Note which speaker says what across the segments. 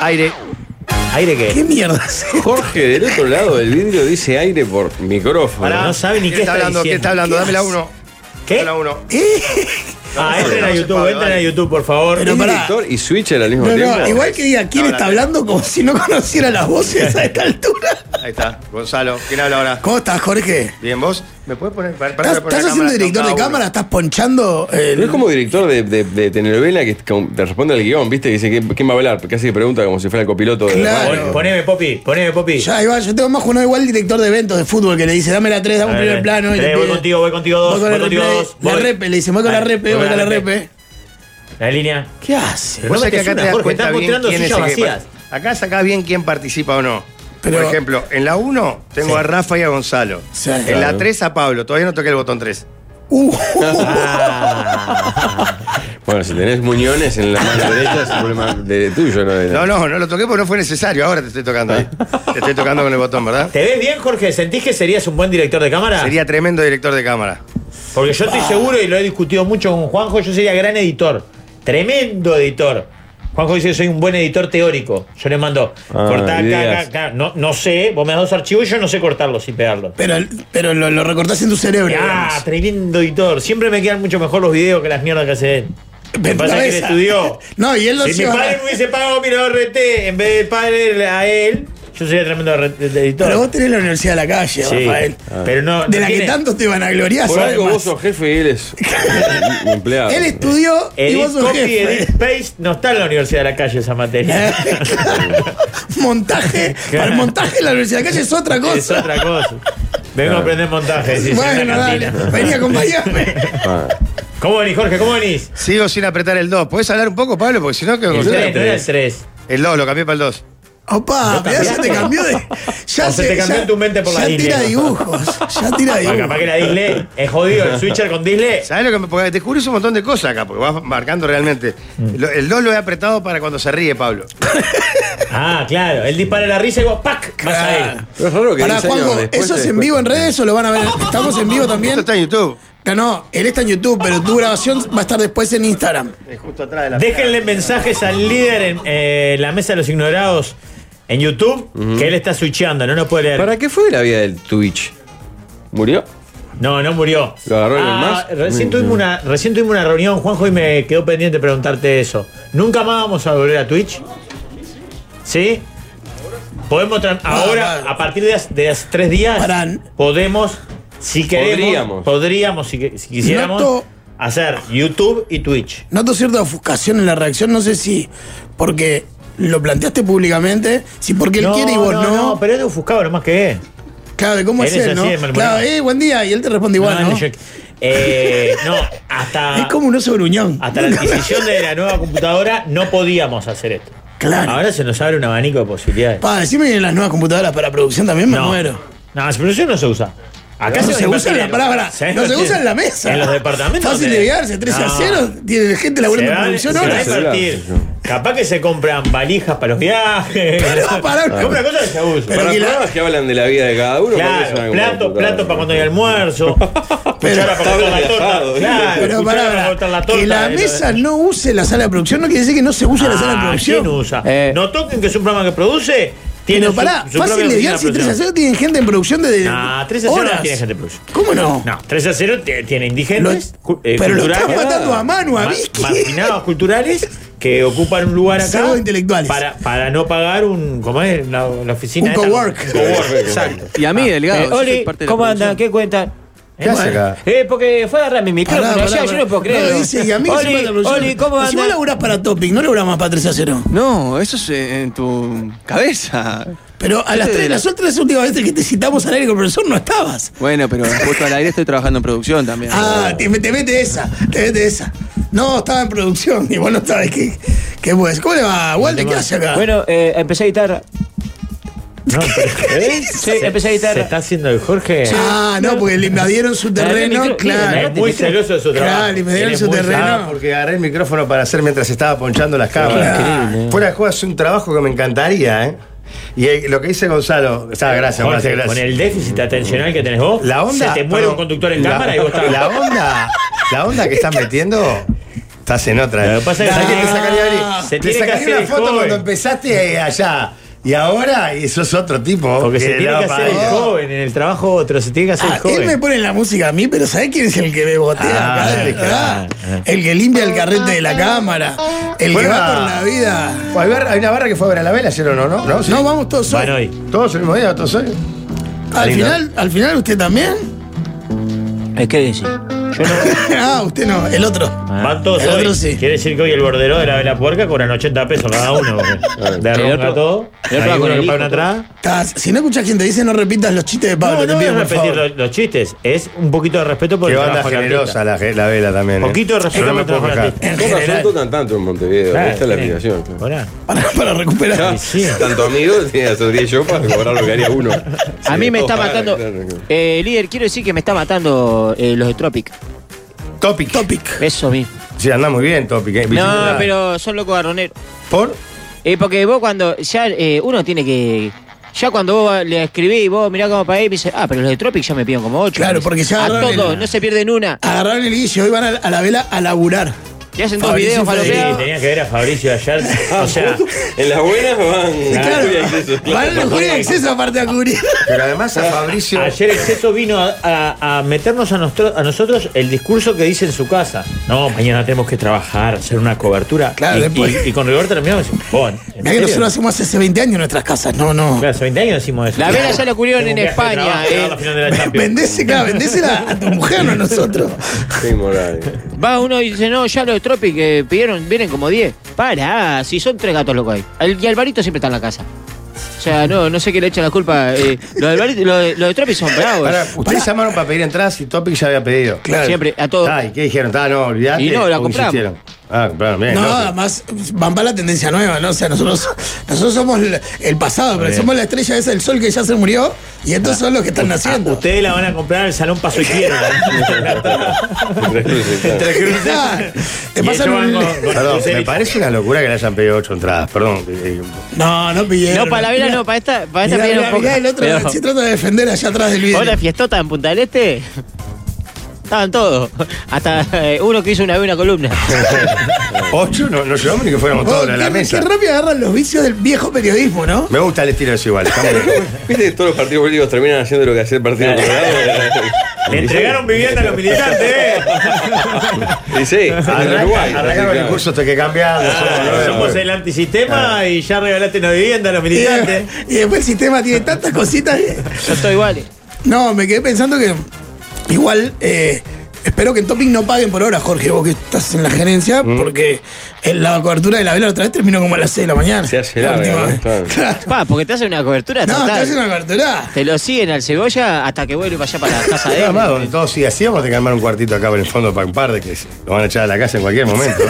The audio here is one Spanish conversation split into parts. Speaker 1: Aire.
Speaker 2: ¿Aire qué?
Speaker 3: ¿Qué mierda?
Speaker 4: Jorge del otro lado del vidrio dice aire por micrófono.
Speaker 2: Pará, no sabe ni qué,
Speaker 1: ¿Qué está hablando? ¿Qué
Speaker 2: diciendo.
Speaker 1: está hablando? Dame la
Speaker 2: hace?
Speaker 1: uno.
Speaker 2: ¿Qué?
Speaker 1: Dame la uno.
Speaker 2: Ah,
Speaker 1: No,
Speaker 2: entren
Speaker 1: no
Speaker 2: a
Speaker 1: se
Speaker 2: YouTube,
Speaker 1: puede,
Speaker 2: entren a
Speaker 1: vale.
Speaker 2: YouTube, por favor.
Speaker 3: Pero
Speaker 4: ¿Es
Speaker 3: pará.
Speaker 4: director y switcher al mismo
Speaker 3: No,
Speaker 4: tiempo?
Speaker 3: no, igual que diga quién
Speaker 1: No,
Speaker 3: está
Speaker 1: la-
Speaker 3: hablando como si no conociera las voces a esta altura.
Speaker 1: Ahí está, Gonzalo. ¿Quién habla ahora?
Speaker 3: ¿Cómo estás, Jorge?
Speaker 1: Bien, vos. ¿Me puedes poner? para- para-
Speaker 3: ¿Estás,
Speaker 1: para poner
Speaker 3: estás
Speaker 1: la
Speaker 3: haciendo
Speaker 1: cámara?
Speaker 3: director
Speaker 1: No,
Speaker 3: de
Speaker 1: cada uno.
Speaker 3: cámara? ¿Estás ponchando? el-
Speaker 4: Pero es como director de, de- de telenovela que con- te responde al guión, ¿viste? Que dice, ¿quién, quién va a hablar? Casi que pregunta como si fuera el copiloto de
Speaker 3: Claro.
Speaker 4: radio.
Speaker 3: Bueno.
Speaker 2: Pon- Poneme, Popi, poneme, Popi.
Speaker 3: Ya, ahí va, yo tengo más jugado igual director de eventos de fútbol que le dice, dame la 3, dame un
Speaker 2: A ver,
Speaker 3: primer plano. y
Speaker 2: tres,
Speaker 3: le
Speaker 2: voy
Speaker 3: pide-
Speaker 2: contigo, voy contigo dos,
Speaker 3: Voy con
Speaker 2: voy
Speaker 3: el
Speaker 2: contigo
Speaker 3: replay,
Speaker 2: dos.
Speaker 3: La
Speaker 2: voy.
Speaker 3: repe, le dice, voy con la
Speaker 2: Ahí,
Speaker 3: repe, voy con la repe.
Speaker 2: La línea.
Speaker 3: ¿Qué hace?
Speaker 2: Pero no
Speaker 1: Vos
Speaker 2: me
Speaker 1: sabés que acá
Speaker 2: te
Speaker 1: te das
Speaker 2: Jorge,
Speaker 1: cuenta
Speaker 2: estás
Speaker 1: bien
Speaker 2: mostrando
Speaker 1: quién es
Speaker 2: sillas
Speaker 1: el que
Speaker 2: vacías.
Speaker 1: par- Acá sacás bien quién participa o no.
Speaker 3: Pero-
Speaker 1: Por ejemplo, en la 1 tengo
Speaker 2: Sí.
Speaker 1: a Rafa y a Gonzalo.
Speaker 3: Sí.
Speaker 1: en la
Speaker 4: Claro.
Speaker 1: 3 a Pablo. Todavía no toqué el botón 3.
Speaker 3: Uh,
Speaker 4: Bueno, si tenés muñones en la mano derecha es un problema de, tuyo, ¿no? De-
Speaker 1: No, no, no lo toqué porque no fue necesario. Ahora te estoy tocando ahí. te estoy tocando con el botón, ¿verdad?
Speaker 2: ¿Te ves bien, Jorge? ¿Sentís que serías un buen director de cámara?
Speaker 1: Sería tremendo director de cámara.
Speaker 2: Porque yo
Speaker 3: Ah.
Speaker 2: estoy seguro y lo he discutido mucho con Juanjo, yo sería gran editor. Tremendo editor. Juanjo dice que soy un buen editor teórico. Yo le mando,
Speaker 4: Ah,
Speaker 2: cortá acá, acá,
Speaker 4: ideas.
Speaker 2: acá. No, no sé, vos me das dos archivos y yo no sé cortarlos y pegarlos.
Speaker 3: pero pero lo, lo recortás en tu cerebro.
Speaker 2: Ah,
Speaker 3: digamos.
Speaker 2: tremendo editor. Siempre me quedan mucho mejor los videos que las mierdas que se ven. Me
Speaker 3: Pero
Speaker 2: pasa que él
Speaker 3: esa-
Speaker 2: estudió.
Speaker 3: No, y él lo
Speaker 2: Si mi
Speaker 3: lleva-
Speaker 2: padre me hubiese pagado mi RT en vez de padre a él, yo sería tremendo re- editor.
Speaker 3: Pero vos tenés la universidad de la
Speaker 2: Sí,
Speaker 3: calle,
Speaker 2: Ah.
Speaker 3: Rafael.
Speaker 2: pero no.
Speaker 3: De
Speaker 2: no
Speaker 3: la que
Speaker 2: tiene-
Speaker 3: tanto te van a gloriar.
Speaker 4: Por algo vos
Speaker 3: además.
Speaker 4: sos jefe y él es un empleado.
Speaker 3: Él estudió y
Speaker 2: Edit
Speaker 3: vos sos
Speaker 2: copy, edit
Speaker 3: jefe.
Speaker 2: paste, no está en la Universidad de la Calle esa materia.
Speaker 3: Claro. montaje. Para el montaje en la universidad de la calle es otra cosa.
Speaker 2: Es otra cosa. Vengo a aprender montaje. sí, sí, en la
Speaker 3: bueno, dale.
Speaker 2: cantina.
Speaker 3: Vení, acompañame.
Speaker 4: Ah,
Speaker 2: ¿Cómo venís, Jorge? ¿Cómo venís?
Speaker 1: Sigo sin apretar el 2. ¿Podés hablar un poco, Pablo? Porque si no, que
Speaker 2: El 3, no era el
Speaker 4: tres.
Speaker 2: 3.
Speaker 1: El 2, lo cambié para el 2.
Speaker 3: Opa,
Speaker 2: ¿No
Speaker 3: mirá, ya
Speaker 2: cambiaste?
Speaker 3: te cambió de. Ya
Speaker 2: O se te cambió en tu mente por la
Speaker 3: Ya
Speaker 2: Disney.
Speaker 3: tira dibujos. Ya tira dibujos.
Speaker 2: Capaz que la Disney es jodido. El switcher con Disney.
Speaker 1: ¿Sabés lo que me.? Porque te descubrís un montón de cosas acá, porque vas marcando realmente. Lo- El 2 lo he apretado para cuando se ríe, Pablo.
Speaker 2: Ah, claro. Él dispara la risa y vos, ¡pac! Vas a
Speaker 3: Claro.
Speaker 2: él.
Speaker 4: Pero es raro que
Speaker 3: Pará,
Speaker 4: 10 años
Speaker 3: Juanjo,
Speaker 4: después
Speaker 3: ¿eso
Speaker 4: te
Speaker 3: es
Speaker 4: des
Speaker 3: en vivo en
Speaker 4: cuenta.
Speaker 3: redes o lo van a ver? ¿Estamos en vivo
Speaker 1: Esto
Speaker 3: también?
Speaker 1: está en YouTube.
Speaker 3: No, no, él está en YouTube, pero tu grabación va a estar después en Instagram.
Speaker 1: Es justo atrás de la.
Speaker 2: Déjenle mensajes al líder en eh, la mesa de los ignorados en YouTube que él está switchando, no nos puede leer.
Speaker 4: ¿Para qué fue la vida del Twitch? ¿Murió?
Speaker 2: No, no murió.
Speaker 4: ¿Lo agarró alguien
Speaker 2: Ah,
Speaker 4: más?
Speaker 2: Recién
Speaker 4: Mm,
Speaker 2: tuvimos,
Speaker 4: mm.
Speaker 2: una, recién tuvimos una reunión, Juanjo, y me quedó pendiente preguntarte eso. ¿Nunca más vamos a volver a Twitch? ¿Sí? Podemos tra- ahora,
Speaker 3: vale.
Speaker 2: a partir de, las- de hace tres días,
Speaker 3: Pará.
Speaker 2: podemos, si queremos, podríamos,
Speaker 4: Podríamos.
Speaker 2: si, que- si quisiéramos,
Speaker 3: Noto-
Speaker 2: hacer YouTube y Twitch.
Speaker 3: Noto cierta ofuscación en la reacción, no sé si porque lo planteaste públicamente, si porque él quiere y vos no.
Speaker 2: pero es de ofuscado nomás que es.
Speaker 3: Claro, de ¿cómo
Speaker 2: Él
Speaker 3: es
Speaker 2: es
Speaker 3: él,
Speaker 2: así
Speaker 3: no?
Speaker 2: de malvado.
Speaker 3: Claro, eh, buen día, y él te responde igual, ¿no?
Speaker 2: no, yo- eh, no, hasta...
Speaker 3: Es como un oso gruñón.
Speaker 2: Hasta la adquisición de la nueva computadora no podíamos hacer esto.
Speaker 3: Claro.
Speaker 2: Ahora se nos abre un abanico de posibilidades.
Speaker 3: Pa, decime que las nuevas computadoras para producción también me
Speaker 2: no.
Speaker 3: muero.
Speaker 2: No, esa producción no se usa. Acá
Speaker 3: No se
Speaker 2: usa
Speaker 3: usa en la palabra, no se usa en la mesa.
Speaker 2: En los departamentos.
Speaker 3: Fácil de llegarse, 13 a 0, tiene gente laburando en
Speaker 2: Se
Speaker 3: producción
Speaker 2: va, se va
Speaker 3: ahora.
Speaker 2: a invertir. Capaz que se compran valijas para los viajes.
Speaker 3: Pero pará,
Speaker 2: Es una cosa que se usa.
Speaker 3: Pero
Speaker 4: para
Speaker 3: que la-
Speaker 4: pruebas que hablan de la vida de cada uno. porque es una
Speaker 2: Claro, plato,
Speaker 4: computadora.
Speaker 2: plato para cuando hay almuerzo, cuchara para
Speaker 4: Tabla
Speaker 2: cortar la
Speaker 4: de
Speaker 2: torta.
Speaker 4: asado,
Speaker 2: Claro,
Speaker 3: Pero
Speaker 2: cuchara
Speaker 3: pará,
Speaker 2: para cortar la torta.
Speaker 3: que la
Speaker 2: eh,
Speaker 3: mesa no use la sala de producción no quiere decir que no se use la sala de
Speaker 2: Ah,
Speaker 3: producción.
Speaker 2: ¿quién usa?
Speaker 4: Eh.
Speaker 2: No toquen que es un programa que produce. Tiene
Speaker 3: Pero
Speaker 2: su-
Speaker 3: pará,
Speaker 2: su propia
Speaker 3: fácil de
Speaker 2: oficina
Speaker 3: llegar si 3 a
Speaker 2: producción.
Speaker 3: 0 tienen gente en producción desde.
Speaker 2: Nah, 3 a 0
Speaker 3: horas.
Speaker 2: no tiene gente en producción.
Speaker 3: ¿Cómo no?
Speaker 2: No, 3 a 0 te- tiene indigentes.
Speaker 3: Lo-
Speaker 2: cu- eh,
Speaker 3: pero lo
Speaker 2: culturales,
Speaker 3: estás matando a Manu, a
Speaker 2: ma-
Speaker 3: Vicky.
Speaker 2: Marginados culturales que ocupan un lugar acá.
Speaker 3: Pseudo intelectuales.
Speaker 2: Para, para no pagar un. ¿Cómo es? La, la oficina.
Speaker 3: Un
Speaker 2: esta-
Speaker 3: cowork.
Speaker 2: cowork, exacto.
Speaker 5: Y a mí, Delgado.
Speaker 6: Eh,
Speaker 5: yo soy
Speaker 6: Oli,
Speaker 5: parte de la
Speaker 6: ¿cómo
Speaker 5: producción.
Speaker 6: andan? ¿Qué cuentan?
Speaker 1: ¿Qué hace acá?
Speaker 6: Eh, porque fue a agarrar mi micrófono. allá,
Speaker 3: Pará, pará,
Speaker 6: yo
Speaker 3: pará.
Speaker 6: no puedo creerlo.
Speaker 3: No, dice que a mí que se manda la
Speaker 6: Oli,
Speaker 3: producción.
Speaker 6: Oli, ¿cómo
Speaker 3: Pero Si vos
Speaker 6: andan?
Speaker 3: laburás para Topic, no laburás más para 3 a 0.
Speaker 5: No, eso es eh, en tu cabeza.
Speaker 3: Pero a las
Speaker 5: Este
Speaker 3: 3,
Speaker 5: de la-
Speaker 3: las últimas últimas veces que te citamos al aire con el profesor no estabas.
Speaker 5: Bueno, pero justo al aire estoy trabajando en producción también.
Speaker 3: Ah, te, te mete esa, te mete esa. No, estaba en producción y vos no sabés qué, qué pues. ¿Cómo le va, Walde? ¿Qué hace acá?
Speaker 6: Bueno, eh, empecé guitarra.
Speaker 2: No, pero- ¿eh?
Speaker 6: Sí, empecé a editar.
Speaker 2: Se está haciendo el Jorge.
Speaker 3: ah,
Speaker 2: eh,
Speaker 3: no, porque le invadieron su
Speaker 6: Dale,
Speaker 3: terreno,
Speaker 6: micro-
Speaker 2: Es
Speaker 3: claro.
Speaker 2: muy celoso de su trabajo.
Speaker 3: Claro, y me dieron
Speaker 2: Él es
Speaker 3: su
Speaker 2: muy
Speaker 3: terreno.
Speaker 2: celoso.
Speaker 1: Ah, porque agarré el micrófono para hacer mientras estaba ponchando las cámaras.
Speaker 6: increíble.
Speaker 1: Fuera de juego es un trabajo que me encantaría, ¿eh? Y eh, lo que dice Gonzalo, está, gracias,
Speaker 2: Jorge,
Speaker 1: gracias, gracias.
Speaker 2: Con el déficit atencional que tenés vos,
Speaker 1: La onda.
Speaker 2: se te muere
Speaker 1: perdón,
Speaker 2: un conductor en
Speaker 1: la-
Speaker 2: cámara y vos estás.
Speaker 1: La onda. La onda que estás metiendo Estás en otra.
Speaker 2: Lo que pasa es que-
Speaker 1: ¿Sabés qué te sacaría, Ari?
Speaker 3: Ah,
Speaker 2: se
Speaker 1: te
Speaker 2: tiene que
Speaker 1: sacaría
Speaker 2: hacer
Speaker 1: una
Speaker 2: el
Speaker 1: foto
Speaker 2: joven.
Speaker 1: cuando empezaste eh, allá. Y ahora y sos otro tipo.
Speaker 2: Porque se tiene
Speaker 1: la
Speaker 2: que
Speaker 1: va
Speaker 2: hacer el
Speaker 1: para-
Speaker 2: joven, en el trabajo otro, se tiene que hacer el
Speaker 3: Ah, él me
Speaker 2: joven.
Speaker 3: pone la música a mí, pero ¿sabés quién es el que me botea?
Speaker 1: Ah,
Speaker 3: acá?
Speaker 1: eh,
Speaker 3: Ah, El que limpia el carrete de la cámara. El que
Speaker 1: Bueno.
Speaker 3: va por la vida.
Speaker 1: Hay, bar- hay una barra que fue a ver a la vela, ¿sí o no? No, no, sí.
Speaker 3: No, vamos todos hoy.
Speaker 2: Van hoy.
Speaker 1: Todos el mismo día, todos hoy.
Speaker 3: Al
Speaker 1: lindo.
Speaker 3: final, al final usted también.
Speaker 7: Es que decir.
Speaker 3: ah, usted no, el otro.
Speaker 1: Ah.
Speaker 2: Van todos
Speaker 3: Ah, El
Speaker 2: hoy.
Speaker 3: otro sí.
Speaker 2: Quiere decir que hoy el bordero de la vela puerca cobran 80 pesos cada uno. porque
Speaker 8: El
Speaker 2: Derrumba
Speaker 8: otro-
Speaker 2: todo.
Speaker 8: el otro
Speaker 2: Hay
Speaker 8: va con
Speaker 2: uno
Speaker 8: el
Speaker 2: que
Speaker 8: hijo.
Speaker 2: paga atrás.
Speaker 3: Estás- si no escuchas quien te dice, no repitas los chistes de Pablo.
Speaker 2: No, no
Speaker 3: te
Speaker 2: es
Speaker 3: pido, por
Speaker 2: repetir
Speaker 3: favor.
Speaker 2: los, los chistes, es un poquito de respeto por
Speaker 1: Qué
Speaker 2: el
Speaker 1: banda
Speaker 2: trabajo del
Speaker 1: generosa
Speaker 2: artista.
Speaker 1: la, ge- la vela también. ¿eh?
Speaker 2: Poquito de respeto
Speaker 1: Yo no
Speaker 2: por
Speaker 1: me
Speaker 2: el
Speaker 1: puedo
Speaker 2: trabajo del
Speaker 1: quejar.
Speaker 2: artista.
Speaker 3: En
Speaker 4: Con razón
Speaker 3: general.
Speaker 4: tocan tanto en Montevideo.
Speaker 2: Claro,
Speaker 4: Esta es la
Speaker 2: tiene-
Speaker 4: explicación. claro.
Speaker 2: Ahora,
Speaker 3: Para, para recuperar.
Speaker 2: sí.
Speaker 4: Tanto amigo, tiene que hacer 10 yo para cobrar lo que haría uno.
Speaker 7: A mí me
Speaker 4: Sí,
Speaker 7: está
Speaker 4: claro,
Speaker 7: matando.
Speaker 4: claro, claro.
Speaker 7: Eh, líder, quiero decir que me está matando eh, los de Tropic.
Speaker 1: Topic.
Speaker 3: Topic.
Speaker 7: Eso mismo.
Speaker 1: Sí, anda muy bien, Topic. ¿eh?
Speaker 7: No,
Speaker 1: Vicente,
Speaker 7: pero son locos garroneros.
Speaker 1: ¿Por?
Speaker 7: Eh, porque vos cuando. Ya eh, uno tiene que. Ya cuando vos le escribís, vos mirá como para ahí, me dice, ah, pero los de Tropic ya me piden como ocho.
Speaker 3: Claro,
Speaker 7: Me dice,
Speaker 3: porque ya
Speaker 7: A
Speaker 3: agarraron
Speaker 7: todos,
Speaker 3: el-
Speaker 7: no se pierden una.
Speaker 3: Agarraron el guillo, hoy van a, a la vela a laburar.
Speaker 7: Y hacen dos
Speaker 3: Fabricio
Speaker 7: videos para
Speaker 2: Sí,
Speaker 3: Federico.
Speaker 2: tenía que ver a Fabricio ayer. O
Speaker 3: Ah,
Speaker 2: sea,
Speaker 4: En las buenas van.
Speaker 3: Claro,
Speaker 4: Julia Exceso, claro.
Speaker 3: van a lujuria de exceso aparte a cubrir.
Speaker 1: Pero además
Speaker 2: Eh,
Speaker 1: a Fabricio.
Speaker 2: ayer Exceso vino a, a- a meternos a, nostro- a nosotros el discurso que dice en su casa. No, mañana tenemos que trabajar, hacer una cobertura.
Speaker 3: Claro,
Speaker 2: y,
Speaker 3: después-
Speaker 2: y- y con rigor terminamos. y decimos, "Bon, ¿en
Speaker 3: Mirá que
Speaker 2: serio?".
Speaker 3: nosotros hacemos hace 20 años en nuestras casas, no, no.
Speaker 2: Claro, hace 20 años decimos eso.
Speaker 7: La vela ya la cubrieron
Speaker 2: Tengo un
Speaker 7: en
Speaker 2: viaje de
Speaker 7: España,
Speaker 2: trabajo,
Speaker 7: eh.
Speaker 2: a la final de la Champions.
Speaker 3: Vendese, claro, vendésela a tu mujer, no a nosotros.
Speaker 4: Sí, Morales.
Speaker 7: Va uno y dice, no, ya los de Tropic eh, pidieron, vienen como 10. Pará, si son tres gatos locos ahí. Al- y Alvarito siempre está en la casa. O sea, no, no sé qué le echan la culpa. eh, los, de Alvarito- los de- los de Tropic son bravos.
Speaker 1: Ahora, ustedes llamaron para pedir entradas y Topic ya había pedido.
Speaker 3: Claro.
Speaker 7: Siempre, a todos.
Speaker 1: Ah, ¿y qué dijeron? Ah, no, olvidate.
Speaker 7: Y no, la
Speaker 1: ¿O
Speaker 7: compramos.
Speaker 1: insistieron? Ah, compraron, bien.
Speaker 3: No,
Speaker 1: lógico.
Speaker 3: además van para la tendencia nueva, ¿no? O sea, nosotros, nosotros somos el- el pasado, pero somos la estrella esa del sol que ya se murió y
Speaker 2: Ah.
Speaker 3: estos son los que están naciendo.
Speaker 2: Ustedes la van a comprar al salón paso izquierda.
Speaker 4: Tres cruces, claro.
Speaker 3: Claro. Te
Speaker 2: Y
Speaker 3: pasan
Speaker 2: ellos van
Speaker 3: un-
Speaker 2: con- con-
Speaker 1: Perdón,
Speaker 2: con-
Speaker 1: me parece una locura que le hayan pedido ocho entradas, perdón. eh,
Speaker 3: No, Ah, no pidieron.
Speaker 7: No, para la vela
Speaker 3: Mirá,
Speaker 7: no, para esta, para esta
Speaker 3: mirá,
Speaker 7: pidieron
Speaker 3: mirá,
Speaker 7: poco.
Speaker 3: mirá el otro
Speaker 7: Pero-
Speaker 3: se trata de defender allá atrás del video.
Speaker 7: Hola, fiestota en Punta del Este. Estaban todos. Hasta eh, uno que hizo una vez una columna.
Speaker 1: Ocho no, no llevamos ni que fuéramos todos a la mesa.
Speaker 3: Oh, Qué rápido agarran los vicios del viejo periodismo, ¿no?
Speaker 1: Me gusta el estilo desigual. está muy bien.
Speaker 4: ¿Viste que todos los partidos políticos terminan haciendo lo que hacía el Partido Colorado?
Speaker 2: Le entregaron vivienda a los militantes, ¿eh?
Speaker 4: Y sí, en
Speaker 1: Arranca-
Speaker 4: Uruguay. así,
Speaker 1: Arrancaron el
Speaker 4: claro.
Speaker 1: curso, esto que cambiar.
Speaker 2: Ah, Somos el antisistema y ya regalaste una vivienda a los
Speaker 3: Y,
Speaker 2: militantes.
Speaker 3: y después el sistema tiene tantas cositas. que-
Speaker 7: Son todos iguales.
Speaker 3: No, me quedé pensando que igual eh, espero que en Topic no paguen por hora, Jorge, vos que estás en la gerencia,
Speaker 1: Mm.
Speaker 3: porque en la cobertura de la vela otra vez terminó como a las 6 de la mañana.
Speaker 4: Se hace
Speaker 3: La
Speaker 4: larga,
Speaker 3: última
Speaker 4: ¿no?
Speaker 3: vez.
Speaker 4: Claro.
Speaker 3: Claro.
Speaker 7: Pa, porque te hacen una cobertura
Speaker 3: No,
Speaker 7: total.
Speaker 3: estás en una cobertura.
Speaker 7: Te lo siguen al cebolla hasta que vuelve para allá para la casa de
Speaker 1: Nada más,
Speaker 7: él.
Speaker 1: donde todos sí hacíamos, te calmar un cuartito acá por el fondo para un par de que se- lo van a echar a la casa en cualquier momento.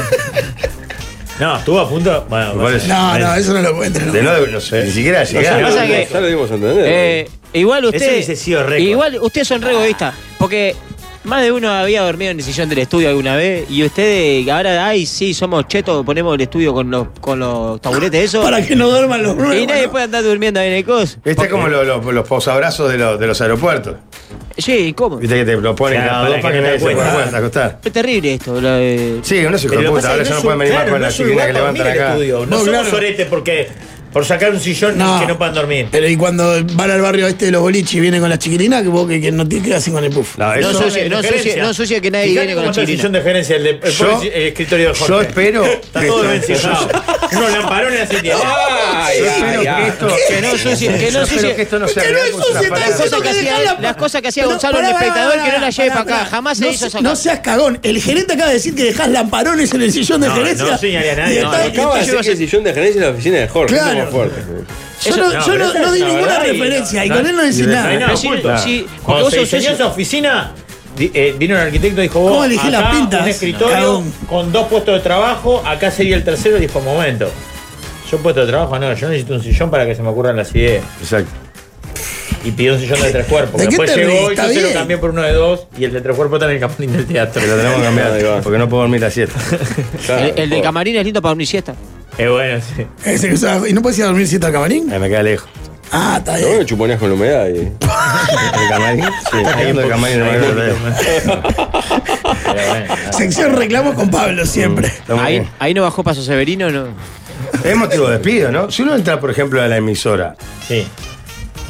Speaker 2: No, estuvo a punto. Bueno,
Speaker 1: Por eso.
Speaker 3: No, no, eso no lo cuenten.
Speaker 1: De nuevo, no sé, ni siquiera
Speaker 7: Lo que
Speaker 1: llegar.
Speaker 7: pasa es que-
Speaker 4: Ya lo dimos a entender.
Speaker 7: Eh, igual
Speaker 2: Ese
Speaker 7: usted.
Speaker 2: hubiese sido récord.
Speaker 7: igual ustedes son re egoístas. Porque más de uno había dormido en el sillón del estudio alguna vez. Y ustedes ahora, ay, sí, somos chetos, ponemos el estudio con los, con los taburetes, eso.
Speaker 3: Para que no duerman los
Speaker 7: y
Speaker 3: nuevos.
Speaker 7: nadie
Speaker 3: ¿no?
Speaker 7: puede andar durmiendo ahí en el cos.
Speaker 1: Este es como lo- lo- los posabrazos de, los- de los aeropuertos.
Speaker 7: Sí, ¿cómo?
Speaker 1: Viste que te lo ponen
Speaker 2: Claro,
Speaker 1: cada
Speaker 2: para
Speaker 1: dos para
Speaker 2: que
Speaker 1: que
Speaker 2: no te
Speaker 1: nadie se pueda
Speaker 2: acuestes.
Speaker 1: pueda acostar.
Speaker 7: Es terrible esto. eh, lo de-
Speaker 1: Sí, unos hijos de puta, ahora ya no pueden venir más con las chiquinas que levantan acá.
Speaker 2: No,
Speaker 3: No,
Speaker 2: somos
Speaker 3: claro.
Speaker 2: orete porque por sacar un sillón
Speaker 3: No.
Speaker 2: que no puedan dormir.
Speaker 3: Pero y cuando van al barrio este de los boliches y vienen con la chiquilina, que vos que, que no te qué hacen con el puff.
Speaker 1: No, eso-
Speaker 7: No soy- ensucie- no ensucie- no ensucie que nadie
Speaker 2: Fijate
Speaker 7: viene con
Speaker 2: cómo
Speaker 7: la
Speaker 2: está el
Speaker 7: chilina.
Speaker 2: sillón de gerencia, el, de- el
Speaker 1: Yo-
Speaker 2: pobre- el escritorio de Jorge.
Speaker 1: yo espero
Speaker 2: Está
Speaker 1: que- Ah.
Speaker 2: todo vencijado. Unos lamparones así tiene.
Speaker 4: Ay,
Speaker 1: Yo
Speaker 4: ay,
Speaker 1: espero
Speaker 4: ay.
Speaker 1: que esto.
Speaker 7: Que no ensucie- que no
Speaker 1: yo espero
Speaker 7: ensucie-
Speaker 1: que esto no sea
Speaker 3: que no
Speaker 1: real, porque es una
Speaker 3: ensucie,
Speaker 1: palabra.
Speaker 3: está eso
Speaker 7: cosas que hacía-
Speaker 3: dejarla-
Speaker 7: las cosas que hacía
Speaker 3: Pero,
Speaker 7: Gonzalo en
Speaker 3: pará,
Speaker 7: El Espectador,
Speaker 3: pará,
Speaker 7: que no las lleve
Speaker 3: pará,
Speaker 7: pa' acá.
Speaker 3: pará.
Speaker 7: Jamás se
Speaker 3: No
Speaker 7: hizo
Speaker 3: se-
Speaker 7: sacar.
Speaker 3: No seas cagón. El gerente acaba de decir que dejás lamparones en el sillón de
Speaker 2: No,
Speaker 3: gerencia.
Speaker 2: no señalé a nadie,
Speaker 3: Y
Speaker 2: no,
Speaker 3: está-
Speaker 2: no,
Speaker 3: y está-
Speaker 4: Acaba de
Speaker 3: yo
Speaker 4: decir que el sillón de gerencia es la oficina de Jorge.
Speaker 3: Claro.
Speaker 4: somos fuertes.
Speaker 3: yo no,
Speaker 2: no,
Speaker 3: yo
Speaker 2: pero
Speaker 3: no-
Speaker 2: esa
Speaker 3: no
Speaker 2: es
Speaker 3: di
Speaker 2: la
Speaker 3: ninguna
Speaker 2: verdad y-
Speaker 3: referencia y
Speaker 2: no,
Speaker 3: con él no decís
Speaker 1: y de-
Speaker 3: nada.
Speaker 2: No hay nada
Speaker 7: Pero sí,
Speaker 2: oculto.
Speaker 7: sí, porque
Speaker 2: Cuando
Speaker 7: vos
Speaker 2: se
Speaker 7: sos-
Speaker 2: diseñó esa oficina, di- eh, vino un arquitecto y dijo, vos,
Speaker 3: ¿Cómo elegí
Speaker 2: acá
Speaker 3: las pintas?
Speaker 2: un escritorio
Speaker 3: Cagón.
Speaker 2: con dos puestos de trabajo, acá sería el tercero, y dijo, momento. Yo puesto de trabajo, no, yo necesito un sillón para que se me ocurran las ideas.
Speaker 1: Exacto.
Speaker 2: Y pidió un sillón de tres cuerpos.
Speaker 3: ¿De qué
Speaker 2: Después
Speaker 3: te
Speaker 2: llegó
Speaker 3: reís?
Speaker 2: y yo
Speaker 3: Está
Speaker 2: se lo
Speaker 3: bien.
Speaker 2: cambié por uno de dos y el de tres cuerpos está en el camarín del teatro.
Speaker 1: Pero lo tenemos que
Speaker 4: Ahí
Speaker 1: cambiar,
Speaker 4: va.
Speaker 1: porque no puedo dormir la siesta.
Speaker 4: Claro,
Speaker 7: el, el de
Speaker 4: por-
Speaker 7: camarín es lindo para una siesta.
Speaker 2: Es bueno, sí.
Speaker 3: Ese que usaba- ¿Y no podés ir a dormir siete al camarín?
Speaker 1: Ahí me queda lejos.
Speaker 3: Ah, está
Speaker 4: Lo
Speaker 3: bien.
Speaker 4: bueno, chuponeas con la humedad y.
Speaker 2: ¿El camarín?
Speaker 4: Sí.
Speaker 1: Está cayendo el camarín,
Speaker 2: Ahí
Speaker 1: hermano,
Speaker 2: un poquito
Speaker 1: está
Speaker 2: más. Pero bueno, nada.
Speaker 3: Sección reclamos con Pablo siempre.
Speaker 1: Está muy
Speaker 7: Ahí,
Speaker 1: bien.
Speaker 7: ahí no bajó Paso Severino, no.
Speaker 1: Es motivo de despido, ¿no? Si uno entra, por ejemplo, a la emisora
Speaker 2: Sí.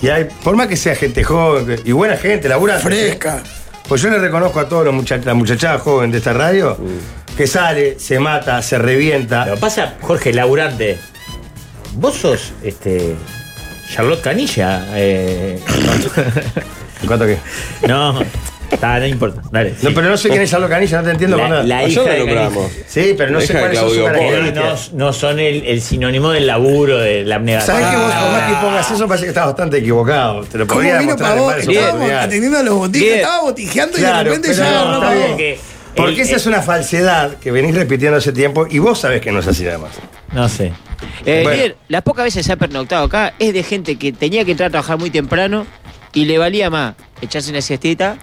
Speaker 1: y hay, por más que sea gente joven y buena gente, labura
Speaker 3: Fresca.
Speaker 1: Pues yo le reconozco a todos los muchachos, la muchachada joven de esta radio,
Speaker 2: Mm.
Speaker 1: que sale, se mata, se
Speaker 2: Lo
Speaker 1: revienta.
Speaker 2: que pasa, Jorge, laburante. Vos sos este. Charlotte Canilla. eh,
Speaker 1: ¿En cuanto a qué?
Speaker 2: no. Está, no importa. Dale.
Speaker 1: No,
Speaker 2: sí.
Speaker 1: pero no sé quién es Charlo Canilla, no te entiendo
Speaker 2: La-
Speaker 1: con nada.
Speaker 2: la
Speaker 4: Ayer
Speaker 2: hija
Speaker 4: lo
Speaker 2: de
Speaker 4: nombramos.
Speaker 1: Sí, pero no
Speaker 4: La
Speaker 1: sé
Speaker 4: hija de
Speaker 1: cuáles son sus
Speaker 4: Claudio
Speaker 2: Pero
Speaker 4: Pobre.
Speaker 2: Eh, no,
Speaker 1: características.
Speaker 2: no son el, el sinónimo del laburo, de la abnegación.
Speaker 1: Sabés que vos, por más que
Speaker 2: Ah.
Speaker 1: pongas eso, parece que estás bastante equivocado. Te lo
Speaker 3: ¿Cómo
Speaker 1: podría
Speaker 3: vino
Speaker 1: demostrar
Speaker 3: para
Speaker 1: en
Speaker 3: vos?
Speaker 1: varias
Speaker 3: Estábamos
Speaker 1: oportunidades.
Speaker 3: atendiendo a los botijes,
Speaker 9: Bien.
Speaker 3: estaba botijeando
Speaker 1: Claro,
Speaker 3: y de repente
Speaker 1: pero
Speaker 3: ya
Speaker 1: no,
Speaker 3: agarró
Speaker 1: está
Speaker 3: para
Speaker 1: bien.
Speaker 3: vos.
Speaker 2: que-
Speaker 1: Porque
Speaker 2: el-
Speaker 1: esa
Speaker 2: el-
Speaker 1: es una falsedad que venís repitiendo hace tiempo y vos sabés que no es así nada más.
Speaker 2: No sé.
Speaker 7: Eh,
Speaker 1: Bueno.
Speaker 7: líder, las pocas veces se ha pernoctado acá es de gente que tenía que entrar a trabajar muy temprano y le valía más echarse una siestita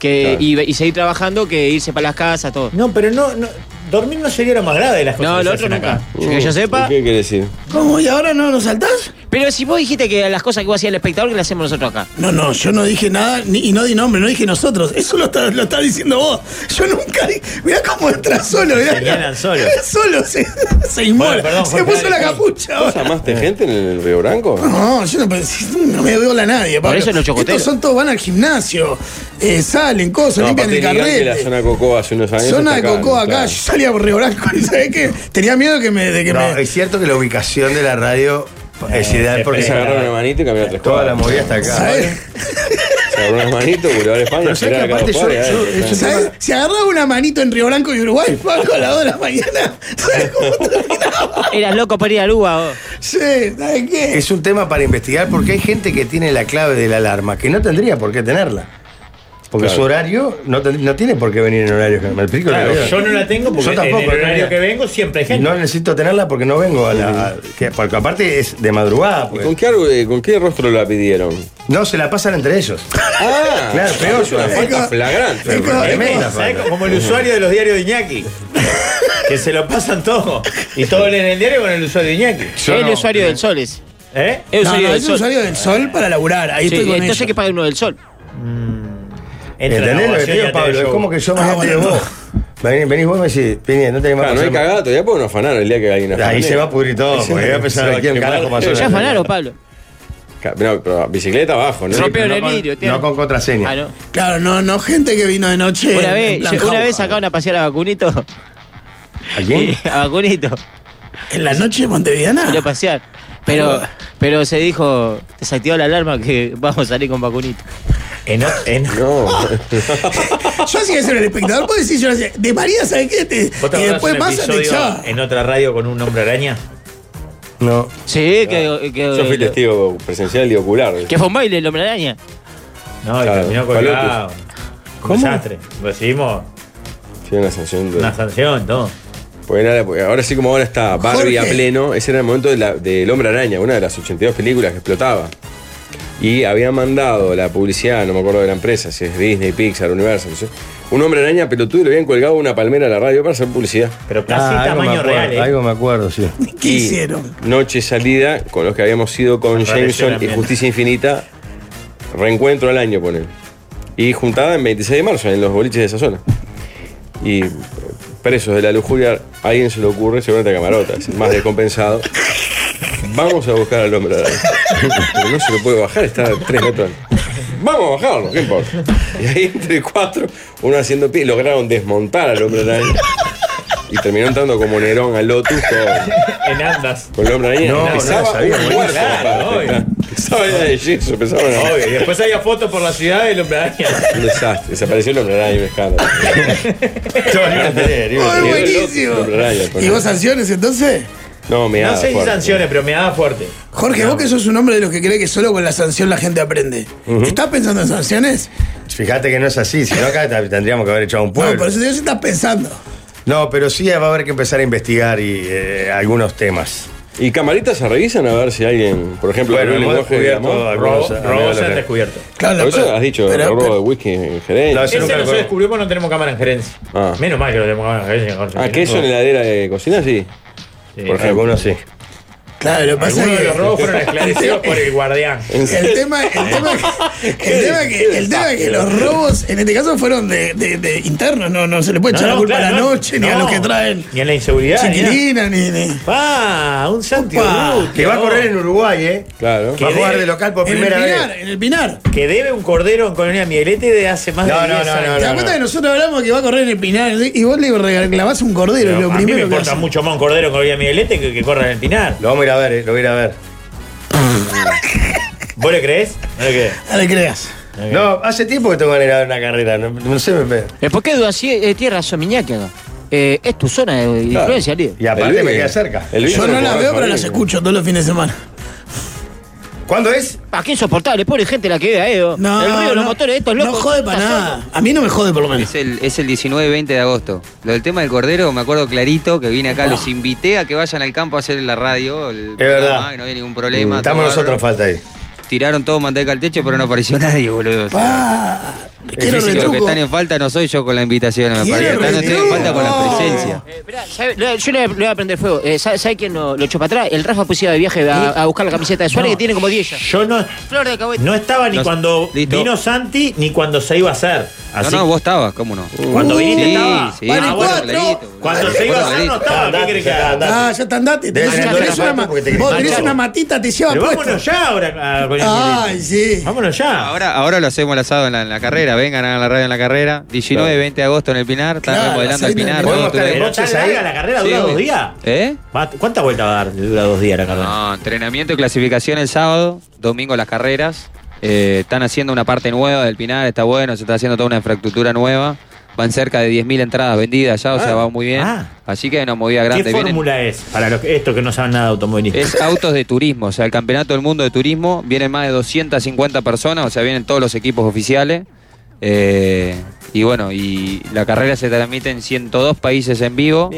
Speaker 7: que, y, y seguir trabajando que irse para las casas, todo.
Speaker 2: No, pero no, no- Dormir no sería lo más grave de las cosas.
Speaker 7: No,
Speaker 2: que
Speaker 7: lo
Speaker 2: se
Speaker 7: otro
Speaker 2: hacen
Speaker 7: nunca.
Speaker 2: acá.
Speaker 7: Que
Speaker 4: Uh,
Speaker 7: yo sepa.
Speaker 4: Mm. ¿Qué quiere decir?
Speaker 3: ¿Cómo? ¿Y ahora no nos saltás?
Speaker 7: Pero si vos dijiste que las cosas que vos hacías el espectador, que las hacemos nosotros acá.
Speaker 3: No, no, yo no dije nada ni- y no di nombre, no dije nosotros. Eso lo estás lo está diciendo vos. Yo nunca di. Mirá cómo entra solo, mirá.
Speaker 2: Señalan solo.
Speaker 3: Solo se, se inmola.
Speaker 2: Bueno, perdón,
Speaker 3: se
Speaker 2: Jorge,
Speaker 3: puso la
Speaker 2: dale, sí.
Speaker 3: capucha.
Speaker 4: ¿Vos
Speaker 3: ahora.
Speaker 7: Eh.
Speaker 4: amaste gente en el Río Branco?
Speaker 3: No, yo no, pensé- no me veo a nadie. Pablo.
Speaker 7: eso los chocoteros.
Speaker 3: Estos son todos, van al gimnasio, eh, salen, cosas,
Speaker 4: No,
Speaker 3: limpian
Speaker 4: aparte
Speaker 3: el
Speaker 4: digan que la
Speaker 3: carrete.
Speaker 4: zona de Cocoa hace unos años.
Speaker 3: Zona
Speaker 4: está
Speaker 3: de Cocoa acá,
Speaker 4: claro.
Speaker 3: yo salía por Río Branco y ¿sabés qué? Tenía miedo que me, de que
Speaker 1: No,
Speaker 3: me...
Speaker 1: es cierto que la ubicación de la radio
Speaker 2: Eh,
Speaker 1: es ideal porque
Speaker 4: Se
Speaker 1: se
Speaker 4: agarraron
Speaker 1: agarra
Speaker 4: una manito y caminaron tres
Speaker 1: toda la
Speaker 4: cuadras.
Speaker 1: movida hasta acá.
Speaker 3: ¿sabés?
Speaker 4: Se agarraron una manito, Boulevard España,
Speaker 1: Pero sabés
Speaker 4: esperar
Speaker 1: que
Speaker 4: a cada
Speaker 1: aparte
Speaker 4: dos
Speaker 1: yo-
Speaker 4: cuadras,
Speaker 1: yo-
Speaker 4: dale,
Speaker 1: yo-
Speaker 4: dale.
Speaker 3: ¿Sabés? Se agarraba una manito en Río Branco y Uruguay, Pablo, a las 2 de la mañana. ¿Sabes cómo terminaba?
Speaker 7: Eras loco para ir a Aruba. vos.
Speaker 3: Sí, ¿sabes qué?
Speaker 1: Es un tema para investigar porque hay gente que tiene la clave de la alarma, que no tendría por qué tenerla. Porque
Speaker 4: Claro.
Speaker 1: su horario no, ten- no tiene por qué venir en horario. ¿Me explico?
Speaker 2: Claro,
Speaker 1: Yo
Speaker 2: yo no la tengo porque
Speaker 1: Yo tampoco,
Speaker 2: en el
Speaker 1: no,
Speaker 2: horario
Speaker 1: mira.
Speaker 2: que vengo siempre hay gente.
Speaker 1: No necesito tenerla porque no vengo a la. a- que- porque aparte es de madrugada.
Speaker 4: ¿Y
Speaker 1: porque
Speaker 4: ¿Con qué, algo- eh, ¿Con qué rostro la pidieron?
Speaker 1: No, se la pasan entre ellos.
Speaker 4: Ah,
Speaker 1: Claro, peor,
Speaker 4: Es una
Speaker 1: claro.
Speaker 4: falta
Speaker 3: Eco-
Speaker 4: flagrante.
Speaker 3: Eco-
Speaker 1: Tremenda
Speaker 2: ¿Sabés?
Speaker 1: falta.
Speaker 2: Como el usuario de los diarios de Iñaki. que se lo pasan todo. Y todo leen el diario con el usuario de Iñaki.
Speaker 1: Yo
Speaker 7: el
Speaker 1: no.
Speaker 7: usuario del Sol es.
Speaker 2: ¿Eh?
Speaker 7: Es
Speaker 3: No,
Speaker 7: usuario
Speaker 3: no,
Speaker 7: del
Speaker 3: es
Speaker 7: Sol.
Speaker 3: usuario del sol para laburar. Ahí
Speaker 7: Sí,
Speaker 3: estoy con
Speaker 7: entonces
Speaker 3: ellos.
Speaker 7: hay que pagar uno del Sol.
Speaker 2: Entra en
Speaker 1: ¿Entendés lo que te
Speaker 2: abogación y
Speaker 1: digo,
Speaker 2: ya
Speaker 1: Pablo?
Speaker 2: tenés
Speaker 1: Es como
Speaker 2: show.
Speaker 1: que yo
Speaker 3: Ah,
Speaker 1: mañana te
Speaker 3: bueno.
Speaker 1: vos. Venís, venís vos y me decís, Pini, no tenés más
Speaker 4: Claro, no hay
Speaker 1: para hacer
Speaker 4: cagado, ya pueden afanar el día que alguien
Speaker 1: más.
Speaker 4: afane.
Speaker 1: Ahí se va a pudrir todo, porque voy a
Speaker 4: Se va
Speaker 1: pensar
Speaker 4: a
Speaker 1: aquí en
Speaker 4: quemar.
Speaker 1: carajo pasó.
Speaker 4: Pero
Speaker 7: Ya
Speaker 1: la-
Speaker 7: afanaron, Pablo.
Speaker 4: Ca- No, pero bicicleta abajo, ¿no?
Speaker 1: Sí,
Speaker 7: Rompe-
Speaker 1: pero no
Speaker 7: el
Speaker 1: con-
Speaker 7: vidrio, tío.
Speaker 1: No con contraseña.
Speaker 7: Ah, no.
Speaker 3: Claro, no, no gente que vino de noche.
Speaker 7: Una
Speaker 3: en
Speaker 7: vez,
Speaker 3: plan
Speaker 7: una
Speaker 3: jauja.
Speaker 7: vez sacaron a pasear a Vacunito.
Speaker 1: ¿A quién?
Speaker 7: A Vacunito.
Speaker 3: En la noche de Montevideana.
Speaker 7: salió a pasear. Pero, pero se dijo, desactivó la alarma que vamos a salir con vacunito.
Speaker 2: En, o- en-
Speaker 4: No.
Speaker 3: Yo hacía eso en el espectador, puedo decir, yo hacía, de María, ¿sabes qué? Te-
Speaker 2: ¿Vos te
Speaker 3: y
Speaker 2: acordás
Speaker 3: después
Speaker 2: un
Speaker 3: pasa, te
Speaker 2: episodio
Speaker 3: echaba.
Speaker 2: en otra radio con un hombre araña?
Speaker 1: No.
Speaker 7: Sí, que, que,
Speaker 4: Yo fui testigo presencial y ocular.
Speaker 7: que fue un baile el hombre araña.
Speaker 2: No, y
Speaker 4: Claro,
Speaker 2: terminó colgado. Un desastre. Recibimos
Speaker 4: Sí, una sanción. de-
Speaker 2: una sanción, todo.
Speaker 4: Porque era- porque ahora sí como ahora está Barbie a
Speaker 3: Jorge.
Speaker 4: pleno, ese era el momento de la- del Hombre Araña, una de las 82 películas que explotaba. Y había mandado la publicidad, no me acuerdo de la empresa, si es Disney, Pixar, Universal, no sé, un hombre araña pelotudo y le habían colgado una palmera a la radio para hacer publicidad.
Speaker 2: Pero
Speaker 1: Ah,
Speaker 2: casi
Speaker 1: algo me
Speaker 2: tamaño
Speaker 1: acuerdo,
Speaker 2: real, ¿eh?
Speaker 1: Algo me acuerdo, sí.
Speaker 3: ¿Qué
Speaker 4: Y
Speaker 3: hicieron?
Speaker 4: Noche salida con los que habíamos ido con
Speaker 2: Apareció
Speaker 4: Jameson y
Speaker 2: también.
Speaker 4: Justicia Infinita, reencuentro al año, ponen. Y juntada en 26 de marzo, en los boliches de esa zona. Y eh, presos de la lujuria, a alguien se le ocurre, seguramente a Camarota, es el más descompensado. Vamos a buscar al hombre araña. Pero no se lo puede bajar, está a 3 metros. Vamos a bajarlo, ¿qué importa? Y ahí entre cuatro, uno haciendo pie, lograron desmontar al hombre araña. Y terminó entrando como Nerón al Lotus con
Speaker 2: En andas.
Speaker 4: con el hombre araña.
Speaker 1: No, no
Speaker 4: pesaba
Speaker 1: lo sabía,
Speaker 4: un
Speaker 1: bueno,
Speaker 4: cuerpo,
Speaker 2: claro,
Speaker 4: aparte,
Speaker 2: obvio.
Speaker 4: claro. Pesaba era de yeso, pesaba una-
Speaker 2: Obvio. Y después había fotos por la ciudad del hombre araña.
Speaker 4: Un desastre. Desapareció el hombre araña, un escándalo.
Speaker 3: ¡Ay,
Speaker 4: el
Speaker 3: buenísimo!
Speaker 4: otro, el Ryan, por
Speaker 3: ¿Y vos
Speaker 4: ejemplo.
Speaker 3: sanciones entonces?
Speaker 4: No, me
Speaker 2: No
Speaker 4: da
Speaker 2: sé si
Speaker 4: fuerte.
Speaker 2: sanciones, pero me daba fuerte.
Speaker 3: Jorge, vos que sos un hombre de los que cree que solo con la sanción la gente aprende. ¿Estás pensando en sanciones?
Speaker 1: Fíjate que no es así, si no acá t- tendríamos que haber echado un
Speaker 3: No,
Speaker 1: pueblo.
Speaker 3: por eso te digo, ¿sí estás pensando.
Speaker 1: No, pero sí va a haber que empezar a investigar y, eh, algunos temas.
Speaker 4: ¿Y camaritas se revisan a ver si alguien, por ejemplo,
Speaker 1: Bueno,
Speaker 4: habló el
Speaker 1: hemos
Speaker 4: lenguaje de
Speaker 1: descubierto
Speaker 4: amor?
Speaker 1: Algunos,
Speaker 2: Robo
Speaker 1: amigos,
Speaker 2: robo se
Speaker 1: lo
Speaker 2: han
Speaker 1: que-
Speaker 2: descubierto.
Speaker 3: Claro,
Speaker 4: Por eso
Speaker 3: pero-
Speaker 4: has dicho
Speaker 3: pero-
Speaker 4: robo de
Speaker 3: pero-
Speaker 4: whisky en gerente.
Speaker 1: No, nunca
Speaker 2: Ese no
Speaker 1: lo
Speaker 2: se
Speaker 1: conozco.
Speaker 2: descubrió porque no tenemos cámara en gerencia.
Speaker 4: Ah.
Speaker 2: Menos mal que no tenemos cámara en gerencia. Jorge.
Speaker 4: ah, que eso en la heladera de cocina, sí.
Speaker 2: Sí.
Speaker 4: Por ejemplo.
Speaker 1: Algunos sí.
Speaker 3: Claro, lo que pasa
Speaker 2: Algunos
Speaker 3: es
Speaker 2: de
Speaker 3: que.
Speaker 2: los robos fueron esclarecidos por el guardián.
Speaker 3: El tema, el tema, que, el tema que, el tema que los robos en este caso fueron de, de- de internos, no, no se le puede echar la culpa
Speaker 2: claro,
Speaker 3: a la
Speaker 2: no,
Speaker 3: noche, ni a
Speaker 2: no,
Speaker 3: los que traen
Speaker 2: Ni a la inseguridad. ni
Speaker 3: chiquilina, ni, ni-
Speaker 2: nada. Pa, un santi
Speaker 3: Upa.
Speaker 2: bruto.
Speaker 10: Que va a correr en Uruguay, ¿eh?
Speaker 4: Claro.
Speaker 10: Va a
Speaker 2: Que
Speaker 10: jugar
Speaker 2: de-
Speaker 10: de
Speaker 1: Ah,
Speaker 10: local por
Speaker 3: En el
Speaker 10: primera
Speaker 3: Pinar,
Speaker 10: vez.
Speaker 3: en el Pinar.
Speaker 2: Que debe un cordero en Colonia Miguelete de hace más
Speaker 10: No,
Speaker 2: de
Speaker 10: no,
Speaker 2: 10
Speaker 10: no,
Speaker 2: años.
Speaker 10: no,
Speaker 3: ¿Te das
Speaker 10: no.
Speaker 3: cuenta que nosotros hablamos que va a correr en el Pinar y vos le reclamás un cordero?
Speaker 2: Pero
Speaker 3: es lo
Speaker 2: a mí me
Speaker 3: primero que
Speaker 2: importa
Speaker 3: hace.
Speaker 2: mucho más un cordero en Colonia Miguelete que que corra en el Pinar.
Speaker 10: Lo vamos a ir a ver, eh, lo voy a ir a ver.
Speaker 2: ¿Vos le crees? No le crees.
Speaker 3: No le creas.
Speaker 10: No, hace tiempo que tengo ganas de ir a ver una carrera. No, no sé, me...
Speaker 7: Eh, ¿Por qué así eh, tiene razón Miñaki acá? Eh, es tu zona de de
Speaker 4: Claro.
Speaker 7: influencia, líder.
Speaker 10: Y aparte
Speaker 4: El
Speaker 10: me
Speaker 4: Luis-
Speaker 10: queda cerca.
Speaker 4: el Luis
Speaker 3: Yo
Speaker 4: no
Speaker 3: no las
Speaker 4: puede
Speaker 3: veo,
Speaker 4: jugar
Speaker 3: pero las
Speaker 4: bien.
Speaker 3: escucho todos los fines de semana.
Speaker 10: ¿Cuándo es?
Speaker 7: Ah, qué insoportable, pobre gente la que ve a Edo.
Speaker 3: No,
Speaker 7: el ruido de los
Speaker 3: no,
Speaker 7: motores de estos
Speaker 3: No
Speaker 7: locos.
Speaker 3: jode para
Speaker 7: está
Speaker 3: nada. A mí no me jode, por lo menos.
Speaker 11: Es el, es el 19-20 de agosto. Lo del tema del Cordero, me acuerdo clarito que vine acá, los invité a que vayan al campo a hacer la radio. El
Speaker 10: verdad.
Speaker 11: Que no había ningún problema.
Speaker 10: Estamos
Speaker 11: todo
Speaker 10: nosotros,
Speaker 11: bárbaro.
Speaker 10: falta ahí.
Speaker 11: Tiraron todo manteca al techo, pero no apareció nadie, boludo. O sea,
Speaker 3: Pa, quiero
Speaker 11: lo que
Speaker 3: retruco.
Speaker 11: están en falta no soy yo con la invitación, me
Speaker 3: Quiero
Speaker 11: parece. Están ustedes en
Speaker 3: retruco.
Speaker 11: falta con la presencia.
Speaker 7: Eh, esperá, ¿sabe? Le- Yo le, le voy a prender fuego. Eh, ¿sabe, sabe quién lo, lo echó para atrás? El Rafa pusiera de viaje a, a buscar la camiseta de Suárez
Speaker 2: No.
Speaker 7: que tiene como 10 ya.
Speaker 2: Yo no,
Speaker 7: Flor de Cahuete.
Speaker 2: no estaba ni
Speaker 11: No,
Speaker 2: cuando
Speaker 11: listo.
Speaker 2: vino Santi ni cuando se iba a hacer.
Speaker 11: No,
Speaker 2: Así
Speaker 11: no, vos estabas, cómo no.
Speaker 2: Cuando viniste
Speaker 11: sí,
Speaker 2: estaba.
Speaker 11: sí.
Speaker 2: Ah,
Speaker 3: Vale,
Speaker 2: bueno,
Speaker 3: cuatro.
Speaker 11: clarito, boludo.
Speaker 2: Cuando
Speaker 11: Vale,
Speaker 2: se iba a hacer
Speaker 11: clarito.
Speaker 2: no estaba. ¿Qué crees que haga?
Speaker 10: Andate.
Speaker 3: Ah, ya está andate.
Speaker 10: Debe
Speaker 3: Tenés,
Speaker 10: tener
Speaker 3: tenés
Speaker 10: dos
Speaker 3: una,
Speaker 10: zapatos porque te-
Speaker 3: vos
Speaker 10: te-
Speaker 3: tenés
Speaker 10: te-
Speaker 3: una matita, te lleva
Speaker 2: Pero
Speaker 3: puesto.
Speaker 2: vámonos ya ahora a Colonia
Speaker 3: Ay,
Speaker 2: Miguelete.
Speaker 3: sí.
Speaker 2: Vámonos ya.
Speaker 11: Ahora, ahora lo hacemos el asado en la, en la carrera, vengan a la radio en la carrera. 19, 20 de agosto en el Pinar, están
Speaker 3: Claro,
Speaker 11: remodelando el
Speaker 3: aceite de-
Speaker 11: Pinar. todo
Speaker 10: Podemos
Speaker 11: tu-
Speaker 10: estar en
Speaker 2: Pero
Speaker 10: Noches
Speaker 2: tan larga
Speaker 10: ahí.
Speaker 2: la carrera
Speaker 11: Sí,
Speaker 2: dura dos
Speaker 11: obvio.
Speaker 2: días.
Speaker 11: ¿Eh?
Speaker 2: Va- ¿Cuántas vueltas va a dar? Dura dos días la carrera.
Speaker 11: No, entrenamiento y clasificación el sábado, domingo las carreras. Eh, están haciendo una parte nueva del Pinar, está bueno, se está haciendo toda una infraestructura nueva. Van cerca de 10.000 entradas vendidas ya, o sea, va muy bien.
Speaker 2: Ah.
Speaker 11: Así que hay una movida
Speaker 2: ¿Qué
Speaker 11: grande. vienen-
Speaker 2: fórmula es para los que, estos que no saben nada de automovilismo?
Speaker 11: Es autos de turismo, o sea, el Campeonato del Mundo de Turismo, vienen más de 250 personas, o sea, vienen todos los equipos oficiales. eh, y bueno, y la carrera se transmite en 102 países en vivo.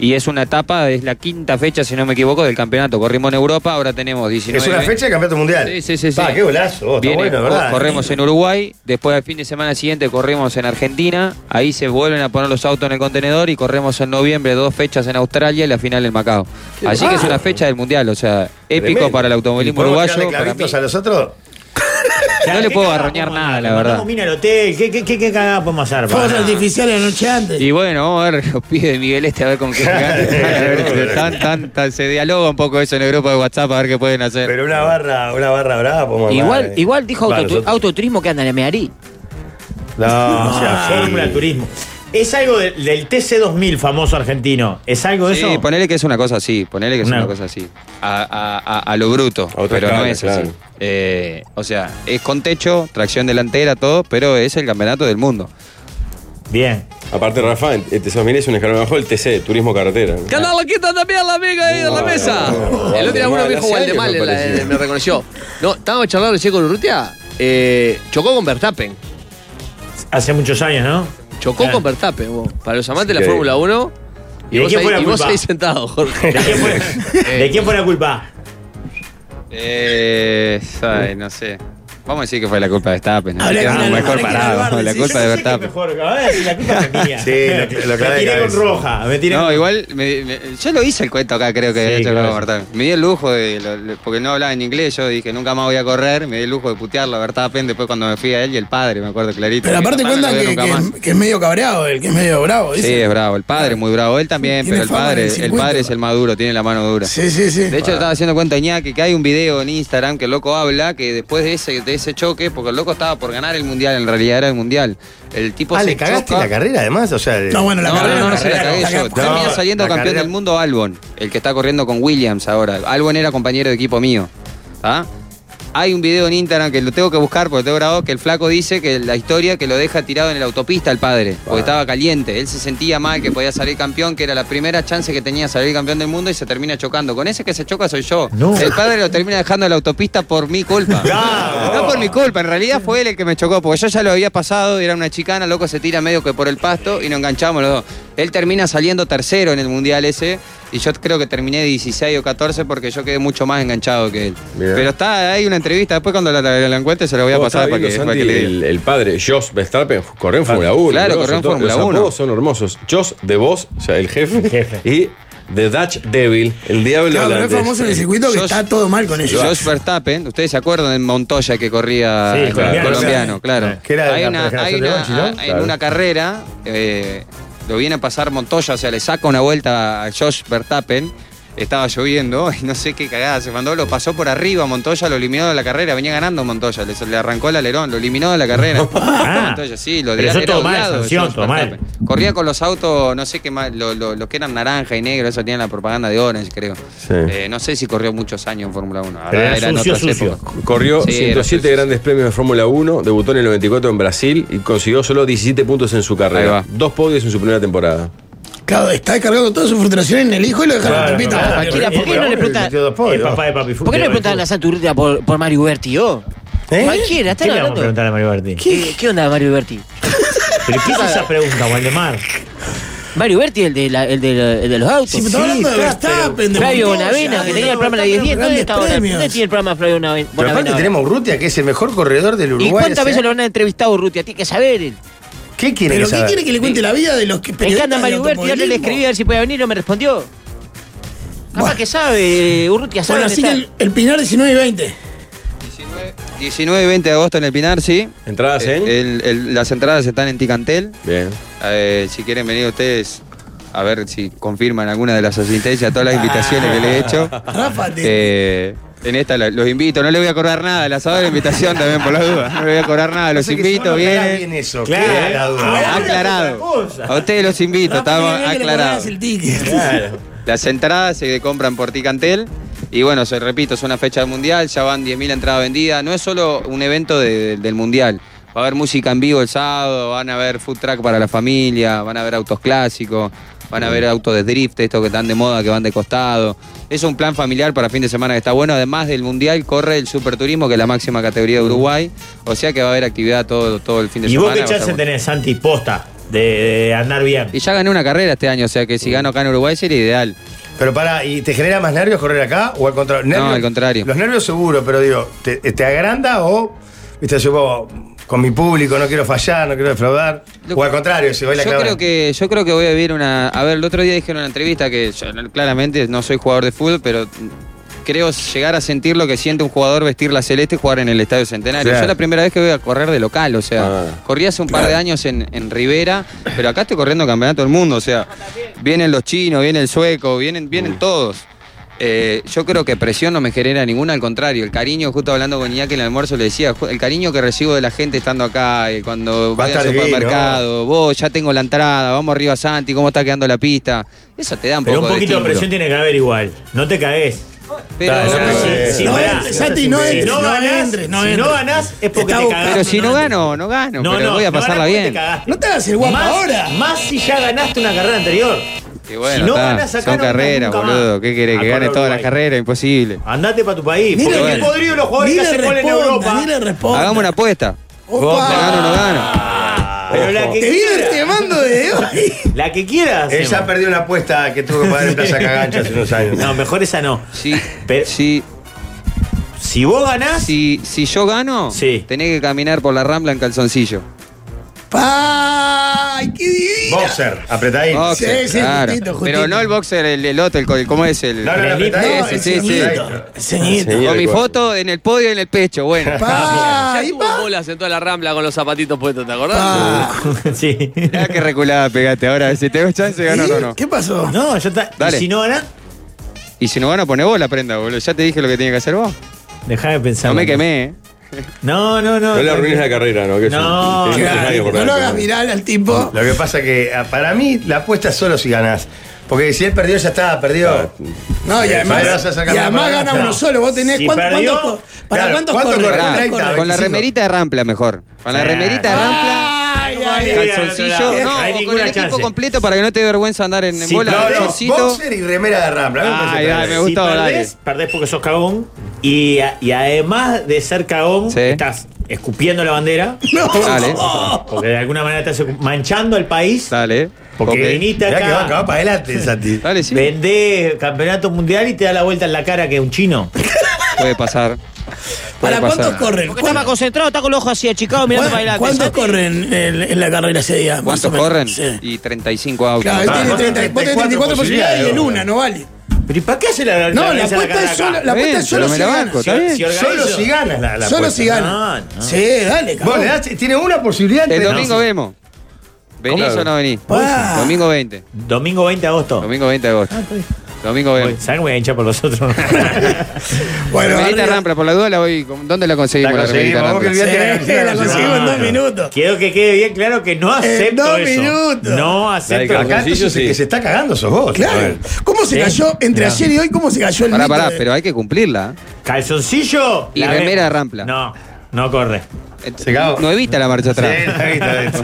Speaker 11: Y es una etapa, es la quinta fecha, si no me equivoco, del campeonato. Corrimos en Europa, ahora tenemos 19.
Speaker 10: Es una fecha de campeonato mundial.
Speaker 11: Sí, sí, sí,
Speaker 10: Pa,
Speaker 11: sí.
Speaker 10: qué golazo, oh, está
Speaker 11: Viene,
Speaker 10: bueno, ¿verdad?
Speaker 11: Corremos en Uruguay, después al fin de semana siguiente corremos en Argentina, ahí se vuelven a poner los autos en el contenedor y corremos en noviembre dos fechas en Australia y la final en Macao. Así que es una fecha del mundial, o sea, épico
Speaker 10: Tremendo.
Speaker 11: para el automovilismo
Speaker 10: ¿Y podemos tirarle
Speaker 11: uruguayo. para
Speaker 10: clavitos
Speaker 11: mí.
Speaker 10: a los otros?
Speaker 11: no
Speaker 2: ¿Qué
Speaker 11: le puedo
Speaker 2: cagada
Speaker 11: arroñar
Speaker 2: podemos
Speaker 11: nada,
Speaker 2: hacer?
Speaker 11: la
Speaker 2: ¿Le
Speaker 11: verdad.
Speaker 2: mandamos mina al hotel, ¿qué, qué, qué, qué cagada podemos hacer?
Speaker 3: Fuegos
Speaker 2: Pa,
Speaker 3: artificiales la noche antes.
Speaker 11: Y bueno, vamos a ver los pies de Miguel Este a ver con qué ganan. tan, tan, tan- se dialoga un poco eso en el grupo de WhatsApp a ver qué pueden hacer.
Speaker 10: Pero una barra, una barra brava, podemos armar,
Speaker 7: Igual,
Speaker 10: eh.
Speaker 7: igual dijo
Speaker 10: Va,
Speaker 7: autotu-
Speaker 10: nosotros-
Speaker 7: autoturismo que anda en el Mearí.
Speaker 10: No, o sea,
Speaker 2: Ah,
Speaker 10: sí.
Speaker 2: fórmula turismo. Es algo de- del TC2000 famoso argentino. ¿Es algo de
Speaker 11: Sí,
Speaker 2: eso?
Speaker 11: ponele que es una cosa así, ponele que es
Speaker 2: No.
Speaker 11: una cosa así. A, a- a- a lo bruto,
Speaker 4: A otra
Speaker 11: pero no
Speaker 4: escala,
Speaker 11: es
Speaker 4: claro.
Speaker 11: así. Eh, o sea, es con techo, tracción delantera, todo, pero es el campeonato del mundo.
Speaker 2: Bien.
Speaker 4: Aparte, Rafa, eh, el T2000 es un escalón bajo el TC, de Turismo Carretera. ¿no?
Speaker 5: Canal aquí está también la amiga ahí en la mesa.
Speaker 4: no,
Speaker 5: el otro día uno
Speaker 4: Gualdemar,
Speaker 5: me dijo
Speaker 4: hace años
Speaker 5: Gualdemar,
Speaker 4: me
Speaker 5: en la-
Speaker 4: parecía.
Speaker 5: eh, me reconoció. No, estábamos charlando recién con Urrutia. eh, chocó con Verstappen.
Speaker 2: Hace muchos años, ¿no?
Speaker 5: Chocó
Speaker 2: Claro.
Speaker 5: con Verstappen, vos. Para los amantes de
Speaker 4: Sí,
Speaker 5: la
Speaker 4: que-
Speaker 5: Fórmula 1.
Speaker 2: ¿Y
Speaker 5: Y,
Speaker 2: de
Speaker 5: vos,
Speaker 2: quién
Speaker 5: ahí,
Speaker 2: fue la
Speaker 5: y vos
Speaker 2: culpa?
Speaker 5: ahí sentado, Jorge.
Speaker 2: ¿De quién fue, de quién fue la culpa?
Speaker 11: Eh, ay, no sé. Vamos a decir que fue la culpa de Verstappen. ¿no?
Speaker 3: Habría que
Speaker 11: Quedamos
Speaker 3: mirar,
Speaker 11: mejor
Speaker 3: habría que mirar el
Speaker 11: parado.
Speaker 3: bar,
Speaker 11: La
Speaker 3: sí,
Speaker 11: culpa de
Speaker 2: Yo no sé qué
Speaker 11: Verstappen.
Speaker 2: mejor, a ver, la culpa es mía.
Speaker 10: Sí, lo- lo clavé
Speaker 2: me
Speaker 10: de
Speaker 2: tiré con
Speaker 10: cabeza.
Speaker 2: roja. Me tiré
Speaker 11: No,
Speaker 2: con-
Speaker 11: igual me- me- yo lo hice el cuento acá, creo que
Speaker 2: Sí,
Speaker 11: había hecho
Speaker 2: claro.
Speaker 11: con Verstappen. Me di el lujo de. lo- lo- porque no hablaba en inglés, yo dije nunca más voy a correr. Me di el lujo de putearlo a Verstappen después cuando me fui a él y el padre, me acuerdo clarito.
Speaker 3: Pero
Speaker 11: Dije,
Speaker 3: aparte
Speaker 11: "Papá, no
Speaker 3: cuentan
Speaker 11: lo veo
Speaker 3: que,
Speaker 11: nunca más".
Speaker 3: que- que es medio cabreado, el que es medio bravo.
Speaker 11: Sí,
Speaker 3: dice.
Speaker 11: es bravo. El padre muy bravo. Él también,
Speaker 3: Tiene
Speaker 11: pero el
Speaker 3: fama en el
Speaker 11: padre, el
Speaker 3: 50.
Speaker 11: padre es el maduro, tiene la mano dura.
Speaker 3: sí, sí. sí.
Speaker 11: De hecho, estaba haciendo cuenta Iñaki que hay un video en Instagram que el loco habla que después de ese, de ese choque, porque el loco estaba por ganar el mundial, en realidad era el mundial. El tipo
Speaker 10: Ah,
Speaker 11: Pues se
Speaker 10: le cagaste
Speaker 11: choca.
Speaker 10: la carrera además, o sea. de-
Speaker 3: No, bueno, la
Speaker 11: no,
Speaker 3: carrera.
Speaker 11: no, no,
Speaker 3: la
Speaker 11: no se la
Speaker 3: carrera,
Speaker 11: cagué
Speaker 3: la
Speaker 11: yo.
Speaker 3: carrera-
Speaker 11: Termina
Speaker 10: No,
Speaker 11: saliendo
Speaker 10: la
Speaker 11: campeón
Speaker 10: carrera-
Speaker 11: del mundo Albon, el que está corriendo con Williams ahora. Albon era compañero de equipo mío. ¿ah? ¿tá? Hay un video en Instagram que lo tengo que buscar porque tengo grabado que el flaco dice que la historia que lo deja tirado en la autopista el padre, porque estaba caliente. Él se sentía mal que podía salir campeón, que era la primera chance que tenía de salir campeón del mundo y se termina chocando. Con ese que se choca soy yo.
Speaker 2: No.
Speaker 11: El padre lo termina dejando en la autopista por mi culpa.
Speaker 2: Claro.
Speaker 11: No por mi culpa, en realidad fue él el que me chocó, porque yo ya lo había pasado, era una chicana, loco se tira medio que por el pasto y nos enganchamos los dos. Él termina saliendo tercero en el mundial ese, y yo creo que terminé 16 o 14 porque yo quedé mucho más enganchado que él.
Speaker 4: Bien.
Speaker 11: Pero está ahí una entrevista, después cuando la, la- la encuentre se la voy a
Speaker 2: Oh,
Speaker 4: No,
Speaker 11: pasar
Speaker 4: estaba
Speaker 11: para que,
Speaker 4: viendo,
Speaker 11: para que
Speaker 4: Santi,
Speaker 11: le diga.
Speaker 4: el, el padre, Jos Verstappen, corrió en Fórmula 1.
Speaker 11: Claro, corrió en Fórmula
Speaker 4: Los
Speaker 11: 1.
Speaker 4: apodos son hermosos. Jos de vos, o sea, el jefe,
Speaker 2: jefe.
Speaker 4: y The Dutch Devil, el diablo
Speaker 3: Claro, pero es
Speaker 4: holandés.
Speaker 3: famoso en el circuito que
Speaker 11: Sos-
Speaker 3: está todo mal con ellos.
Speaker 11: Jos Verstappen, ustedes se acuerdan en Montoya que corría
Speaker 2: Sí,
Speaker 11: el
Speaker 2: colombiano,
Speaker 11: colombiano,
Speaker 2: claro.
Speaker 11: claro.
Speaker 2: Eh, que era de
Speaker 11: Hay
Speaker 2: la
Speaker 11: una- hay
Speaker 2: generación de
Speaker 11: una-
Speaker 2: Bonchi, ¿no?
Speaker 11: a- En
Speaker 4: Claro.
Speaker 11: una carrera eh, lo viene a pasar Montoya, o sea, le saca una vuelta a Josh Verstappen. Estaba lloviendo y no sé qué cagada se mandó, lo pasó por arriba Montoya, lo eliminó de la carrera, venía ganando Montoya, le, le arrancó el alerón, lo eliminó de la carrera.
Speaker 2: Ah.
Speaker 11: Montoya, sí, lo de-
Speaker 2: Pero eso
Speaker 11: era
Speaker 2: todo mal,
Speaker 11: odiado,
Speaker 2: sanción,
Speaker 11: Jos
Speaker 2: todo mal.
Speaker 11: Verstappen. Corría con los autos, no sé qué más, lo- lo- los que eran naranja y negro, eso tenían la propaganda de Orange, creo.
Speaker 4: Sí.
Speaker 11: Eh, no sé si corrió muchos años en Fórmula 1. Ahora
Speaker 2: Pero era
Speaker 11: en
Speaker 2: sucio,
Speaker 11: otras
Speaker 2: sucio.
Speaker 11: épocas.
Speaker 4: Corrió
Speaker 11: Sí,
Speaker 4: 107
Speaker 11: era-
Speaker 4: grandes premios de Fórmula 1, debutó en el 94 en Brasil y consiguió solo 17 puntos en su
Speaker 11: Ahí
Speaker 4: carrera.
Speaker 11: va.
Speaker 4: Dos podios en su primera temporada.
Speaker 3: Claro, está descargando toda su frustración en el hijo y lo dejaron
Speaker 2: Claro,
Speaker 3: en tapita.
Speaker 2: claro.
Speaker 7: Cualquiera, ¿por qué
Speaker 2: Pero
Speaker 7: no le
Speaker 2: bueno,
Speaker 7: pregunta-
Speaker 2: el tío de Paul, el papá de Papi Fu-
Speaker 7: ¿Por qué no
Speaker 2: de Papi
Speaker 7: le preguntaron
Speaker 2: Fu.
Speaker 7: la Santurrita por, por Mario Berti, oh? Cualquiera,
Speaker 2: ¿Qué le
Speaker 7: están
Speaker 2: vamos a
Speaker 7: hablando. Eh,
Speaker 2: preguntar a Mario Berti?
Speaker 7: ¿Qué, qué onda Mario Berti?
Speaker 2: ¿Pero qué es esa pregunta, Waldemar?
Speaker 7: Mario Berti, el de, la- el de, la- el de los autos.
Speaker 3: Sí, pero estamos hablando de Verstappen, de
Speaker 7: Flavio
Speaker 3: Montoya,
Speaker 7: Bonavena, que
Speaker 3: de
Speaker 7: tenía el
Speaker 3: los
Speaker 7: programa de la 1010. ¿Dónde
Speaker 3: grandes
Speaker 7: está ahora?
Speaker 3: premios.
Speaker 7: ¿Dónde tiene el programa Flavio Bonavena?
Speaker 10: Pero aparte
Speaker 7: ahora?
Speaker 10: tenemos a Urrutia, que es el mejor corredor del Uruguay.
Speaker 7: ¿Y cuántas
Speaker 1: ¿eh?
Speaker 10: o sea,
Speaker 7: veces lo han entrevistado Rutia? Tiene que saber él.
Speaker 10: ¿Qué quiere
Speaker 3: Pero
Speaker 10: que
Speaker 3: ¿qué
Speaker 10: saber?
Speaker 3: quiere que le cuente la vida de los que
Speaker 7: Me encanta
Speaker 3: periodistas de
Speaker 7: Mario Berti, yo le
Speaker 3: automovilismo?
Speaker 7: escribí a ver si podía venir, no me respondió. Capaz
Speaker 3: Bueno.
Speaker 7: que sabe, eh, Urrutia sabe
Speaker 3: Bueno,
Speaker 7: dónde
Speaker 3: así que
Speaker 7: está.
Speaker 3: el, el Pinar 19 y 20.
Speaker 11: 19 y 20 de agosto en el Pinar, sí.
Speaker 4: Entradas
Speaker 11: Eh,
Speaker 4: en.
Speaker 11: El- el- las entradas están en Ticantel.
Speaker 4: Bien.
Speaker 11: Eh, si quieren venir ustedes a ver si confirman alguna de las asistencias, todas las invitaciones que le he hecho.
Speaker 3: Rafa, te-
Speaker 11: Eh, en esta la- los invito, no les voy a cobrar nada, el asado de la invitación también por la duda. No les voy a cobrar nada, los
Speaker 10: Pasa que
Speaker 11: invito,
Speaker 10: yo no aclaraba
Speaker 11: vienen.
Speaker 10: bien eso.
Speaker 2: Claro,
Speaker 10: ¿qué?
Speaker 2: la duda.
Speaker 11: Ah, Aclarado. A ustedes los invito,
Speaker 3: Rafa,
Speaker 11: estamos
Speaker 3: quería que le cobrabas
Speaker 11: aclarados.
Speaker 3: el ticket.
Speaker 2: Claro.
Speaker 11: Las entradas se compran por Ticantel. Y bueno, se repito, es una fecha del mundial, ya van 10.000 entradas vendidas. No es solo un evento de- del mundial. Va a haber música en vivo el sábado, van a haber food truck para la familia, van a haber autos clásicos, van a haber autos de drift, estos que están de moda, que van de costado. Es un plan familiar para fin de semana que está bueno. Además del mundial, corre el superturismo, que es la máxima categoría de Uruguay. O sea que va a haber actividad todo, todo el fin de
Speaker 2: ¿Y
Speaker 11: semana.
Speaker 2: vos qué
Speaker 11: va a estar
Speaker 2: chance
Speaker 11: bueno.
Speaker 2: tenés, Santi, posta de, de andar bien?
Speaker 11: Y ya gané una carrera este año, o sea que si gano acá en Uruguay sería ideal.
Speaker 10: Pero para, ¿y te genera más nervios correr acá o al contrario? Nervios-
Speaker 11: al contrario.
Speaker 10: Los nervios seguro, pero digo, ¿te, te agranda o, viste, yo oh, con mi público no quiero fallar, no quiero defraudar?
Speaker 11: Lo-
Speaker 10: o al contrario, si voy a la
Speaker 11: yo
Speaker 10: clava.
Speaker 11: creo que yo creo que voy a vivir una a ver el otro día dije en una entrevista que yo no- claramente no soy jugador de fútbol pero creo llegar a sentir lo que siente un jugador vestir la celeste y jugar en el estadio centenario
Speaker 10: Claro.
Speaker 11: yo la primera vez que voy a correr de local o sea
Speaker 4: Ah.
Speaker 11: corrí hace un par de años en, en Rivera pero acá estoy corriendo campeonato del mundo o sea vienen los chinos viene el sueco vienen vienen
Speaker 10: Mm.
Speaker 11: todos Eh, yo creo que presión no me genera ninguna, al contrario, el cariño, justo hablando con Iñaki en el almuerzo, le decía, ju- el cariño que recibo de la gente estando acá, eh, cuando
Speaker 10: Va a
Speaker 11: voy al
Speaker 10: estar bien, ¿no?
Speaker 11: supermercado, vos ya tengo la entrada, vamos arriba Santi, cómo está quedando la pista. Eso te da un
Speaker 2: Pero un
Speaker 11: poco
Speaker 2: poquito de
Speaker 11: estímulo.
Speaker 2: presión tiene que haber igual. No te cagues.
Speaker 11: Pero,
Speaker 2: Claro,
Speaker 10: eso
Speaker 2: si-
Speaker 10: es.
Speaker 2: si
Speaker 3: No
Speaker 2: pará.
Speaker 3: entres, Santi, no
Speaker 2: Si
Speaker 3: entres,
Speaker 2: no
Speaker 3: no
Speaker 2: ganás,
Speaker 3: entres, no
Speaker 2: si no
Speaker 3: entres.
Speaker 2: ganás es porque
Speaker 3: Está
Speaker 2: te
Speaker 3: buscando,
Speaker 2: cagaste.
Speaker 11: pero si no gano, no gano, pero voy a
Speaker 2: no ganás
Speaker 11: pasarla
Speaker 2: porque te
Speaker 11: bien.
Speaker 2: cagaste.
Speaker 3: No te hagas el guapo
Speaker 2: Más-
Speaker 3: ahora.
Speaker 2: Más si ya ganaste una carrera anterior.
Speaker 11: Y bueno,
Speaker 2: si no
Speaker 11: está,
Speaker 2: ganás acá,
Speaker 11: son
Speaker 2: no ganás
Speaker 11: carreras,
Speaker 2: nunca más.
Speaker 11: boludo. ¿Qué querés?
Speaker 2: A
Speaker 11: Que gane
Speaker 2: correr
Speaker 11: toda la
Speaker 2: Uruguay.
Speaker 11: carrera, imposible.
Speaker 2: Andate para tu país.
Speaker 3: Ni
Speaker 2: porque
Speaker 3: le-
Speaker 2: qué podrido los
Speaker 3: Ni
Speaker 2: jugadores que
Speaker 3: le
Speaker 2: hacen goles en
Speaker 3: responda,
Speaker 2: Europa. Ah,
Speaker 3: ni le responda.
Speaker 11: Hagamos una apuesta.
Speaker 3: Opa.
Speaker 11: ¿Me gano o no gano?
Speaker 4: Ah,
Speaker 2: Pero la que
Speaker 3: Te viene
Speaker 11: este-
Speaker 2: quieras.
Speaker 3: temando desde hoy.
Speaker 2: La que quieras.
Speaker 10: Ella perdió una apuesta que tuvo que pagar en Plaza Cagancha hace unos años.
Speaker 2: No, mejor esa no.
Speaker 11: Sí,
Speaker 2: Pero-
Speaker 11: sí,
Speaker 2: Si vos ganás,
Speaker 11: si, si yo gano,
Speaker 2: Sí.
Speaker 11: tenés que caminar por la rambla en calzoncillo.
Speaker 3: Pa, ¡Ay, qué divina!
Speaker 10: Boxer, apretadito.
Speaker 3: sí,
Speaker 11: Boxer,
Speaker 3: sí,
Speaker 11: claro.
Speaker 3: justito, justito.
Speaker 11: Pero no el boxer, el, el otro, el, co- ¿cómo es? El,
Speaker 10: No, no, no,
Speaker 2: Benito,
Speaker 10: apretadito.
Speaker 11: ese, sí, sí.
Speaker 10: Apretadito.
Speaker 3: El ceñito.
Speaker 4: Sí.
Speaker 11: Con mi foto en el podio y en el pecho, bueno.
Speaker 3: Pa,
Speaker 5: Ya
Speaker 3: y
Speaker 5: tuvo
Speaker 3: pa.
Speaker 5: bolas en toda la rambla con los zapatitos puestos, ¿te acordás?
Speaker 3: Pa.
Speaker 2: sí.
Speaker 11: Mirá Ah, qué reculada pegate ahora. Si tengo chance, gano o no, no.
Speaker 3: ¿Qué pasó?
Speaker 2: No, ya está.
Speaker 11: Dale.
Speaker 2: Y si no ganás,
Speaker 11: Y si no van a poner vos la prenda, boludo. Ya te dije lo que tenía que hacer vos.
Speaker 2: dejá de pensar.
Speaker 11: No me quemé, eh.
Speaker 2: No, no, no.
Speaker 4: No le arruines la carrera, ¿no? Que es un-
Speaker 2: No,
Speaker 4: que es un
Speaker 2: claro.
Speaker 4: escenario por
Speaker 3: No lo
Speaker 4: delante.
Speaker 3: hagas viral al tipo.
Speaker 10: Lo que pasa que ah, para mí la apuesta es solo si ganás. Porque si él perdió, ya está, perdió.
Speaker 3: No, y además,
Speaker 10: Pero vas a sacar
Speaker 3: y
Speaker 10: la
Speaker 3: además
Speaker 10: palabra.
Speaker 3: gana uno solo. Vos tenés
Speaker 2: Si
Speaker 3: cuánto-
Speaker 2: perdió,
Speaker 3: cuántos. ¿Para
Speaker 10: claro,
Speaker 3: cuántos
Speaker 10: ¿cuánto
Speaker 3: corres?
Speaker 10: corre?
Speaker 11: Pará,
Speaker 10: 30,
Speaker 11: con la
Speaker 10: 25.
Speaker 11: remerita de Rampla mejor. Con la
Speaker 2: Claro.
Speaker 11: remerita de
Speaker 2: Ah,
Speaker 11: Rampla,
Speaker 3: Ay, ay, ay.
Speaker 11: calzoncillo. No, o con el equipo completo para que no te dé vergüenza andar en, en
Speaker 2: Sí,
Speaker 11: bola.
Speaker 2: no, no,
Speaker 11: calzoncito.
Speaker 10: Boxer y remera de Rambla. A mí me parece
Speaker 11: Ay,
Speaker 10: tremendo.
Speaker 11: ay, me gustó,
Speaker 2: si
Speaker 11: dale.
Speaker 2: perdés, perdés porque sos cagón. Y, a- y además de ser cagón,
Speaker 11: Sí.
Speaker 2: estás escupiendo la bandera.
Speaker 11: Dale,
Speaker 2: Porque de alguna manera estás manchando al país.
Speaker 11: dale.
Speaker 2: Porque
Speaker 11: Ok.
Speaker 2: viniste
Speaker 10: Mirá que va, que
Speaker 2: acá.
Speaker 10: va para adelante, Santi.
Speaker 11: Dale, sí.
Speaker 2: Vendés campeonato mundial y te da la vuelta en la cara que un chino.
Speaker 11: Puede pasar. Puede
Speaker 3: ¿Para cuántos
Speaker 11: pasar.
Speaker 3: corren?
Speaker 7: Porque está más concentrado, está con los ojos así achicados mirando para
Speaker 3: ¿Cuán-
Speaker 7: adelante.
Speaker 3: ¿Cuántos
Speaker 7: ¿sabes?
Speaker 3: corren en, en la carrera ese día? más o
Speaker 11: ¿Cuántos
Speaker 3: menos?
Speaker 11: corren?
Speaker 3: Sí.
Speaker 11: Y 35 autos.
Speaker 3: Claro,
Speaker 10: Ah,
Speaker 3: él tiene
Speaker 10: vos
Speaker 3: 30 vos tenés 34
Speaker 10: 34
Speaker 3: posibilidades y en una,
Speaker 10: posibilidades,
Speaker 3: no vale.
Speaker 2: Pero ¿y para qué hace la
Speaker 3: No, la
Speaker 2: organiza
Speaker 3: apuesta
Speaker 2: carrera
Speaker 3: es solo,
Speaker 2: acá?
Speaker 3: la apuesta
Speaker 11: Bien,
Speaker 3: es solo
Speaker 11: pero me
Speaker 3: si
Speaker 11: la
Speaker 3: gana.
Speaker 11: banco, está bien.
Speaker 2: Si organizo-
Speaker 10: Solo si ganas la, la
Speaker 3: Solo
Speaker 10: apuesta.
Speaker 3: si gana.
Speaker 2: No, no.
Speaker 3: Sí, dale,
Speaker 10: Vos le
Speaker 3: cabrón.
Speaker 10: das- tiene una posibilidad.
Speaker 11: El
Speaker 10: entre-
Speaker 11: domingo vemos. ¿Venís
Speaker 4: Claro.
Speaker 11: o no venís?
Speaker 3: Ah.
Speaker 11: Domingo 20.
Speaker 2: Domingo 20 de agosto.
Speaker 11: Domingo 20 de agosto. Domingo
Speaker 2: Oye,
Speaker 11: 20.
Speaker 2: ¿Saben que voy a hinchar por los otros?
Speaker 3: Bueno,
Speaker 11: Remerita
Speaker 3: arriba.
Speaker 11: Rampla, por la duda la voy. ¿Dónde la conseguimos
Speaker 10: La
Speaker 11: la remerita
Speaker 10: conseguimos, vos que
Speaker 11: Rampla?
Speaker 10: olvidate
Speaker 3: Sí,
Speaker 10: de la camiseta,
Speaker 3: la
Speaker 10: no se
Speaker 3: conseguimos.
Speaker 10: va.
Speaker 3: en dos minutos.
Speaker 2: Quiero que quede bien claro que no acepto
Speaker 3: dos
Speaker 2: eso.
Speaker 3: minutos.
Speaker 2: No acepto.
Speaker 4: Dale,
Speaker 10: Acá
Speaker 4: Calzoncillo,
Speaker 10: entonces el
Speaker 4: sí.
Speaker 10: que se está cagando sos vos.
Speaker 3: Claro. ¿Cómo se
Speaker 2: Sí.
Speaker 3: cayó entre ayer y hoy? ¿Cómo se cayó el
Speaker 11: Pará,
Speaker 3: mito
Speaker 11: pará,
Speaker 3: de-
Speaker 11: pero hay que cumplirla.
Speaker 2: Calzoncillo.
Speaker 11: Y
Speaker 2: la ve-
Speaker 11: remera de Rampla.
Speaker 2: No, no corre.
Speaker 10: Se cagó.
Speaker 11: Eh, No evita la marcha
Speaker 10: Sí,
Speaker 11: atrás.
Speaker 10: la vista, la vista.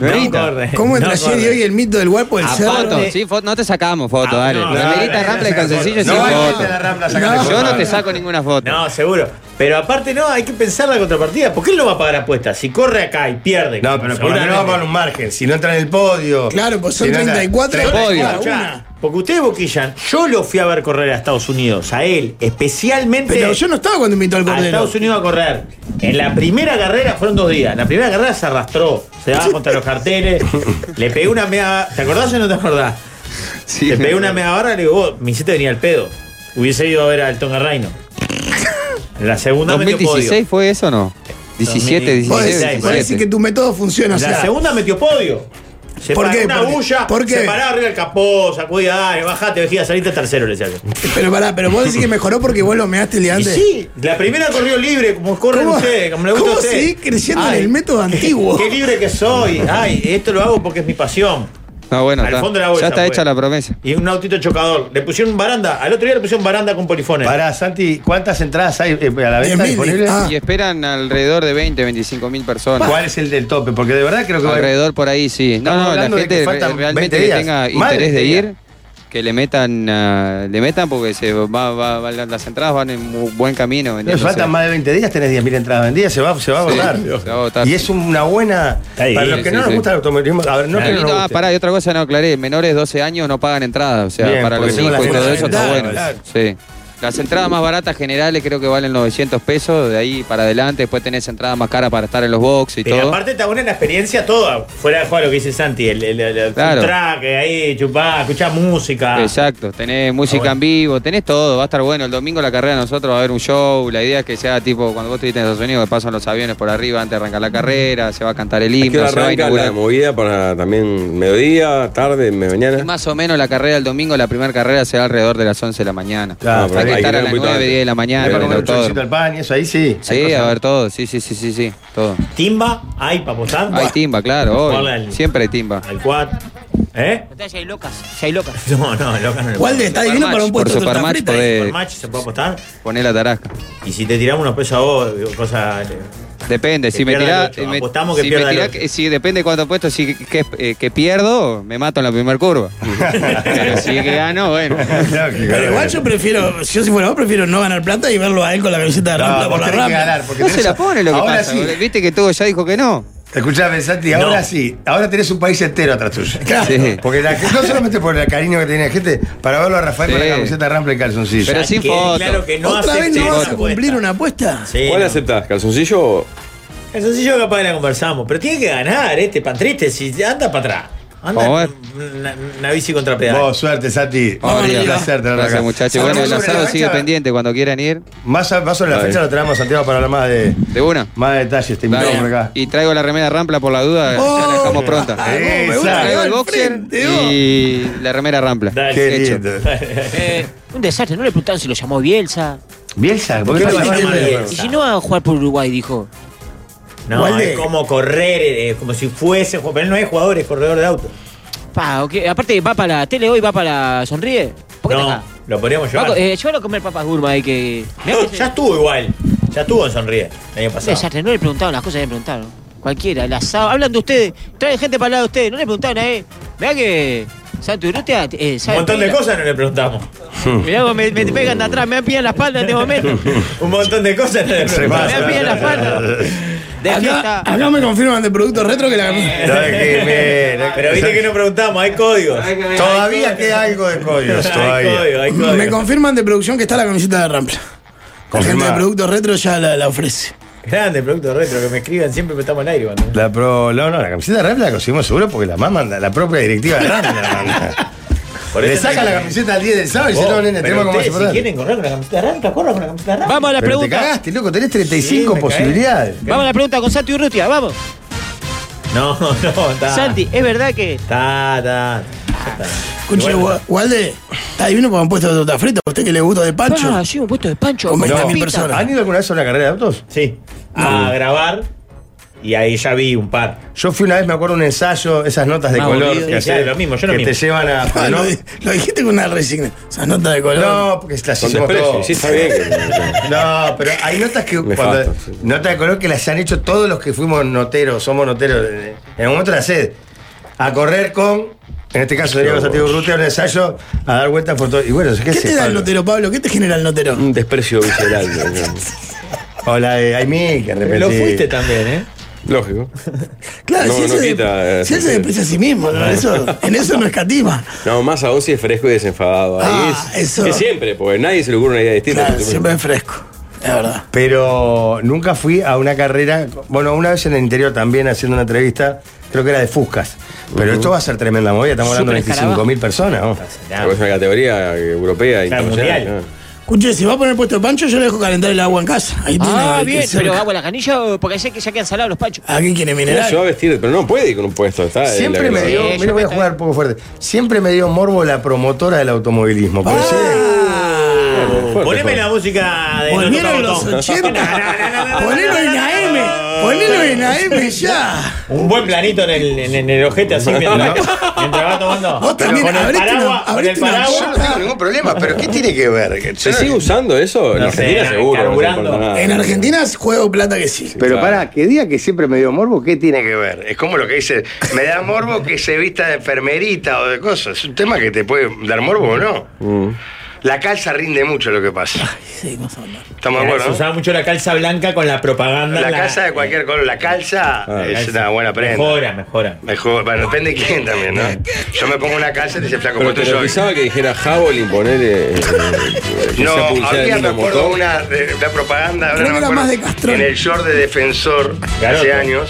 Speaker 11: No evita.
Speaker 2: corre.
Speaker 3: ¿Cómo entre
Speaker 2: no
Speaker 3: ayer y
Speaker 2: corre.
Speaker 3: hoy el mito del guapo del
Speaker 2: Aparte-
Speaker 3: cerro?
Speaker 11: Foto, sí, foto. No te sacamos foto,
Speaker 2: Ah,
Speaker 11: dale.
Speaker 2: no,
Speaker 11: remerita
Speaker 2: dale,
Speaker 11: Rampla y calzoncillo
Speaker 10: No
Speaker 11: sin
Speaker 10: vayas
Speaker 11: foto.
Speaker 10: a la Rambla, sacate
Speaker 3: No,
Speaker 10: foto.
Speaker 11: Yo no te saco ninguna foto.
Speaker 2: No, seguro. Pero aparte no, hay que pensar la contrapartida. ¿Por qué él no va a pagar apuestas? Si corre acá y pierde.
Speaker 10: No, pero por lo menos vamos a un margen. Si no entra en el podio.
Speaker 3: Claro, pues son
Speaker 10: si no entra-
Speaker 3: 34.
Speaker 10: Tres-
Speaker 11: Podio.
Speaker 3: cada
Speaker 2: Escuchá,
Speaker 3: una.
Speaker 2: Ah, Porque ustedes boquillan, yo lo fui a ver correr a Estados Unidos, a él, especialmente
Speaker 3: Pero yo no estaba cuando invitó al
Speaker 2: a
Speaker 3: Cordero.
Speaker 2: Estados Unidos a correr. En la primera carrera fueron dos días. En la primera carrera se arrastró, se daba contra los carteles, le pegué una media. ¿Te acordás o no te acordás?
Speaker 11: Sí.
Speaker 2: Le pegué una media barra y le digo, vos, mi hiciste venir al pedo. Hubiese ido a ver al Tonga Reino. En la segunda metió podio.
Speaker 11: ¿2016 fue eso o no? 17,
Speaker 2: 2016,
Speaker 3: Vos
Speaker 11: 16,
Speaker 3: decís, vos decís que
Speaker 11: 17.
Speaker 3: tu método funciona. O
Speaker 2: La
Speaker 3: sea,
Speaker 2: segunda metió podio. Se
Speaker 3: ¿Por
Speaker 2: paró
Speaker 3: qué?
Speaker 2: una
Speaker 3: ¿Por qué?
Speaker 2: bulla,
Speaker 3: ¿Por qué?
Speaker 2: se paraba arriba del capó, sacudía, dale, bajate, vejía, saliste tercero, le decía yo.
Speaker 3: pero pará, pero vos decís que mejoró porque vos lo measte el día
Speaker 2: Y
Speaker 3: antes.
Speaker 2: sí, la primera corrió libre, como corren
Speaker 3: ¿Cómo,
Speaker 2: ustedes, como le gusta a
Speaker 3: cómo
Speaker 2: ustedes.
Speaker 3: seguís creciendo
Speaker 2: Ay,
Speaker 3: en el método antiguo?
Speaker 2: Qué libre que soy. Ay, esto lo hago porque es mi pasión.
Speaker 11: No, bueno,
Speaker 2: Al
Speaker 11: está-
Speaker 2: fondo de la bolsa,
Speaker 11: ya está
Speaker 2: fue.
Speaker 11: hecha la promesa.
Speaker 2: Y un autito chocador. Le pusieron baranda. Al otro día le pusieron baranda con polifones.
Speaker 10: Pará, Santi, ¿cuántas entradas hay eh, a la venta
Speaker 3: 10.000,
Speaker 10: disponibles?
Speaker 3: ah.
Speaker 11: Y esperan alrededor de 20, 25 mil personas.
Speaker 10: ¿Cuál es el del tope? Porque de verdad creo que va a haber-
Speaker 11: Alrededor por ahí, sí. No,
Speaker 10: Estamos
Speaker 11: no, la
Speaker 10: hablando de
Speaker 11: gente
Speaker 10: que
Speaker 11: re-
Speaker 10: faltan 20
Speaker 11: realmente que
Speaker 10: días.
Speaker 11: tenga
Speaker 10: Madre
Speaker 11: interés de
Speaker 10: mía.
Speaker 11: ir, que le metan, ah, le metan porque se va, va- va- las entradas van en muy buen camino.
Speaker 10: No,
Speaker 11: vendiéndose.
Speaker 10: faltan más de 20 días, tenés 10.000 entradas vendidas, se va, se va a
Speaker 11: Sí,
Speaker 10: agotar.
Speaker 11: se va a agotar.
Speaker 10: Y es una buena.
Speaker 2: ahí,
Speaker 10: para los que
Speaker 11: sí,
Speaker 10: no
Speaker 11: sí.
Speaker 10: nos gusta el automovilismo, a ver, no que no nos
Speaker 11: Ah,
Speaker 10: guste.
Speaker 11: pará, y otra cosa no aclaré. Menores de 12 años no pagan entrada. O sea,
Speaker 10: Bien,
Speaker 11: para los
Speaker 10: porque tengo
Speaker 11: hijos y
Speaker 10: las
Speaker 11: todo eso
Speaker 10: entradas,
Speaker 11: está bueno.
Speaker 10: claro.
Speaker 11: Sí. Las entradas más baratas generales creo que valen 900 pesos. De ahí para adelante, después tenés entradas más caras para estar en los box y
Speaker 2: Pero
Speaker 11: todo.
Speaker 2: aparte está buena la experiencia toda. Fuera de juego lo que dice Santi. El, el, el- el
Speaker 11: Claro.
Speaker 2: track ahí, chupá, escuchá
Speaker 3: Ah.
Speaker 2: música.
Speaker 11: Exacto, tenés música
Speaker 2: bueno.
Speaker 11: en vivo, tenés todo, va a estar bueno. El domingo la carrera de nosotros va a haber un show, la idea es que sea tipo cuando vos estuviste en Estados Unidos, que pasan los aviones por arriba antes de arrancar la carrera, se va a cantar el
Speaker 4: ¿A qué
Speaker 11: himno,
Speaker 4: hora
Speaker 11: se va a
Speaker 4: arranca la
Speaker 11: inaugurar.
Speaker 4: movida para también mediodía, tarde,
Speaker 11: Y
Speaker 4: mañana?
Speaker 11: más o menos la carrera del domingo, la primera carrera será alrededor de las 11 de la mañana.
Speaker 10: Claro,
Speaker 11: Hay
Speaker 10: pero hay
Speaker 11: que
Speaker 10: que
Speaker 11: estar
Speaker 4: ir
Speaker 11: a
Speaker 4: un
Speaker 11: las
Speaker 4: poquito
Speaker 11: 9,
Speaker 4: antes.
Speaker 11: 10 de la mañana
Speaker 10: Para
Speaker 11: en
Speaker 10: comer
Speaker 11: el
Speaker 10: un choricito
Speaker 11: autódromo.
Speaker 10: al pan y eso, ahí sí.
Speaker 11: Sí, a ver todo, sí, sí, sí, sí, sí, todo.
Speaker 2: Timba, hay ¿ah? para posar.
Speaker 11: Hay timba, claro, obvio.
Speaker 2: Hola, el-
Speaker 11: siempre hay timba.
Speaker 2: Al quad. ¿Eh?
Speaker 7: Entonces, Si hay locas, si hay locas.
Speaker 2: No, no, loca no le
Speaker 3: ¿Cuál de Eh,
Speaker 2: puedo.
Speaker 3: está divino para un
Speaker 11: por
Speaker 3: puesto de torta
Speaker 11: Supermatch
Speaker 3: frita?
Speaker 2: ¿Por
Speaker 11: podés
Speaker 2: match se puede apostar?
Speaker 11: poner la tarasca.
Speaker 2: Y si te tiramos unos pesos a vos, digo, cosa. eh,
Speaker 11: Depende,
Speaker 2: Que
Speaker 11: si me
Speaker 2: pierda
Speaker 11: tirá.
Speaker 2: el ocho.
Speaker 11: eh, me-
Speaker 2: Apostamos que
Speaker 11: si
Speaker 2: pierda
Speaker 11: me
Speaker 2: el
Speaker 11: tirá-
Speaker 2: ocho.
Speaker 11: eh, si depende cuánto puesto, si que, eh, que pierdo, me mato en la primera curva. Pero si que gano, bueno.
Speaker 10: Lógico,
Speaker 3: Pero igual
Speaker 10: lógico.
Speaker 3: yo prefiero, yo si fuera vos, prefiero no ganar plata y verlo a él con la camiseta de
Speaker 10: No,
Speaker 3: Rampla
Speaker 10: vos
Speaker 3: por la
Speaker 10: tenés que
Speaker 3: Rampla.
Speaker 10: ganar, porque
Speaker 11: No
Speaker 10: tenés-
Speaker 11: se la pone lo que
Speaker 10: ahora
Speaker 11: pasa.
Speaker 10: Sí.
Speaker 11: boludo. Viste que todo ya dijo que no.
Speaker 10: Escuchame, Santi,
Speaker 2: No.
Speaker 10: ahora sí. Ahora tenés un país entero atrás tuyo.
Speaker 3: Claro.
Speaker 11: Sí.
Speaker 10: Porque la, no solamente por el cariño que tiene la gente, para verlo a Rafael con
Speaker 11: Sí.
Speaker 10: la camiseta Rampla y calzoncillo.
Speaker 11: Pero sin foto.
Speaker 2: Claro que no este
Speaker 3: ¿Otra vez
Speaker 2: acepté
Speaker 3: no
Speaker 2: esa
Speaker 3: vas a
Speaker 2: apuesta.
Speaker 3: cumplir una apuesta?
Speaker 2: Sí,
Speaker 4: ¿Cuál
Speaker 2: no.
Speaker 4: aceptás? ¿Calzoncillo o
Speaker 2: El sencillo capaz que la conversamos, pero tiene que ganar este pan triste, si anda para atrás. Anda
Speaker 11: Vamos a ver.
Speaker 2: en una, una bici contra pedal.
Speaker 10: Vos, suerte, Santi.
Speaker 11: Vamos
Speaker 10: un
Speaker 11: arriba.
Speaker 10: placer tenerlo acá.
Speaker 11: Gracias, muchachos. Bueno, el
Speaker 10: Hablamos sobre la
Speaker 11: asado sigue
Speaker 10: fecha-
Speaker 11: pendiente cuando quieran ir.
Speaker 10: Más, a- más sobre la
Speaker 4: Dale.
Speaker 10: fecha lo traemos a Santiago para hablar más de,
Speaker 11: De una.
Speaker 10: más de detalles. Te invitamos por
Speaker 11: Dale.
Speaker 10: acá. Oh.
Speaker 11: Y traigo la remera rampla por la duda, ya la dejamos
Speaker 2: Ah,
Speaker 11: pronta.
Speaker 3: Me
Speaker 10: Exacto.
Speaker 3: gusta que
Speaker 11: Traigo
Speaker 3: va
Speaker 11: el
Speaker 3: al
Speaker 11: boxer
Speaker 3: frente, vos.
Speaker 11: y la remera rampla.
Speaker 2: Dale.
Speaker 10: Qué
Speaker 11: Hecho.
Speaker 10: lindo.
Speaker 7: Eh, un desastre, no le preguntaron si lo llamó Bielsa.
Speaker 10: Bielsa, ¿por qué no
Speaker 2: ¿Qué lo
Speaker 10: llamas
Speaker 2: llama
Speaker 10: a Bielsa?
Speaker 2: Bielsa?
Speaker 7: Y si no va a jugar por Uruguay, dijo.
Speaker 2: No,
Speaker 3: ¿Cuál
Speaker 2: es
Speaker 3: de-
Speaker 2: como correr, eh, como si fuese, pero él no es jugador, es corredor de auto.
Speaker 7: Pa, ok, Aparte, va para la tele hoy, va para la sonríe. ¿Por qué está
Speaker 2: No,
Speaker 7: acá?
Speaker 2: lo podríamos llevar.
Speaker 7: Paco, eh, llévalo a comer papas gourmet ahí que. Mirá
Speaker 2: No,
Speaker 7: que
Speaker 2: ya estuvo igual. Ya estuvo en Sonríe el año
Speaker 7: Un
Speaker 2: pasado.
Speaker 7: desastre, no le preguntaron las cosas que le preguntaron. Cualquiera, el asado. Hablan de ustedes, traen gente para hablar de ustedes, no le preguntaron a él. Mirá que. Santo Urrutia, eh,
Speaker 2: Un
Speaker 7: sabe
Speaker 2: montón de
Speaker 7: pila.
Speaker 2: cosas no le preguntamos.
Speaker 7: Mirá, vos me, me pegan de atrás, me pillan la espalda en este momento.
Speaker 2: Un montón de cosas no le
Speaker 10: Se
Speaker 2: preguntamos.
Speaker 10: pasa.
Speaker 7: Me pide la espalda. De
Speaker 3: Acá,
Speaker 7: fiesta.
Speaker 3: acá me confirman de productos retro que la
Speaker 10: No, es que me-
Speaker 2: Pero viste que no preguntamos, hay códigos.
Speaker 10: Todavía queda algo de códigos.
Speaker 2: Hay
Speaker 10: Todavía.
Speaker 2: código, hay
Speaker 3: Me
Speaker 2: código.
Speaker 3: confirman de producción que está la camiseta de Rampla. La gente de
Speaker 1: Confirmado.
Speaker 3: productos retro ya la, la ofrece.
Speaker 2: Grande producto retro, que me escriban siempre, pero estamos al aire. cuando-
Speaker 1: La pro, no, no, la camiseta de Rap la conseguimos seguro porque la más manda, la propia directiva de Rap la manda.
Speaker 2: Por
Speaker 1: Le
Speaker 2: eso
Speaker 1: saca
Speaker 2: no-
Speaker 1: la camiseta al 10 del sábado y
Speaker 2: Vos,
Speaker 1: dice, no, nene,
Speaker 2: pero
Speaker 1: tenemos como
Speaker 2: ustedes, Si
Speaker 1: hacer
Speaker 2: quieren correr con la camiseta arranca, corran con la camiseta arranca.
Speaker 7: Vamos a la
Speaker 1: Pero te
Speaker 7: pregunta.
Speaker 1: cagaste, loco, tenés
Speaker 2: Sí,
Speaker 1: 35
Speaker 2: me
Speaker 1: posibilidades.
Speaker 7: Vamos a la pregunta con Santi Urrutia, vamos.
Speaker 2: No, no, está.
Speaker 7: Santi, ¿es verdad que
Speaker 2: Está, está.
Speaker 3: Escuche,
Speaker 2: Igual-
Speaker 3: Gua- Gualde, está divino porque han puesto de torta frita. ¿A usted que le gusta de pancho?
Speaker 7: Ah, sí, un puesto de pancho.
Speaker 3: Come
Speaker 7: con
Speaker 3: a mil
Speaker 7: papita.
Speaker 3: personas.
Speaker 1: ¿Han ido alguna vez a una carrera de autos?
Speaker 2: Sí. A grabar. Y ahí ya vi un par.
Speaker 1: Yo fui una vez, me acuerdo, un ensayo, esas notas de
Speaker 7: Más
Speaker 1: color
Speaker 7: aburrido.
Speaker 1: que,
Speaker 2: Ah, Sí, claro, lo mismo, yo lo
Speaker 1: que
Speaker 2: mismo.
Speaker 1: te llevan a.
Speaker 3: Ah,
Speaker 1: pero
Speaker 3: lo, di- lo dijiste con una resigna. Esas notas de color.
Speaker 1: no, no, porque las
Speaker 4: Con
Speaker 1: hicimos
Speaker 4: desprecio,
Speaker 1: todos.
Speaker 4: sí, está bien. que-
Speaker 1: No, pero hay notas que
Speaker 4: Nefasto,
Speaker 1: cuando-
Speaker 4: sí.
Speaker 1: notas de color que las han hecho todos los que fuimos noteros, somos noteros. En el momento las sed. A correr con, en este caso sería
Speaker 4: No.
Speaker 1: Santiago Urrutia, un ensayo, a dar vueltas por todo. Y bueno, ¿qué,
Speaker 3: ¿Qué,
Speaker 1: sé,
Speaker 3: te da el
Speaker 1: Pablo?
Speaker 3: notero, Pablo? ¿Qué te genera el notero?
Speaker 4: Un desprecio visceral. ¿no?
Speaker 1: O la de Aimee, eh, que repetí.
Speaker 2: Lo fuiste también, ¿eh?
Speaker 4: Lógico.
Speaker 3: Claro,
Speaker 4: No,
Speaker 3: si, él
Speaker 4: no
Speaker 3: se de-
Speaker 4: quita, eh,
Speaker 3: si él se
Speaker 4: sí.
Speaker 3: desprecia a sí mismo, ¿no? Eso- en eso no escatima.
Speaker 4: No, más aún si es fresco y desenfadado. Ahí
Speaker 3: Ah,
Speaker 4: es,
Speaker 3: eso.
Speaker 4: es siempre, porque nadie se le ocurre una idea distinta.
Speaker 3: Claro, siempre es fresco. Es verdad.
Speaker 1: Pero nunca fui a una carrera. Bueno, una vez en el interior también haciendo una entrevista, creo que era de Fuscas. Pero esto va a ser tremenda movida, estamos hablando de
Speaker 7: Super escarabajo.
Speaker 1: 25.000 personas. ¿no?
Speaker 4: Porque Es una categoría europea,
Speaker 2: Claro,
Speaker 4: internacional.
Speaker 2: mundial.
Speaker 4: ¿no?
Speaker 3: Escuche, si va a poner puesto de pancho, yo le dejo calentar el agua en casa. Ahí tiene
Speaker 7: Ah,
Speaker 3: ahí
Speaker 7: bien,
Speaker 3: cerca.
Speaker 7: pero hago la canilla o- porque sé que ya quedan salados los panchos.
Speaker 3: Aquí quiere
Speaker 4: No, Se va a
Speaker 3: mineral.
Speaker 4: vestir, pero no puede ir con un puesto. Está en la
Speaker 1: Siempre me
Speaker 4: grabación.
Speaker 1: dio,
Speaker 7: Sí,
Speaker 1: mira,
Speaker 7: yo
Speaker 1: voy a
Speaker 7: me-
Speaker 1: jugar un poco fuerte. Siempre me dio morbo la promotora del automovilismo. porque
Speaker 4: Fuerte,
Speaker 2: Poneme
Speaker 4: fuerte.
Speaker 2: la música de
Speaker 3: Volvieron
Speaker 2: Noto
Speaker 3: los
Speaker 2: Botón.
Speaker 3: 80. Ponelo en AM. Ponelo en AM
Speaker 4: Ah,
Speaker 3: ya.
Speaker 2: Un buen planito en el, en, en el ojete así mientras, mientras va tomando.
Speaker 3: Vos también
Speaker 2: con el
Speaker 3: abriste una-
Speaker 2: paraguas, con el
Speaker 3: abriste una
Speaker 1: Yo
Speaker 2: paraguas.
Speaker 1: no tengo ningún problema, pero ¿qué tiene que ver?
Speaker 4: ¿Se sigue usando eso? En
Speaker 2: No
Speaker 4: Argentina
Speaker 2: sé,
Speaker 4: seguro. no se
Speaker 2: carburando.
Speaker 4: importa nada.
Speaker 3: En Argentina juego plata que sí.
Speaker 1: Pero
Speaker 4: Este, claro.
Speaker 1: pará, que diga que siempre me dio morbo, ¿qué tiene que ver? Es como lo que dice, me da morbo que se vista de enfermerita o de cosas. Es un tema que te puede dar morbo o no.
Speaker 4: Mm.
Speaker 1: La calza rinde mucho lo que pasa.
Speaker 3: Sí, más o menos.
Speaker 1: ¿Estamos de
Speaker 2: Era- Se
Speaker 1: acuerdo?
Speaker 2: usaba mucho la calza blanca con la propaganda.
Speaker 1: Ah, La calza de cualquier color, la calza
Speaker 4: Ah,
Speaker 1: es
Speaker 2: calza.
Speaker 1: una buena prenda.
Speaker 2: Mejora, mejora.
Speaker 1: Mejor, bueno, depende de quién también, ¿no? Yo me pongo una calza y te dice flaco,
Speaker 4: Pero
Speaker 1: ¿cuánto
Speaker 4: te
Speaker 1: yo?
Speaker 4: lo pisaba que dijera Javelin, ponele. eh, eh, que
Speaker 1: No,
Speaker 4: sea pulsera
Speaker 1: había
Speaker 4: en
Speaker 1: me
Speaker 4: una
Speaker 1: acuerdo
Speaker 4: motor.
Speaker 1: una de la propaganda, ahora no
Speaker 3: Creo que
Speaker 1: me
Speaker 3: era
Speaker 1: acuerdo,
Speaker 3: más de Castrol.
Speaker 1: en el short de defensor hace
Speaker 2: Garoto.
Speaker 1: años,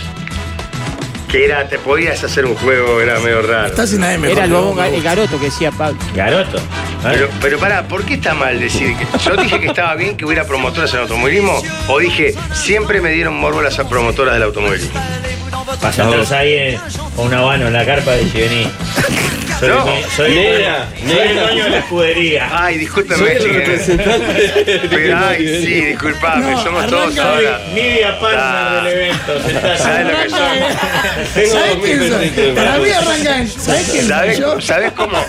Speaker 1: que era, te podías hacer un juego, era medio raro.
Speaker 3: Estás en AM.
Speaker 7: Era el
Speaker 3: Jorge.
Speaker 7: bobón ga- el garoto que decía Pablo.
Speaker 2: Garoto. ¿eh? A ver.
Speaker 1: Pero, pero pará, ¿por qué está mal decir que yo dije que estaba bien que hubiera promotoras en automovilismo? O dije, siempre me dieron morbo las promotoras del automovilismo.
Speaker 2: Pasándolos ahí en- con una habano en la carpa de Chivení. Soy,
Speaker 1: No.
Speaker 2: el- soy el-
Speaker 4: Nena,
Speaker 2: soy el
Speaker 4: nena.
Speaker 2: dueño de la escudería.
Speaker 1: Ay,
Speaker 4: Soy
Speaker 1: discúlpeme,
Speaker 4: el
Speaker 1: chiquilines.
Speaker 4: representante de-
Speaker 1: Pero, ay, sí, disculpame,
Speaker 3: No,
Speaker 1: somos todos
Speaker 3: arranca
Speaker 2: Soy
Speaker 1: ahora.
Speaker 2: media
Speaker 1: Ah.
Speaker 2: partner del evento. sentás
Speaker 1: ¿Sabes
Speaker 2: ahí.
Speaker 1: lo que son?
Speaker 4: Tengo
Speaker 3: ¿Sabés
Speaker 4: 2000
Speaker 3: quién soy?
Speaker 4: pesos.
Speaker 3: Para mí arrancan. ¿Sabés quién soy
Speaker 1: ¿Sabes,
Speaker 3: yo?
Speaker 1: sabes cómo?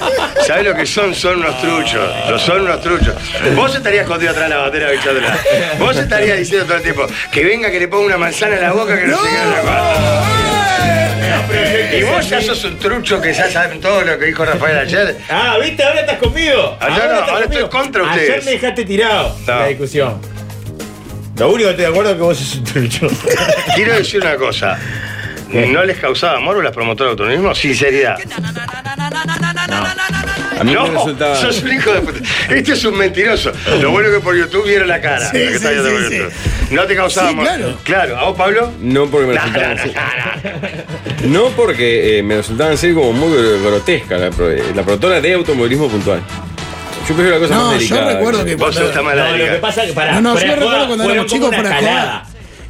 Speaker 1: ¿Sabes lo que son? Son unos truchos. Los son unos truchos. Vos estarías escondido atrás de la batera, bicho atrás. Vos estarías diciendo todo el tiempo que venga que le ponga una manzana en la boca que no, se quede la cosa. Y vos ya sos un trucho que ya saben todo lo que dijo Rafael ayer.
Speaker 2: Ah, ¿viste? Ahora estás conmigo.
Speaker 1: Ah, yo no, ahora estoy contra
Speaker 2: Ayer
Speaker 1: ustedes.
Speaker 2: me dejaste tirado en
Speaker 1: No.
Speaker 2: la discusión. Lo único que estoy de acuerdo es que vos sos un trucho.
Speaker 1: Quiero decir una cosa. ¿No les causaba morbo las promotoras de autonomismo? Sinceridad.
Speaker 4: A mí
Speaker 1: no,
Speaker 4: me resultaba.
Speaker 1: sos un hijo de puta. Este es un mentiroso. Lo bueno que por YouTube vieron la cara.
Speaker 3: Sí,
Speaker 1: lo que está
Speaker 3: sí,
Speaker 1: viendo
Speaker 3: sí,
Speaker 1: por
Speaker 3: sí.
Speaker 1: YouTube. No te causaba
Speaker 3: Sí,
Speaker 1: morbo.
Speaker 3: claro.
Speaker 1: Claro, ¿a vos, Pablo?
Speaker 4: No porque me resultaban así. No porque eh, me resultaban ser como muy gr- grotesca la, pro- eh, la productora de automovilismo puntual. Yo prefiero la cosa
Speaker 3: No,
Speaker 4: más
Speaker 3: yo
Speaker 4: delicada.
Speaker 3: recuerdo que.
Speaker 1: Vos sos
Speaker 2: No,
Speaker 1: mala
Speaker 2: lo que pasa es que para.
Speaker 3: No, no, yo
Speaker 2: de
Speaker 3: me recuerdo
Speaker 2: joda,
Speaker 3: cuando
Speaker 2: fueron
Speaker 3: éramos
Speaker 2: como
Speaker 3: chicos
Speaker 2: una
Speaker 3: fuera de
Speaker 2: calada.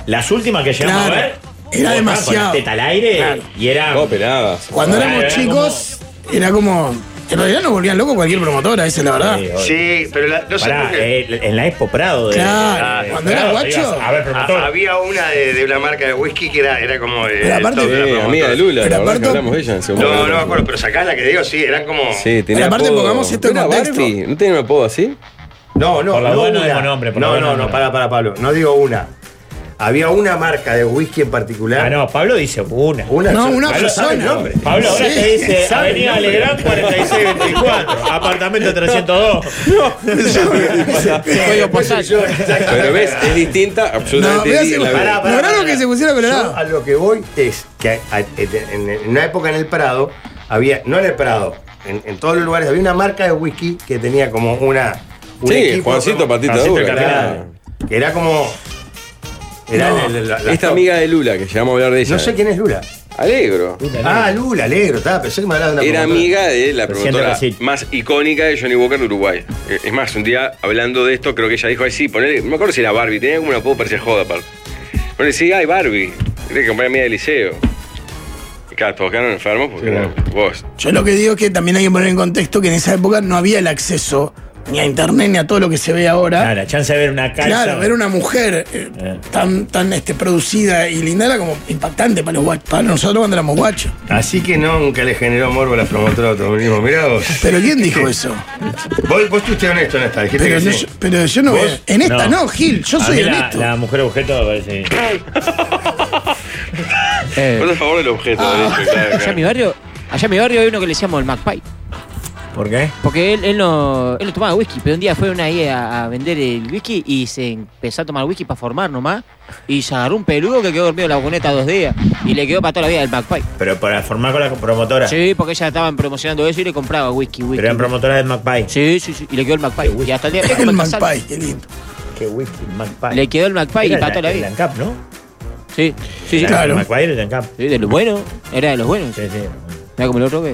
Speaker 2: Las últimas que llegamos
Speaker 3: Claro,
Speaker 2: a ver.
Speaker 3: era
Speaker 2: vos estabas Con
Speaker 3: demasiado.
Speaker 2: la teta al aire
Speaker 3: Claro.
Speaker 2: y era.
Speaker 4: No operabas.
Speaker 3: Cuando
Speaker 2: Ah,
Speaker 3: éramos
Speaker 4: eh,
Speaker 2: era
Speaker 3: chicos, era como. En realidad nos volvían locos cualquier promotora, esa es la verdad.
Speaker 2: Sí,
Speaker 1: Sí, pero la- no sé por
Speaker 2: Pará,
Speaker 1: qué.
Speaker 2: eh, en la Expo Prado. de-
Speaker 3: Claro,
Speaker 2: de-
Speaker 3: cuando era
Speaker 2: Prado,
Speaker 3: guacho.
Speaker 2: ibas A ver,
Speaker 1: Ah,
Speaker 2: promotor.
Speaker 1: había una de, de una marca de whisky que era, era como. eh,
Speaker 3: Pero aparte-
Speaker 1: el top de la
Speaker 4: Eh,
Speaker 1: promotora.
Speaker 4: amiga de
Speaker 3: Pero
Speaker 4: Lula, la verdad que
Speaker 3: aparte-
Speaker 4: hablamos de ella en segundo.
Speaker 1: No, no me acuerdo, pero sacás la que digo, sí, eran como.
Speaker 4: Sí, tenía
Speaker 3: Pero aparte
Speaker 4: apodo.
Speaker 3: pongamos esto en
Speaker 4: ¿No era
Speaker 3: contexto.
Speaker 4: Barbie? ¿No tenía un apodo así?
Speaker 1: No, no,
Speaker 2: Por la
Speaker 1: no.
Speaker 2: duda no
Speaker 1: una.
Speaker 2: digo nombre, por la
Speaker 1: no,
Speaker 2: duda
Speaker 1: no,
Speaker 2: no
Speaker 1: no,
Speaker 2: nombre.
Speaker 1: para, para, Pablo. No digo una. Había una marca de whisky en particular.
Speaker 2: Ah, no, Pablo dice una.
Speaker 1: Una
Speaker 3: No,
Speaker 1: sola.
Speaker 3: una
Speaker 1: Pablo sabe el
Speaker 3: persona.
Speaker 1: nombre.
Speaker 2: Pablo, ahora
Speaker 3: Sí,
Speaker 2: te dice
Speaker 1: sabe el
Speaker 2: Avenida
Speaker 1: nombre.
Speaker 2: Legrand 4624, apartamento 302.
Speaker 7: Código postal.
Speaker 4: Pero ves, es distinta
Speaker 3: No,
Speaker 4: absolutamente.
Speaker 3: voy a
Speaker 4: di-
Speaker 3: hacer-
Speaker 4: la-
Speaker 1: Pará, pará,
Speaker 3: lograron
Speaker 1: pará.
Speaker 3: que se pusiera colorado.
Speaker 1: Yo a lo que voy es que a- a- en en una época en el Prado había, no en el Prado, en, en todos los lugares había una marca de whisky que tenía como una. un
Speaker 4: Sí,
Speaker 1: equipo
Speaker 4: Juancito
Speaker 1: como-
Speaker 4: Patita
Speaker 1: Juancito
Speaker 4: Dura.
Speaker 1: Carnal.
Speaker 4: claro.
Speaker 1: que era como. Era el- el- la- la-
Speaker 4: Esta amiga de Lula, que llegamos a hablar de ella.
Speaker 1: No sé quién es Lula.
Speaker 4: Alegro.
Speaker 1: Ah, Lula, alegro, estaba, pensé que me hablaba de una
Speaker 4: Era
Speaker 1: promotora.
Speaker 4: amiga de la
Speaker 2: Presidente
Speaker 4: promotora
Speaker 2: Brasil.
Speaker 4: más icónica de Johnny Walker de Uruguay. Eh, Es más, un día hablando de esto, creo que ella dijo, ay, sí, ponele, no me acuerdo si era Barbie, tenía como una apodo parecía joda aparte. Pero le decía, ay, Barbie, era compañera mía del liceo. Y claro, todos quedaron enfermos porque era vos.
Speaker 3: Yo lo que digo es que también hay que poner en contexto que en esa época no había el acceso ni a internet ni a todo lo que se ve ahora.
Speaker 2: Claro, la chance de ver una calza.
Speaker 3: Claro, ver una mujer eh,
Speaker 2: Eh.
Speaker 3: tan, tan este, producida y linda era como impactante para los guachos, para nosotros cuando éramos guachos.
Speaker 1: Así que nunca le generó morbo a la promotora de automovilismo. Mirá vos.
Speaker 3: Pero ¿quién dijo eso?
Speaker 1: Vos, vos fuiste honesto en esta, dijiste
Speaker 3: Pero,
Speaker 1: que
Speaker 3: yo,
Speaker 1: sí.
Speaker 3: pero yo no.
Speaker 1: ¿Vos?
Speaker 3: En esta
Speaker 2: No.
Speaker 3: no, Gil, yo
Speaker 2: A
Speaker 3: soy
Speaker 2: mí la,
Speaker 3: honesto.
Speaker 2: la mujer objeto me parece.
Speaker 1: Eh.
Speaker 4: Vos a favor del objeto, de hecho, claro,
Speaker 7: Allá en mi
Speaker 4: claro.
Speaker 7: barrio, allá en mi barrio hay uno que le decíamos el Magpie.
Speaker 2: ¿Por qué?
Speaker 7: Porque él, él no, él no tomaba whisky, pero un día fue una ahí a, a vender el whisky y se empezó a tomar whisky para formar nomás. Y se agarró un peludo que quedó dormido en la vagoneta dos días. Y le quedó para toda la vida el Magpie.
Speaker 2: Pero para formar con la
Speaker 3: Eh.
Speaker 2: promotora.
Speaker 7: Sí, porque ella estaban promocionando eso y le compraba whisky, whisky.
Speaker 2: Pero eran promotoras del McPie.
Speaker 7: Sí, sí, sí. Y le quedó el McPie. Y hasta el día
Speaker 3: el Magpie, qué lindo.
Speaker 2: Qué whisky, McPie.
Speaker 7: Le quedó el McPie y
Speaker 2: Era
Speaker 7: para toda la
Speaker 2: el
Speaker 7: vida.
Speaker 2: ANCAP, ¿no?
Speaker 7: Sí, sí, sí.
Speaker 2: Era
Speaker 3: Claro.
Speaker 2: El McPie era el ANCAP.
Speaker 7: Sí, de los buenos. Era de los buenos.
Speaker 2: Sí, sí.
Speaker 7: Mira como el otro que.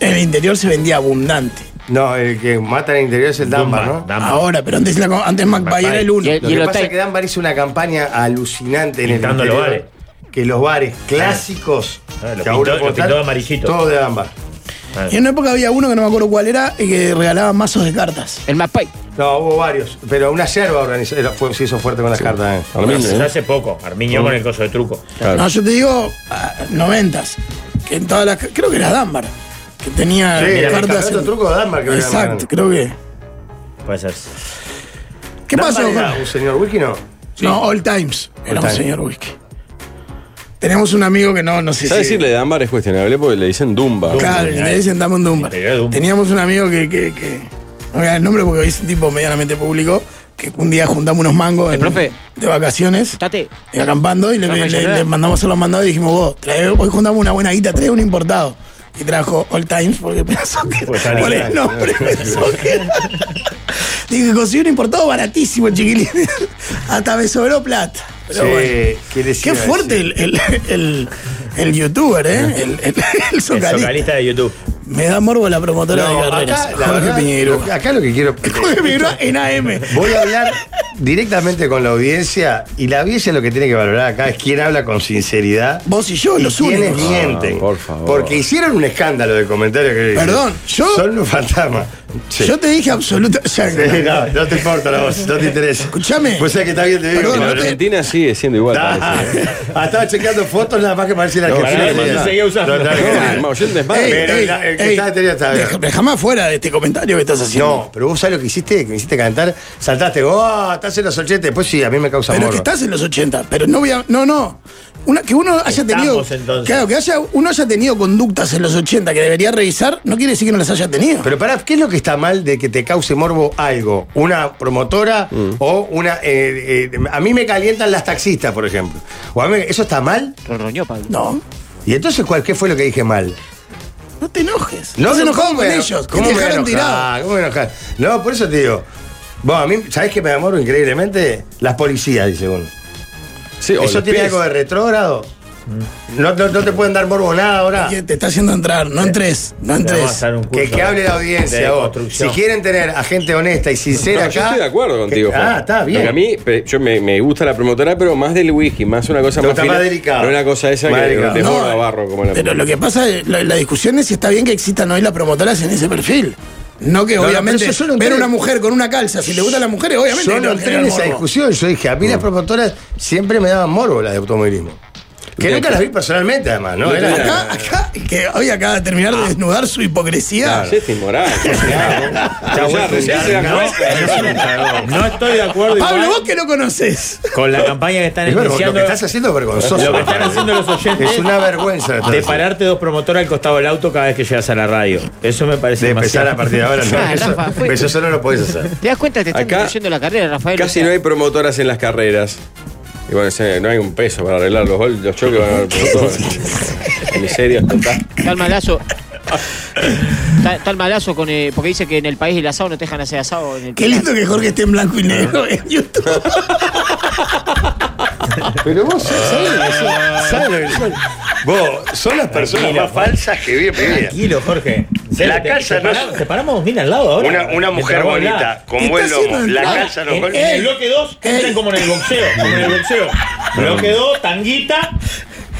Speaker 3: En el interior se vendía abundante.
Speaker 1: No, el que mata al interior es el Dunbar, ¿no?
Speaker 2: Dunbar.
Speaker 3: Ahora, pero antes, la, antes Magpie era el uno.
Speaker 7: Y el-
Speaker 1: Lo que pasa
Speaker 7: hotel.
Speaker 1: es que Dunbar hizo una campaña alucinante en
Speaker 2: Pintando
Speaker 1: el
Speaker 2: los
Speaker 1: interior, Que los bares clásicos.
Speaker 2: Ah, lo
Speaker 1: que ahora
Speaker 2: pintó- lo
Speaker 1: como
Speaker 2: pintó
Speaker 1: tal,
Speaker 2: de amarillito.
Speaker 1: Todo de Dunbar.
Speaker 3: Y en una época había uno que no me acuerdo cuál era, y que regalaba mazos de cartas.
Speaker 7: El McPie.
Speaker 1: No, hubo varios. Pero una yerba organizó, era- fue- se hizo fuerte con las cartas. eh.
Speaker 4: Arminio,
Speaker 2: Hasta
Speaker 4: ¿eh?
Speaker 2: hace poco, Armiño con el coso de truco.
Speaker 4: Claro.
Speaker 3: No, yo te digo, ah, noventas. Que en todas las. Creo que era Dunbar. Que tenía
Speaker 1: Sí, era el
Speaker 3: cartas.
Speaker 1: campeonato
Speaker 3: en-
Speaker 1: truco de Dunbar que
Speaker 3: Exacto, creo que.
Speaker 2: Puede ser.
Speaker 3: ¿Qué pasó,
Speaker 1: Era
Speaker 3: Jorge?
Speaker 1: un señor Wiki, ¿no?
Speaker 3: No, All Times. Era un
Speaker 1: Times.
Speaker 3: señor whisky. Tenemos un amigo que no, no sé
Speaker 4: ¿Sabes
Speaker 3: si.
Speaker 4: decirle eh. Dunbar es cuestionable? Porque le dicen Dumba.
Speaker 3: Claro,
Speaker 2: Dumba,
Speaker 3: le dicen dame un Dumba.
Speaker 2: Interior de Dumba.
Speaker 3: Teníamos un amigo que, que, que- No voy a dar el nombre porque hoy es un tipo medianamente público. Que un día juntamos unos mangos en-
Speaker 7: profe.
Speaker 3: de vacaciones.
Speaker 7: Tate.
Speaker 3: Y acampando y le,
Speaker 7: No,
Speaker 3: le-
Speaker 7: me
Speaker 3: le-
Speaker 7: lloré.
Speaker 3: le mandamos a los mandados y dijimos, vos, trae, hoy juntamos una buena guita, trae un importado. Y trajo All Times porque pensó que
Speaker 2: Pues
Speaker 3: por
Speaker 2: está bien.
Speaker 3: el nombre pensó que era. Dije, conseguí un importado baratísimo, chiquilín. Hasta me sobró plata. Pero
Speaker 1: Sí,
Speaker 3: bueno.
Speaker 1: ¿qué les
Speaker 3: Qué
Speaker 1: iba a
Speaker 3: fuerte el,
Speaker 1: decir?
Speaker 3: el, el, el youtuber, ¿eh? El, el, el
Speaker 2: El
Speaker 3: socalista.
Speaker 2: socalista de YouTube.
Speaker 3: Me da morbo la promotora
Speaker 1: No,
Speaker 3: de carreras,
Speaker 1: acá, la
Speaker 3: Jorge
Speaker 1: verdad,
Speaker 3: Piñeiro.
Speaker 1: lo- acá lo que quiero.
Speaker 3: Jorge Piñeiro en AM.
Speaker 1: Voy a hablar directamente con la audiencia y la audiencia lo que tiene que valorar acá es quién habla con sinceridad.
Speaker 3: Vos y yo,
Speaker 1: y
Speaker 3: los
Speaker 1: quiénes
Speaker 3: únicos.
Speaker 1: mienten.
Speaker 4: Ah, por favor.
Speaker 1: Porque hicieron un escándalo de comentarios que
Speaker 3: Perdón, yo-
Speaker 1: Son unos fantasmas. Sí.
Speaker 3: Yo te dije absoluta. o sea,
Speaker 1: Sí, no, no te importa la voz, no te interesa.
Speaker 3: Escuchame.
Speaker 1: Pues sabés que está bien, te digo.
Speaker 3: Perdón,
Speaker 4: En
Speaker 3: no te-
Speaker 4: Argentina sigue siendo igual.
Speaker 1: Ah,
Speaker 4: parece.
Speaker 1: ah, estaba chequeando fotos nada más que parecía la
Speaker 4: No,
Speaker 1: Argentina.
Speaker 4: pará,
Speaker 1: que
Speaker 4: no,
Speaker 1: tenía.
Speaker 4: se
Speaker 2: seguía usando.
Speaker 1: No, no, no,
Speaker 4: No, oyentes más.
Speaker 3: Ey,
Speaker 1: Pero
Speaker 3: ey,
Speaker 1: la- el que
Speaker 3: ey,
Speaker 1: estaba anterior estaba bien.
Speaker 3: deja- Déjame afuera de este comentario que estás haciendo.
Speaker 1: No, pero vos sabés lo que hiciste, que me hiciste cantar, saltaste, oh, estás en los 80, después sí, a mí me causa
Speaker 3: Pero
Speaker 1: morbo.
Speaker 3: que estás en los 80, pero no voy a. No, no. Una, que uno haya tenido.
Speaker 2: Estamos, entonces.
Speaker 3: Claro, que haya, uno haya tenido conductas en los 80 que debería revisar, no quiere decir que no las haya tenido.
Speaker 1: Pero pará, ¿qué es lo que está mal de que te cause morbo algo? ¿Una promotora
Speaker 4: Mm.
Speaker 1: o una... eh, eh, a mí me calientan las taxistas, por ejemplo. O a mí, ¿Eso está mal?
Speaker 7: Rorroñó, Pablo.
Speaker 3: no,
Speaker 1: ¿Y entonces cuál, qué fue lo que dije mal?
Speaker 3: no te enojes.
Speaker 1: No,
Speaker 3: se
Speaker 1: no,
Speaker 3: enojado
Speaker 1: ¿cómo
Speaker 3: con
Speaker 1: me-
Speaker 3: ellos. que
Speaker 1: ¿Cómo me
Speaker 3: te
Speaker 1: voy a
Speaker 3: dejaron
Speaker 1: enojar?
Speaker 3: tirado.
Speaker 1: ¿Cómo me voy a enojar? No, por eso te digo. Bueno, a mí, ¿sabés qué me enamoro increíblemente? Las policías, dice uno.
Speaker 4: Sí, o
Speaker 1: ¿Eso
Speaker 4: los
Speaker 1: tiene
Speaker 4: pies.
Speaker 1: algo de retrógrado? No, no, no te pueden dar morbo nada ahora.
Speaker 3: Que Te está haciendo entrar,
Speaker 1: Eh,
Speaker 3: no entres, no
Speaker 2: Le vamos a
Speaker 3: entres.
Speaker 2: hacer un curso
Speaker 1: Que, que hable la
Speaker 2: de
Speaker 1: audiencia, vos. Si
Speaker 2: construcción.
Speaker 1: quieren tener a gente honesta y sincera
Speaker 4: No,
Speaker 1: acá.
Speaker 4: yo estoy de acuerdo contigo,
Speaker 1: que-
Speaker 4: Juan.
Speaker 1: Ah, está bien.
Speaker 4: Porque a mí, pe- yo me, me gusta la promotora, pero más del whisky, más una cosa
Speaker 1: No,
Speaker 4: más
Speaker 1: está más delicado.
Speaker 4: No una cosa esa
Speaker 1: Más
Speaker 4: que
Speaker 1: delicado.
Speaker 4: te
Speaker 1: No,
Speaker 4: borra barro como la
Speaker 3: Pero lo que pasa, es- la, la discusión es si está bien que existan hoy las promotoras en ese perfil. No que
Speaker 1: no,
Speaker 3: obviamente
Speaker 1: pero eso solo
Speaker 3: ver
Speaker 1: entré-
Speaker 3: una mujer con una calza, si te gustan las mujeres, obviamente.
Speaker 1: Yo
Speaker 3: que te va
Speaker 1: no
Speaker 3: a
Speaker 1: entré
Speaker 3: generar
Speaker 1: en esa
Speaker 3: morbo.
Speaker 1: discusión. Yo dije, a mí
Speaker 2: Mm.
Speaker 1: las promotoras siempre me daban morbo las de automovilismo. Que
Speaker 4: Bien.
Speaker 1: nunca las vi personalmente, además, ¿no?
Speaker 4: No,
Speaker 1: Era-
Speaker 4: no,
Speaker 3: Acá, acá, que hoy acaba de terminar
Speaker 1: Ah.
Speaker 3: de desnudar su hipocresía.
Speaker 4: Ah, Jesse Morales.
Speaker 1: Ya,
Speaker 4: Ya,
Speaker 1: bueno,
Speaker 4: recién se
Speaker 1: no,
Speaker 4: acabó.
Speaker 2: No estoy de acuerdo
Speaker 3: Pablo,
Speaker 2: igual
Speaker 3: vos que no conoces.
Speaker 2: con la campaña que están
Speaker 1: Es vergo- Lo
Speaker 2: iniciando
Speaker 1: que estás haciendo es vergonzoso.
Speaker 2: Lo que están haciendo los oyentes.
Speaker 1: Es una vergüenza. lo que
Speaker 2: de
Speaker 1: estás haciendo.
Speaker 2: pararte dos promotoras al costado del auto cada vez que llegas a la radio. Eso me parece
Speaker 1: De
Speaker 2: demasiado.
Speaker 1: empezar a partir de ahora. No,
Speaker 7: Ah,
Speaker 1: eso,
Speaker 7: Rafa, fue-
Speaker 1: eso solo no lo podés hacer.
Speaker 7: ¿Te das cuenta? Te están
Speaker 4: Acá
Speaker 7: destruyendo la carrera, Rafael.
Speaker 4: Casi
Speaker 7: O sea,
Speaker 4: no hay promotoras en las carreras. Y bueno, se- no hay un peso para arreglar los, gol- los choques van a haber promotoras. Miseria, total.
Speaker 7: Calma, Lazo. Tal, tal malazo con. eh, porque dice que en el país el asado no te dejan hacer asado. En el
Speaker 3: Qué lindo que Jorge esté en blanco y negro
Speaker 1: Ah.
Speaker 3: en YouTube.
Speaker 4: Pero vos
Speaker 1: Ah.
Speaker 4: sabés lo que son.
Speaker 10: ¿Sabes lo que son? Vos, son las personas
Speaker 2: Tranquilo,
Speaker 10: más falsas que vi en mi vida.
Speaker 2: Tranquilo, Jorge. En serio,
Speaker 10: La
Speaker 2: te-
Speaker 10: calza
Speaker 2: te
Speaker 10: no
Speaker 2: paramos-
Speaker 10: es-
Speaker 2: Te paramos mira al lado ahora.
Speaker 10: Una, una
Speaker 2: Te
Speaker 10: mujer
Speaker 2: paramos al lado.
Speaker 10: bonita, con
Speaker 3: Está
Speaker 10: buen lomo.
Speaker 3: haciendo
Speaker 10: La
Speaker 3: entrada.
Speaker 10: calza no
Speaker 2: En,
Speaker 10: gol.
Speaker 2: en el bloque 2,
Speaker 3: Ey.
Speaker 2: entran como en el boxeo. Como en el boxeo. Bloque 2, tanguita.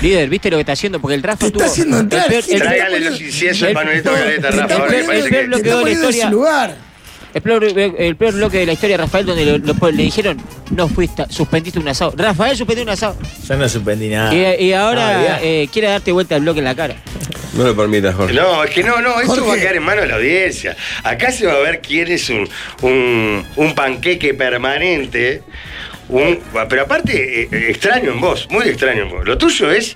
Speaker 7: Líder, ¿viste lo que está haciendo? Porque el Rafa
Speaker 3: Te está
Speaker 7: tuvo-
Speaker 3: haciendo entrar,
Speaker 7: el peor-
Speaker 3: sí,
Speaker 7: el peor-
Speaker 10: Tráigale los inciensos
Speaker 7: el-
Speaker 10: a Manuelito Violeta,
Speaker 3: Te
Speaker 10: Rafa.
Speaker 3: está
Speaker 10: ahora me
Speaker 3: poniendo,
Speaker 10: parece
Speaker 7: el
Speaker 10: que.
Speaker 7: bloque-
Speaker 3: te está poniendo en su lugar.
Speaker 7: El peor, el peor bloque de la historia de Rafael, donde lo- lo- le dijeron, no fuiste, suspendiste un asado. Rafael suspendió un asado.
Speaker 2: Yo no suspendí nada.
Speaker 7: Y, y
Speaker 2: Ah,
Speaker 7: ahora
Speaker 2: ya.
Speaker 7: eh, quiere darte vuelta el bloque en la cara.
Speaker 4: No lo permitas, Jorge.
Speaker 10: No, es que no, no, esto
Speaker 3: Jorge.
Speaker 10: va a quedar en manos de la audiencia. Acá se va a ver quién es un, un, un panqueque permanente. un- pero aparte, eh, eh, extraño en vos, muy extraño en vos. Lo tuyo es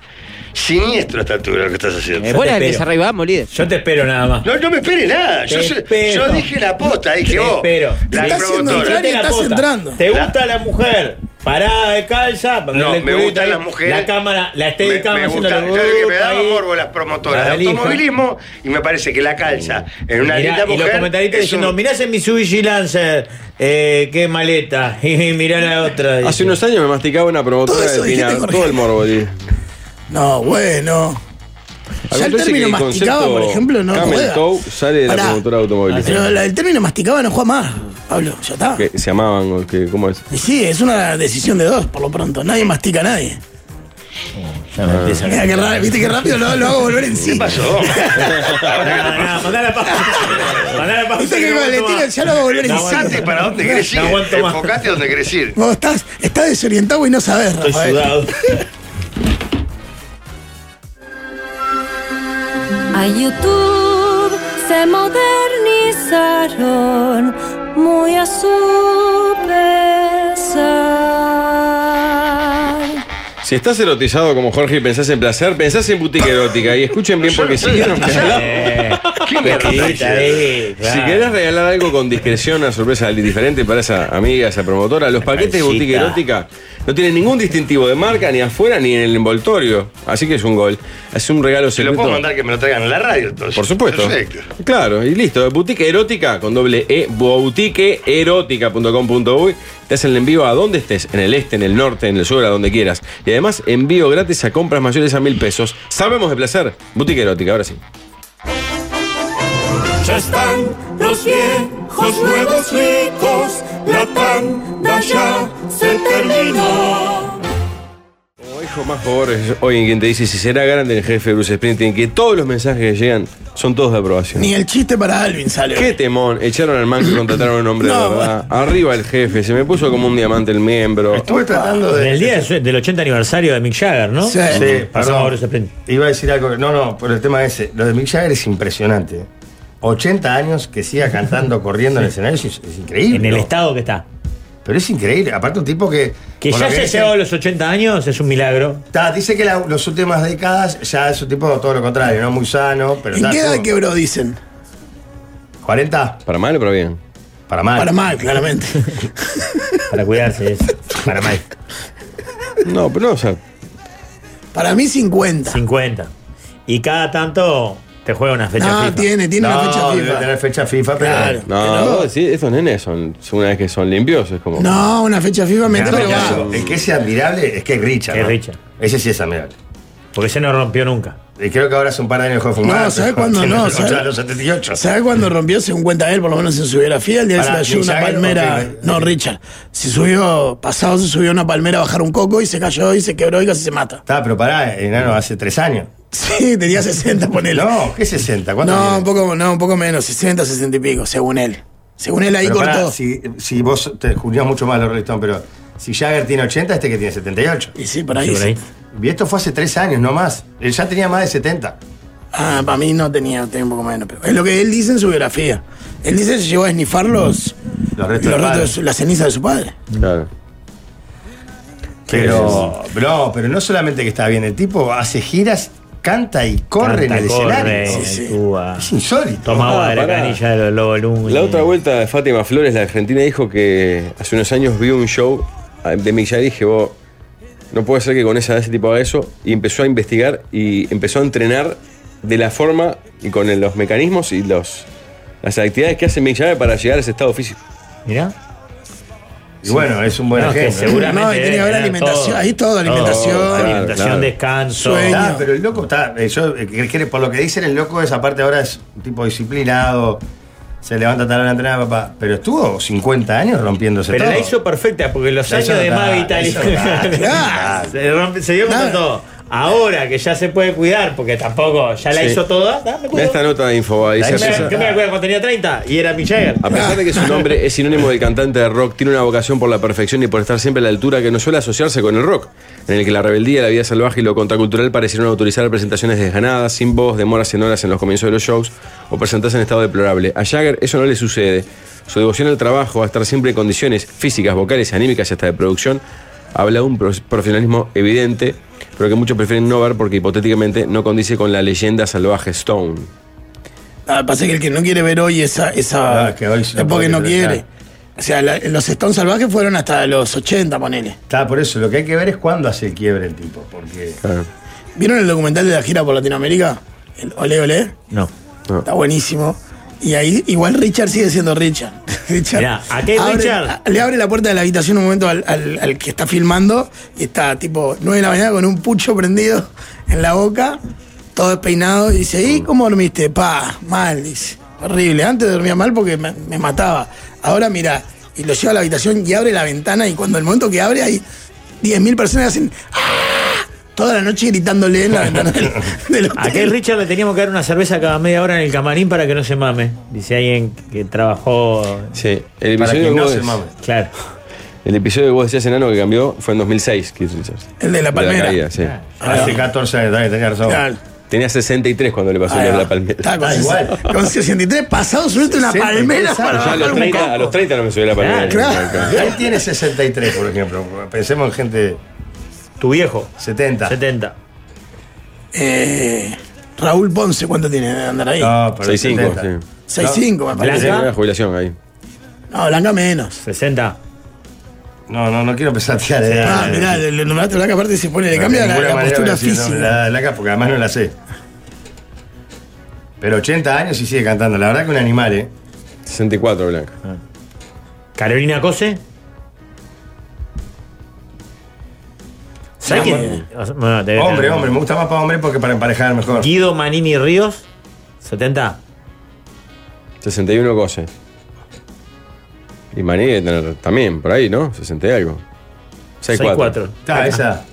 Speaker 10: siniestro a esta altura lo que estás haciendo.
Speaker 7: Eh,
Speaker 2: te
Speaker 7: buena el
Speaker 2: espero.
Speaker 7: desarrollo, vamos, líder.
Speaker 2: Yo te espero nada más.
Speaker 10: No, no me espere nada. Yo,
Speaker 2: Te
Speaker 10: soy-
Speaker 2: espero.
Speaker 10: yo dije la posta, dije
Speaker 2: Te
Speaker 10: vos.
Speaker 2: espero.
Speaker 10: La
Speaker 3: Estás haciendo
Speaker 10: promotora.
Speaker 3: entrar y
Speaker 2: Date la
Speaker 3: estás
Speaker 2: posta.
Speaker 3: entrando.
Speaker 2: ¿Te
Speaker 10: La-
Speaker 2: gusta la mujer? Parada de calza,
Speaker 10: No,
Speaker 2: ponerle
Speaker 10: me
Speaker 2: el culito
Speaker 10: gustan
Speaker 2: ahí,
Speaker 10: las mujeres.
Speaker 2: La cámara, la
Speaker 10: Me-
Speaker 2: steady
Speaker 10: me
Speaker 2: cámara haciendo
Speaker 10: gusta,
Speaker 2: la
Speaker 10: ¿sabes que me
Speaker 2: grupa
Speaker 10: daba
Speaker 2: ahí.
Speaker 10: morbo las promotoras
Speaker 2: La
Speaker 10: de
Speaker 2: valija.
Speaker 10: automovilismo y me parece que la calza en una
Speaker 2: Mirá,
Speaker 10: linda
Speaker 2: y los
Speaker 10: mujer.
Speaker 2: comentaristas
Speaker 10: es
Speaker 2: diciendo,
Speaker 10: un-
Speaker 2: mirá ese Mitsubishi Lancer, eh, qué maleta, y mirá la otra.
Speaker 4: Hace unos años me masticaba una promotora
Speaker 3: Todo eso
Speaker 4: de Pinar,
Speaker 3: dijiste, Jorge.
Speaker 4: todo el morbo. tío.
Speaker 3: No, bueno.
Speaker 4: A mí
Speaker 3: Ya el
Speaker 4: me
Speaker 3: término
Speaker 4: parece que el
Speaker 3: masticaba,
Speaker 4: concepto
Speaker 3: por ejemplo, no
Speaker 4: Camel
Speaker 3: juega.
Speaker 4: Toe sale de la
Speaker 3: Pará. Ah,
Speaker 4: promotora
Speaker 2: Ah,
Speaker 4: automovilística.
Speaker 3: Pero la- el término masticaba no juega más, Pablo. Ya está.
Speaker 4: Que se amaban, o que, ¿cómo es?
Speaker 3: Y Sí, es una decisión de dos, por lo pronto. Nadie mastica a nadie.
Speaker 2: Oh, Ya me empieza a-
Speaker 3: Mira, qué ra- ¿Viste qué rápido lo, lo hago volver en sí?
Speaker 10: ¿Qué pasó?
Speaker 2: No, no, mandá la pausa. Mandá la pausa.
Speaker 3: ¿Viste
Speaker 2: que
Speaker 3: que
Speaker 2: no
Speaker 3: con el
Speaker 2: aguanto
Speaker 3: estilo
Speaker 2: más.
Speaker 3: ya lo hago volver en
Speaker 2: No
Speaker 3: sí?
Speaker 2: aguanto.
Speaker 10: Enfocate para dónde querés ir.
Speaker 2: No aguanto más.
Speaker 10: Enfocate donde querés ir.
Speaker 3: Vos estás, estás desorientado y no sabés,
Speaker 2: Estoy
Speaker 3: Rafael.
Speaker 2: sudado.
Speaker 12: A YouTube se modernizaron muy a su pesar.
Speaker 4: Si estás erotizado como Jorge y pensás en placer, pensás en boutique erótica. Y escuchen bien, porque si quieren regalar,
Speaker 2: Eh,
Speaker 10: ¿Qué mierda
Speaker 2: quedita
Speaker 10: está
Speaker 2: ahí,
Speaker 4: si
Speaker 2: claro.
Speaker 4: querés regalar algo con discreción, una sorpresa diferente para esa amiga, esa promotora, los paquetes de boutique
Speaker 2: calcita.
Speaker 4: erótica no tienen ningún distintivo de marca, ni afuera, ni en el envoltorio. Así que es un gol. Es un regalo
Speaker 10: Se lo
Speaker 4: secreto.
Speaker 10: puedo mandar que me lo traigan a la radio entonces.
Speaker 4: Por supuesto.
Speaker 10: Perfecto.
Speaker 4: Claro, y listo. Boutique erótica con doble E, boutiqueerótica.com.uy. Te hacen el envío a donde estés, en el este, en el norte, en el sur, a donde quieras. Y además, envío gratis a compras mayores a mil pesos. Sabemos de placer. Boutique erótica, ahora sí.
Speaker 13: Ya están los viejos nuevos ricos, la tanda ya se terminó.
Speaker 4: Como dijo más favor hoy en quien te dice si será garante el jefe Bruce Springsteen, que todos los mensajes que llegan son todos de aprobación.
Speaker 3: Ni el chiste para Alvin sale.
Speaker 4: Qué temón, echaron al man que contrataron a un hombre de
Speaker 3: No,
Speaker 4: verdad. Arriba el jefe, se me puso como un diamante el miembro.
Speaker 1: Estuve tratando
Speaker 2: En
Speaker 1: de.
Speaker 2: el día de su- del 80 aniversario de Mick Jagger, ¿no?
Speaker 3: Sí.
Speaker 1: Sí,
Speaker 2: Pasó
Speaker 1: perdón.
Speaker 2: ahora ese print.
Speaker 1: Iba a decir algo. No, no, por el tema ese. Lo de Mick Jagger es impresionante. 80 años que siga cantando, corriendo en el escenario, es, es increíble.
Speaker 2: En el estado que está.
Speaker 1: Pero es increíble. Aparte, un tipo que.
Speaker 2: Que
Speaker 1: por
Speaker 2: ya
Speaker 1: lo
Speaker 2: se ha
Speaker 1: dice-
Speaker 2: llegado a los 80 años es un milagro.
Speaker 1: Está, dice que las las últimas décadas ya es un tipo todo lo contrario, ¿no? Muy sano, pero
Speaker 3: ¿En
Speaker 1: está,
Speaker 3: qué edad
Speaker 1: estuvo-
Speaker 3: quebró, dicen?
Speaker 1: 40
Speaker 4: Para mal o para bien.
Speaker 1: para mal.
Speaker 3: Para mal, claramente.
Speaker 2: Para cuidarse. es.
Speaker 1: Para mal.
Speaker 4: No, pero no, o sea,
Speaker 3: Para mí 50.
Speaker 2: 50. Y cada tanto te juega una fecha
Speaker 3: Ah,
Speaker 2: FIFA.
Speaker 3: tiene, tiene
Speaker 1: no,
Speaker 3: una fecha
Speaker 1: debe
Speaker 3: FIFA.
Speaker 1: tener fecha FIFA, pero.
Speaker 3: Claro.
Speaker 4: No, vos decís, estos nenes son, son una vez que son limpios, es como.
Speaker 3: No, una fecha FIFA me
Speaker 1: Claro,
Speaker 3: pero
Speaker 1: que
Speaker 3: va.
Speaker 1: eso, el que es admirable es que es Richard.
Speaker 2: Es
Speaker 1: ¿no?
Speaker 2: Richard.
Speaker 1: Ese sí es admirable.
Speaker 2: Porque se no rompió nunca.
Speaker 1: Y creo que ahora hace un par de años dejó de fumar.
Speaker 3: No, ¿sabes
Speaker 1: pero-
Speaker 3: cuándo no?
Speaker 1: O sea,
Speaker 3: ¿sabes?
Speaker 1: los 78.
Speaker 3: ¿Sabes cuando rompió? Según cuenta él, por lo menos en su biografía, el día que se
Speaker 1: Pará,
Speaker 3: cayó
Speaker 1: Mick
Speaker 3: una
Speaker 1: Jagger,
Speaker 3: palmera.
Speaker 1: ok.
Speaker 3: No, Richard. Se subió, pasado se subió a una palmera a bajar un coco y se cayó y se quebró y casi se mata.
Speaker 1: Está, pero pará, enano, hace tres años.
Speaker 3: Sí, tenía 60, ponele.
Speaker 1: No, ¿qué 60? ¿Cuánto
Speaker 3: No,
Speaker 1: tiene?
Speaker 3: un poco, no, un poco menos, 60, 60 y pico, según él. Según él ahí
Speaker 1: Pero pará,
Speaker 3: cortó.
Speaker 1: si, si vos te juzgás mucho más los Rolling Stones, pero si Jagger tiene 80, este que tiene 78.
Speaker 3: Y sí, por ahí.
Speaker 2: Sí, por ahí.
Speaker 3: sí.
Speaker 1: Y esto fue hace tres años, no más. Él ya tenía más de 70.
Speaker 3: Ah, para mí no tenía, tenía un poco menos. Pero es lo que él dice en su biografía. Él dice que llegó a esnifar los,
Speaker 1: Los restos
Speaker 3: los
Speaker 1: de
Speaker 3: restos de
Speaker 1: padre.
Speaker 3: su- la ceniza de su padre.
Speaker 4: Claro.
Speaker 1: Pero, no, pero no solamente que está bien, el tipo hace giras, canta y corre
Speaker 2: Canta,
Speaker 1: en el
Speaker 2: corre,
Speaker 1: escenario.
Speaker 2: en
Speaker 3: sí.
Speaker 2: Cuba.
Speaker 1: Es insólito.
Speaker 2: Toma agua de la
Speaker 4: pará.
Speaker 2: canilla de los Lobos Lunes.
Speaker 4: La otra vuelta de Fátima Flores, la argentina, dijo que hace unos años vio un show de Mick Jagger y dije, vos, no puede ser que con esa edad ese tipo haga eso. Y empezó a investigar y empezó a entrenar de la forma y con el- los mecanismos y los, las actividades que hace Mick Jagger para llegar a ese estado físico.
Speaker 2: Mirá.
Speaker 1: Y bueno, es un buen
Speaker 4: No, que
Speaker 1: ejemplo.
Speaker 4: seguramente
Speaker 3: No, y tiene que haber alimentación, ahí todo, alimentación.
Speaker 2: alimentación, descanso.
Speaker 3: sueño.
Speaker 1: Ah, pero el loco está. eh, Yo, eh, que- que- por lo que dicen, el loco esa parte ahora es un tipo disciplinado. Se levanta tal hora a entrenar, papá. Pero estuvo 50 años rompiéndose
Speaker 2: Pero
Speaker 1: todo.
Speaker 2: la hizo perfecta porque los
Speaker 1: La
Speaker 2: años
Speaker 1: hizo
Speaker 2: de
Speaker 1: total,
Speaker 2: Mavi
Speaker 1: la
Speaker 2: tal y-
Speaker 1: hizo total. Claro.
Speaker 2: se, rompe- se dio contra todo. Ahora que ya se puede cuidar, porque tampoco, ya la
Speaker 4: Sí.
Speaker 2: hizo toda, dame
Speaker 4: Mirá esta nota de Infobae.
Speaker 2: ¿Qué
Speaker 4: dice,
Speaker 2: me, ¿Qué me acuerdo cuando tenía 30? Y era Mick Jagger.
Speaker 4: A pesar de que su nombre es sinónimo del cantante de rock, tiene una vocación por la perfección y por estar siempre a la altura que no suele asociarse con el rock, en el que la rebeldía, la vida salvaje y lo contracultural parecieron autorizar presentaciones desganadas, sin voz, demoras en horas en los comienzos de los shows o presentarse en estado deplorable. A Jagger eso no le sucede. Su devoción al trabajo, a estar siempre en condiciones físicas, vocales, anímicas y hasta de producción, habla de un pro- profesionalismo evidente, pero que muchos prefieren no ver porque hipotéticamente no condice con la leyenda salvaje Stone.
Speaker 3: Ah, pasa que el que no quiere ver hoy esa. esa
Speaker 1: Ah, que hoy sí
Speaker 3: es porque no
Speaker 1: puede
Speaker 3: quiere. O sea, la- los Stones salvajes fueron hasta los 80, ponele.
Speaker 1: Está, por eso lo que hay que ver es cuándo hace el quiebre el tipo. Porque.
Speaker 4: Ah.
Speaker 3: ¿Vieron el documental de la gira por Latinoamérica? El Ole Ole.
Speaker 2: No.
Speaker 3: Está buenísimo. Y ahí igual Richard sigue siendo Richard. Richard
Speaker 2: Mirá, ¿a qué
Speaker 3: abre-
Speaker 2: Richard?
Speaker 3: a- Le abre la puerta de la habitación un momento al, al- al que está filmando y está tipo 9 de la mañana con un pucho prendido en la boca, todo despeinado. Y dice, ¿y cómo dormiste? Pa, mal, dice. Horrible. Antes dormía mal porque me, me mataba. Ahora mira, y lo lleva a la habitación y abre la ventana y cuando el momento que abre hay 10.000 personas hacen... "¡Ah!", Toda la noche gritándole en la ventana del, del hotel.
Speaker 2: ¿A qué Richard le teníamos que dar una cerveza cada media hora en el camarín para que no se mame? Dice alguien que trabajó.
Speaker 4: Sí, el
Speaker 2: Para
Speaker 4: episodio
Speaker 2: que
Speaker 4: que
Speaker 2: no
Speaker 4: vos
Speaker 2: se
Speaker 4: dec-
Speaker 2: mame. Claro.
Speaker 4: El episodio que vos decías enano que cambió fue en 2006, Keith Richards.
Speaker 3: El de la palmera. Ah.
Speaker 4: caída, sí.
Speaker 1: Hace 14 años, dale, tenés razón.
Speaker 3: Claro.
Speaker 4: Tenía 63 cuando le pasó
Speaker 3: Ahí
Speaker 4: lo de
Speaker 3: va.
Speaker 4: la palmera.
Speaker 3: Está con, igual. con 63 pasados subiste una
Speaker 1: 63
Speaker 3: palmera
Speaker 1: años.
Speaker 3: para
Speaker 4: Ya a
Speaker 3: bajar
Speaker 4: los,
Speaker 3: un Ah,
Speaker 4: 30, a los 30 no me subió la palmera.
Speaker 1: Él tiene 63, por ejemplo. Pensemos en gente.
Speaker 2: Tu viejo.
Speaker 1: 70.
Speaker 2: 70.
Speaker 3: Eh, Raúl Ponce, ¿cuánto tiene de andar ahí?
Speaker 1: No, pero
Speaker 4: 65,
Speaker 1: 70.
Speaker 4: sí.
Speaker 3: 6'5", me parece.
Speaker 4: Tenía una jubilación ahí.
Speaker 3: No, Blanca menos.
Speaker 2: 60.
Speaker 1: No, no, no quiero pesatear. eh.
Speaker 3: Ah, mirá, le, le nombraste Blanca aparte se pone, le cambia
Speaker 1: de
Speaker 3: la,
Speaker 1: ninguna
Speaker 3: la
Speaker 1: manera voy
Speaker 3: postura
Speaker 1: a decir, no,
Speaker 3: física.
Speaker 1: la, la acá, porque además no la sé. Pero 80 años y sigue cantando. La verdad que un animal, ¿eh?
Speaker 4: 64, Blanca.
Speaker 2: Carolina Cose. ¿Sabes quién? Bueno, te-
Speaker 1: Hombre, hombre, me gusta más para hombre porque para emparejar mejor.
Speaker 2: Guido Manini Ríos. 70.
Speaker 4: 61 cosas. Y Maní debe tener también, por ahí, ¿no? 60 y algo. 64.
Speaker 1: Está, esa.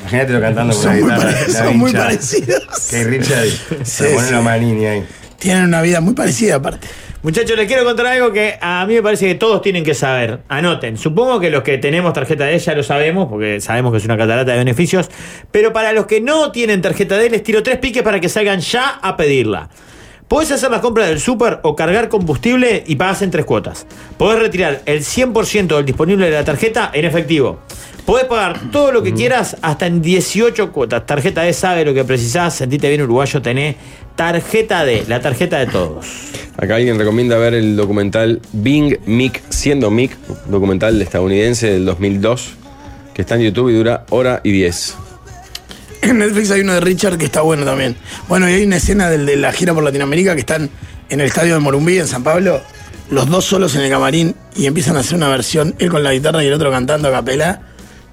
Speaker 1: Imagínatelo cantando con una
Speaker 3: Son muy
Speaker 1: guitarra.
Speaker 3: pare-
Speaker 1: la
Speaker 3: son muy
Speaker 1: hinchada.
Speaker 3: parecidos.
Speaker 1: Que Richard.
Speaker 3: Sí,
Speaker 1: Se pone
Speaker 3: sí.
Speaker 1: una manini ahí.
Speaker 3: Tienen una vida muy parecida aparte.
Speaker 2: Muchachos, les quiero contar algo que a mí me parece que todos tienen que saber. Anoten. Supongo que los que tenemos tarjeta de ella lo sabemos, porque sabemos que es una catarata de beneficios. Pero para los que no tienen tarjeta de, les tiro tres piques para que salgan ya a pedirla. Podés hacer las compras del súper o cargar combustible y pagas en tres cuotas. Podés retirar el 100% del disponible de la tarjeta en efectivo. Podés pagar todo lo que quieras hasta en 18 cuotas. Tarjeta D sabe lo que precisás. Sentite bien uruguayo, tenés tarjeta D, la tarjeta de todos.
Speaker 4: Acá alguien recomienda ver el documental Bing Mick siendo Mick, documental estadounidense del 2002, que está en YouTube y dura hora y 10.
Speaker 3: En Netflix hay uno de Richard que está bueno también. Bueno, y hay una escena del, de la gira por Latinoamérica que están en el estadio de Morumbí, en San Pablo, los dos solos en el camarín y empiezan a hacer una versión, él con la guitarra y el otro cantando a capela,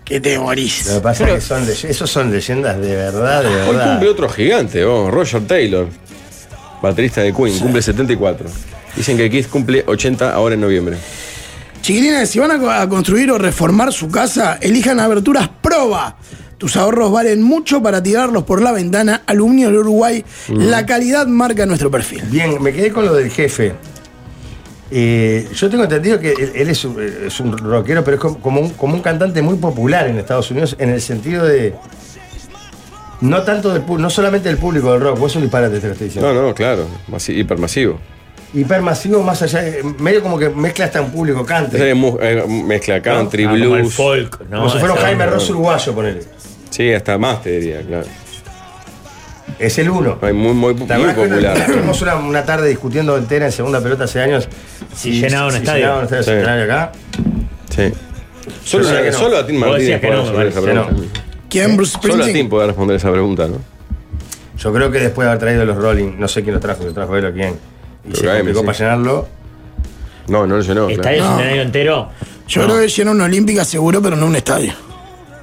Speaker 3: que te morís.
Speaker 1: Lo que pasa es que son leye- esos son leyendas de verdad, de
Speaker 4: Hoy
Speaker 1: verdad.
Speaker 4: cumple otro gigante, oh, Roger Taylor, baterista de Queen, cumple 74. Dicen que Keith cumple 80 ahora en noviembre.
Speaker 3: Chiquilines, si van a, co- a construir o reformar su casa, elijan aberturas Proba. Tus ahorros valen mucho para tirarlos por la ventana. Aluminio del Uruguay, la calidad marca nuestro perfil.
Speaker 1: Bien, me quedé con lo del jefe. Eh, yo tengo entendido que él, él es, un- es un rockero, pero es como, como un, como un cantante muy popular en Estados Unidos en el sentido de. No tanto del pu- no solamente del público del rock, vos es un disparate, te lo estoy diciendo.
Speaker 4: No, no, claro, masi- hipermasivo.
Speaker 1: Hipermasivo más allá, de- medio como que mezcla hasta un público
Speaker 4: Esa
Speaker 1: cante.
Speaker 4: es mu- eh, mezcla country,
Speaker 2: Ah,
Speaker 4: blues.
Speaker 2: como el folk, ¿no?
Speaker 1: como si fuera un
Speaker 2: Esa-
Speaker 1: Jaime Ross uruguayo, ponele.
Speaker 4: Sí, hasta más te diría, claro.
Speaker 1: Es el uno.
Speaker 4: Muy, muy, muy
Speaker 1: ¿Te acordás que
Speaker 4: popular.
Speaker 1: una- Tuvimos una, una tarde discutiendo entera en segunda pelota hace años.
Speaker 2: Si llenaba un estadio.
Speaker 1: llenaba un estadio,
Speaker 4: Sí.
Speaker 1: si llenaba acá.
Speaker 4: Sí. Solo,
Speaker 1: Yo sé
Speaker 4: una-
Speaker 1: que no.
Speaker 4: solo a Tim
Speaker 1: Vos
Speaker 4: Martínez
Speaker 1: decías que no,
Speaker 4: podrá
Speaker 1: me
Speaker 4: responder esa
Speaker 1: parece,
Speaker 4: pregunta.
Speaker 3: ¿Quién, Bruce
Speaker 4: Solo a
Speaker 3: Springsteen?
Speaker 4: Tim podrá responder esa pregunta, ¿no?
Speaker 1: Yo creo que después de haber traído los Rolling, no sé quién los trajo, los trajo él o quién, y
Speaker 4: Pero
Speaker 1: se
Speaker 4: Gaemi,
Speaker 1: complicó
Speaker 4: sí.
Speaker 1: para llenarlo.
Speaker 4: No, no lo llenó.
Speaker 1: Está
Speaker 3: ahí el No. escenario
Speaker 2: entero.
Speaker 3: Yo creo que llena una olímpica seguro, pero no un estadio.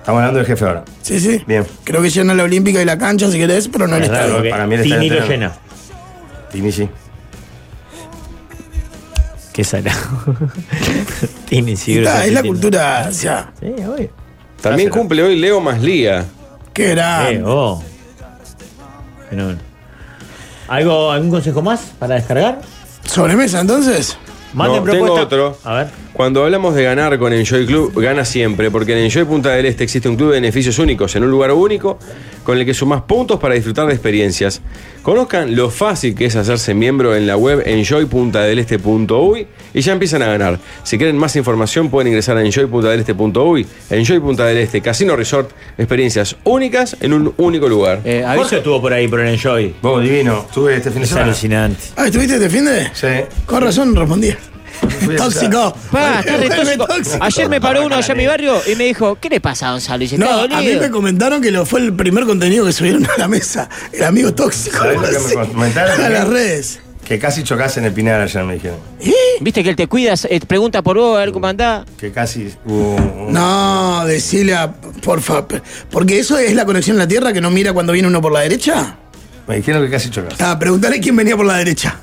Speaker 1: Estamos hablando del jefe ahora.
Speaker 3: Sí, sí.
Speaker 1: Bien. Ah,
Speaker 3: Creo que llena la olímpica y la cancha, si querés, pero no el
Speaker 1: Claro,
Speaker 3: estadio.
Speaker 1: para mí el estadio entero no. Tini sí.
Speaker 2: Qué salado. Tini sí,
Speaker 3: Está,
Speaker 2: grosso,
Speaker 3: es la
Speaker 2: Tini.
Speaker 3: cultura, o sea,
Speaker 2: Sí, obvio.
Speaker 4: También cumple hoy Leo Maslía.
Speaker 3: qué grande.
Speaker 2: Eh, oh. Fenómeno. ¿Algo, ¿Algún consejo más para descargar?
Speaker 3: ¿Sobremesa entonces?
Speaker 4: No, tengo otro. Cuando hablamos de ganar con Enjoy Club, gana siempre, porque en Enjoy Punta del Este existe un club de beneficios únicos en un lugar único con el que sumás puntos para disfrutar de experiencias. Conozcan lo fácil que es hacerse miembro en la web enjoypuntadeleste.uy este y ya empiezan a ganar. Si quieren más información pueden ingresar a enjoypuntadeleste.uy. este Enjoy Punta del Este Casino Resort, experiencias únicas en un único lugar.
Speaker 2: Jorge estuvo por ahí por el Enjoy.
Speaker 1: Vos, divino. Estuve este fin de
Speaker 2: Es
Speaker 1: semana.
Speaker 2: alucinante.
Speaker 3: Ah, ¿estuviste este fin de?
Speaker 1: Sí.
Speaker 3: Con razón respondía.
Speaker 1: Fui a
Speaker 3: Tóxico.
Speaker 7: Pa, está
Speaker 3: Vuelve,
Speaker 7: re
Speaker 3: vuelve
Speaker 7: tóxico. Ayer me paró uno allá en mi barrio y me dijo, ¿qué le pasa a Gonzalo? Y dice,
Speaker 3: No,
Speaker 7: "Está
Speaker 3: a mí
Speaker 7: dolido".
Speaker 3: me comentaron que lo fue el primer contenido que subieron a la mesa. El amigo tóxico.
Speaker 1: ¿Sabés lo que me
Speaker 3: Sí.
Speaker 1: comentaron?
Speaker 3: A las redes.
Speaker 1: Que casi chocás en el Pinar ayer, me dijeron.
Speaker 7: Viste que él te cuida, eh, pregunta por vos, a ver cómo andás.
Speaker 1: Que casi hubo un-
Speaker 3: No, decile a. Porfa. pe- Porque eso es la conexión a la tierra que no mira cuando viene uno por la derecha.
Speaker 1: Me dijeron que casi chocás.
Speaker 3: Ah, preguntaré quién venía por la derecha.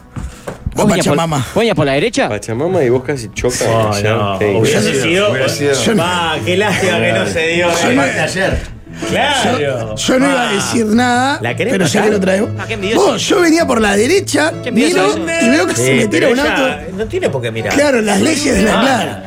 Speaker 7: ¿Vos
Speaker 3: A
Speaker 7: venías por-
Speaker 3: Pachamama.
Speaker 7: ¿vos venías por la derecha?
Speaker 4: Pachamama y vos casi chocas.
Speaker 2: Oh, no.
Speaker 4: Qué
Speaker 2: Hubiese
Speaker 4: increíble.
Speaker 2: sido.
Speaker 1: hubiera sido.
Speaker 2: Pa, qué lástima que no se dio. eh.
Speaker 1: Aparte ayer.
Speaker 2: Claro.
Speaker 3: Yo no
Speaker 2: Pa.
Speaker 3: iba a decir nada,
Speaker 2: Ah. ¿La querés
Speaker 3: pero ya
Speaker 2: matar?
Speaker 3: que lo traigo.
Speaker 7: Ah, qué envidioso.
Speaker 3: Vos, yo venía por la derecha,
Speaker 7: Qué
Speaker 3: miro
Speaker 7: envidioso
Speaker 3: y veo que se me
Speaker 2: Sí,
Speaker 3: tira
Speaker 2: pero
Speaker 3: un
Speaker 2: ella
Speaker 3: auto.
Speaker 2: No tiene por qué mirar.
Speaker 3: Claro, las leyes de la
Speaker 2: Ah.
Speaker 3: clara.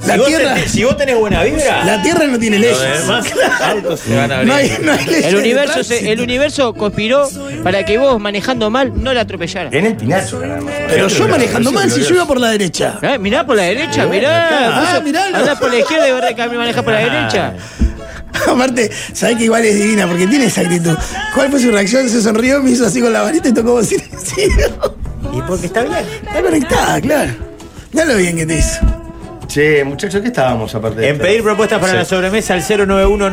Speaker 2: Si
Speaker 3: La
Speaker 2: vos
Speaker 3: tierra,
Speaker 2: tenés- si vos tenés buena vibra.
Speaker 3: la tierra no tiene
Speaker 2: los
Speaker 3: leyes.
Speaker 2: demás autos se van a abrir.
Speaker 3: No hay, no hay leyes.
Speaker 7: El
Speaker 3: de
Speaker 7: universo, se-
Speaker 3: tránsito.
Speaker 7: el universo conspiró para que vos manejando mal no la
Speaker 3: Eh.
Speaker 7: atropellaras.
Speaker 1: En el Pinacho, caramba.
Speaker 3: Pero yo manejando mal si yo iba por la derecha.
Speaker 7: Eh, Mirá por la derecha, mirá.
Speaker 3: Ah,
Speaker 7: Vos
Speaker 3: mirá, Ah. no.
Speaker 7: Andás por la izquierda y verdad que manejas por la derecha.
Speaker 3: Aparte, sabés que igual es divina porque tiene esa actitud. ¿Cuál fue su reacción? Se sonrió, me hizo así con la varita y tocó bocina. Sí,
Speaker 2: Y porque está bien.
Speaker 3: Está conectada, claro. Ya lo bien que te hizo.
Speaker 1: Che, muchachos, ¿qué estábamos aparte de
Speaker 2: En
Speaker 1: esto?
Speaker 2: pedir propuestas para
Speaker 1: Sí. Ah,
Speaker 2: la sobremesa al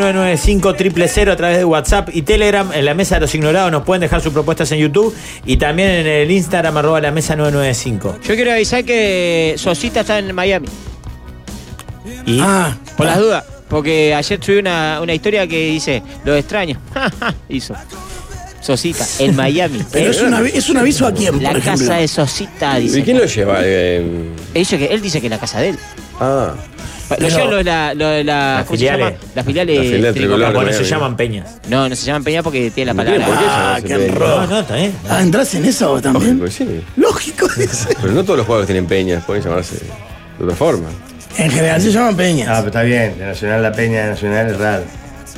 Speaker 2: 091-995-000 a través de WhatsApp y Telegram. En la mesa de los ignorados nos pueden dejar sus propuestas en YouTube y también en el Instagram arroba la mesa 995.
Speaker 7: Yo quiero avisar que Sosita está en Miami.
Speaker 2: Y
Speaker 3: Ah,
Speaker 7: Por las dudas. Porque ayer subí una, una historia que dice, lo extraño. Hizo. Sosita, en Miami.
Speaker 3: pero
Speaker 7: Eh,
Speaker 3: es, un avi- es un aviso a quién, por
Speaker 7: La
Speaker 3: ejemplo.
Speaker 7: casa de Sosita, dice.
Speaker 4: ¿Y quién lo lleva? Eh,
Speaker 7: Dice que, él dice que es la casa de él.
Speaker 4: ah.
Speaker 7: Lo
Speaker 3: Pero-
Speaker 7: llevan los, la, lo de la-
Speaker 2: Las
Speaker 7: ¿cómo se llama?
Speaker 2: filiales.
Speaker 7: Las filiales.
Speaker 4: Las filiales
Speaker 7: tricolor.
Speaker 4: tricolor.
Speaker 2: Bueno, se
Speaker 4: Miami.
Speaker 2: llaman peñas.
Speaker 7: No, no se llaman Peña porque tiene la
Speaker 4: No tiene
Speaker 7: palabra.
Speaker 4: por qué
Speaker 3: Ah,
Speaker 4: llamarse
Speaker 3: qué
Speaker 4: Peña.
Speaker 3: enro-
Speaker 2: No, no, está bien.
Speaker 3: Ah, ¿entras en eso vos también?
Speaker 4: Lógico, sí.
Speaker 3: Lógico, dice.
Speaker 4: Pero no todos los jugadores tienen peñas, pueden llamarse de otra forma.
Speaker 7: Ah,
Speaker 3: En general se llaman
Speaker 1: Ah,
Speaker 3: peñas.
Speaker 1: pero está bien. De Nacional la Peña, de Nacional es raro.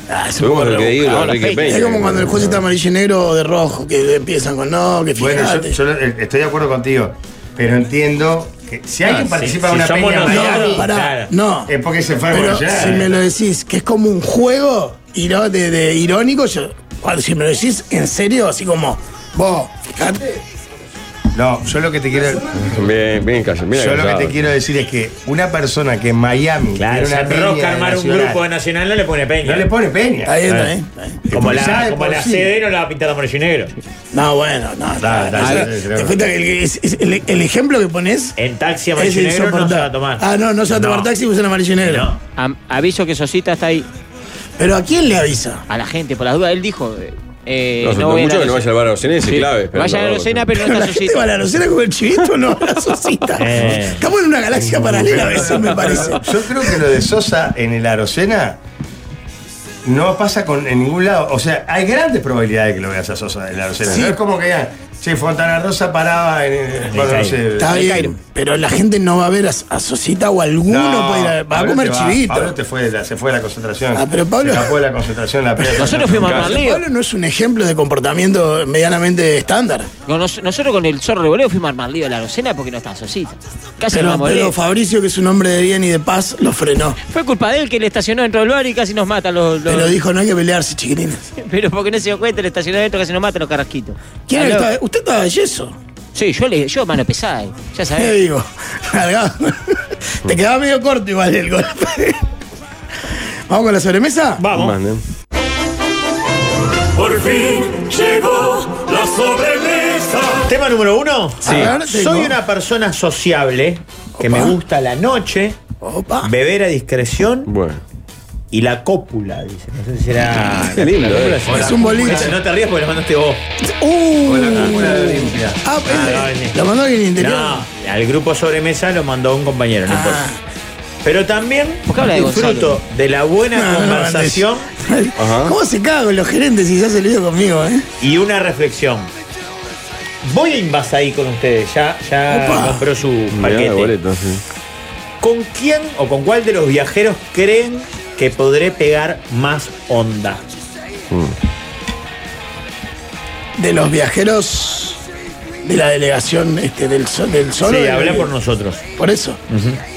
Speaker 3: Ah, es un
Speaker 4: Tuvimos
Speaker 3: poco
Speaker 4: el que
Speaker 3: rebuscado.
Speaker 4: digo,
Speaker 7: ahora
Speaker 4: Enrique
Speaker 7: peña.
Speaker 4: Peña.
Speaker 3: Es como cuando el juez está amarillo y negro o de rojo, que empiezan con no, que
Speaker 1: Bueno, yo,
Speaker 3: fíjate.
Speaker 1: yo lo- eh, estoy de acuerdo contigo, pero entiendo que si alguien
Speaker 2: Ah,
Speaker 1: participa
Speaker 2: sí,
Speaker 1: de
Speaker 2: sí,
Speaker 1: una
Speaker 2: somos
Speaker 1: Peña
Speaker 2: nosotros.
Speaker 1: Miami,
Speaker 3: Pará,
Speaker 2: claro. Eh,
Speaker 3: no.
Speaker 1: es porque se fue
Speaker 3: Pero
Speaker 1: por allá.
Speaker 3: si me lo decís, que es como un juego iro- de, de irónico, yo, cuando, si me lo decís en serio, así como, vos, fíjate.
Speaker 1: No, yo lo que te quiero...
Speaker 4: Bien, bien callado. Mira
Speaker 1: yo lo que
Speaker 4: callado.
Speaker 1: te quiero decir es que una persona que en Miami tiene
Speaker 2: Claro, se
Speaker 1: una peña de
Speaker 2: enrosca armar un
Speaker 1: Nacional,
Speaker 2: grupo de Nacional no le pone peña.
Speaker 1: no le pone peña.
Speaker 3: Está bien, está bien, está bien.
Speaker 2: Eh, como la,
Speaker 1: sabe
Speaker 2: como
Speaker 1: por
Speaker 2: la
Speaker 1: sí.
Speaker 2: CD no la va a pintar de amarillo y negro.
Speaker 3: No, bueno, no.
Speaker 1: Está, está,
Speaker 3: no,
Speaker 1: está,
Speaker 3: no.
Speaker 1: está,
Speaker 3: Te
Speaker 1: está.
Speaker 3: cuenta que el, es- es- el- el ejemplo que pones
Speaker 2: En taxi
Speaker 3: es
Speaker 2: Este amarillo y negro no se va a tomar.
Speaker 3: insoportable. Ah, no, no se va a tomar taxi, usan amarillo y negro.
Speaker 2: No.
Speaker 7: Am- aviso que Sosita está ahí.
Speaker 3: Pero ¿a quién le avisa?
Speaker 7: A la gente, por las dudas. Él dijo. eh,
Speaker 4: No,
Speaker 7: no
Speaker 4: no
Speaker 7: voy a
Speaker 4: mucho
Speaker 7: la
Speaker 4: que no
Speaker 7: Rosena.
Speaker 4: vaya al bar a Rocinés,
Speaker 7: Sí.
Speaker 4: clave. pero
Speaker 7: Vaya a
Speaker 4: no,
Speaker 7: la Rosena, pero no
Speaker 3: Pero la gente va
Speaker 7: está
Speaker 3: a
Speaker 7: Sosita.
Speaker 3: la rosera con el chivito, no, la sosita.
Speaker 2: Eh.
Speaker 3: Estamos en una galaxia paralela a veces, me parece.
Speaker 1: Yo creo que lo de Sosa en el Arocena no pasa con, en ningún lado. O sea, hay grandes probabilidades de que lo veas a Sosa en el Arocena.
Speaker 3: Sí.
Speaker 1: No es como que digan, che, Fontana Rosa paraba en. el- bueno, no sé. eh,
Speaker 3: Está bien, pero la gente no va a ver a, a Sosita o alguno
Speaker 1: No,
Speaker 3: puede ir a- va a
Speaker 1: Pablo
Speaker 3: comer
Speaker 1: se
Speaker 3: chivito.
Speaker 1: Pablo te fue de la- se fue de la concentración.
Speaker 3: Ah, pero Pablo-
Speaker 1: Se escapó de la concentración la pelea.
Speaker 7: Nosotros fuimos a Marleo.
Speaker 3: Pablo no es un ejemplo de comportamiento medianamente estándar.
Speaker 7: Con nos- nosotros con el zorro revoleo fuimos a armar lío a la Rosena porque no está Sosita. Casi nos
Speaker 3: Pero, pero
Speaker 7: molé.
Speaker 3: Fabricio, que es un hombre de bien y de paz, lo frenó.
Speaker 7: Fue culpa de él que le estacionó dentro del bar y casi nos mata los. los-
Speaker 3: Pero dijo, no hay que pelearse, chiquilines.
Speaker 7: pero porque no se dio cuenta, le estacionó dentro casi nos mata los carrasquitos.
Speaker 3: ¿Quién
Speaker 7: Aló.
Speaker 3: estaba- ¿Usted estaba de yeso?
Speaker 7: Sí, yo le, yo mano pesada, eh. ya
Speaker 3: ¿Qué
Speaker 7: sabés.
Speaker 3: digo? Largado. Te quedaba medio corto igual el golpe. ¿Vamos con la sobremesa?
Speaker 2: Vamos.
Speaker 4: Manden.
Speaker 13: Por fin llegó la sobremesa.
Speaker 2: Tema número uno.
Speaker 13: Sí.
Speaker 2: A
Speaker 13: Ahora
Speaker 2: ver,
Speaker 13: tengo.
Speaker 2: Soy una persona sociable que
Speaker 13: Opa.
Speaker 2: me gusta la noche, beber a discreción y la cópula, dice. No sé si será.
Speaker 3: Qué lindo,
Speaker 2: la cópula
Speaker 3: eh.
Speaker 2: será-
Speaker 3: Es un boliche.
Speaker 2: Esa, No te rías porque lo mandaste vos.
Speaker 3: Uh, Ah,
Speaker 2: Ah, no,
Speaker 3: ¿Lo mandó alguien interior? Ah.
Speaker 2: No, al grupo sobremesa lo mandó un compañero, no importa. Pero también
Speaker 3: habla de
Speaker 2: disfruto
Speaker 3: Gonzalo?
Speaker 2: de la buena
Speaker 3: No, no,
Speaker 2: conversación
Speaker 3: ¿Cómo se cagan los gerentes si se hace el video conmigo, eh?
Speaker 2: y una reflexión. Voy a invas ahí con ustedes, ya, ya
Speaker 3: Opa.
Speaker 2: compró su
Speaker 4: Mirá la
Speaker 2: paquete.
Speaker 4: boleta, sí.
Speaker 2: ¿Con quién o con cuál de los viajeros creen que podré pegar más onda?
Speaker 3: De los viajeros de la delegación este, del, so- del solo.
Speaker 2: sí,
Speaker 3: de-
Speaker 2: habla por nosotros.
Speaker 3: Por eso.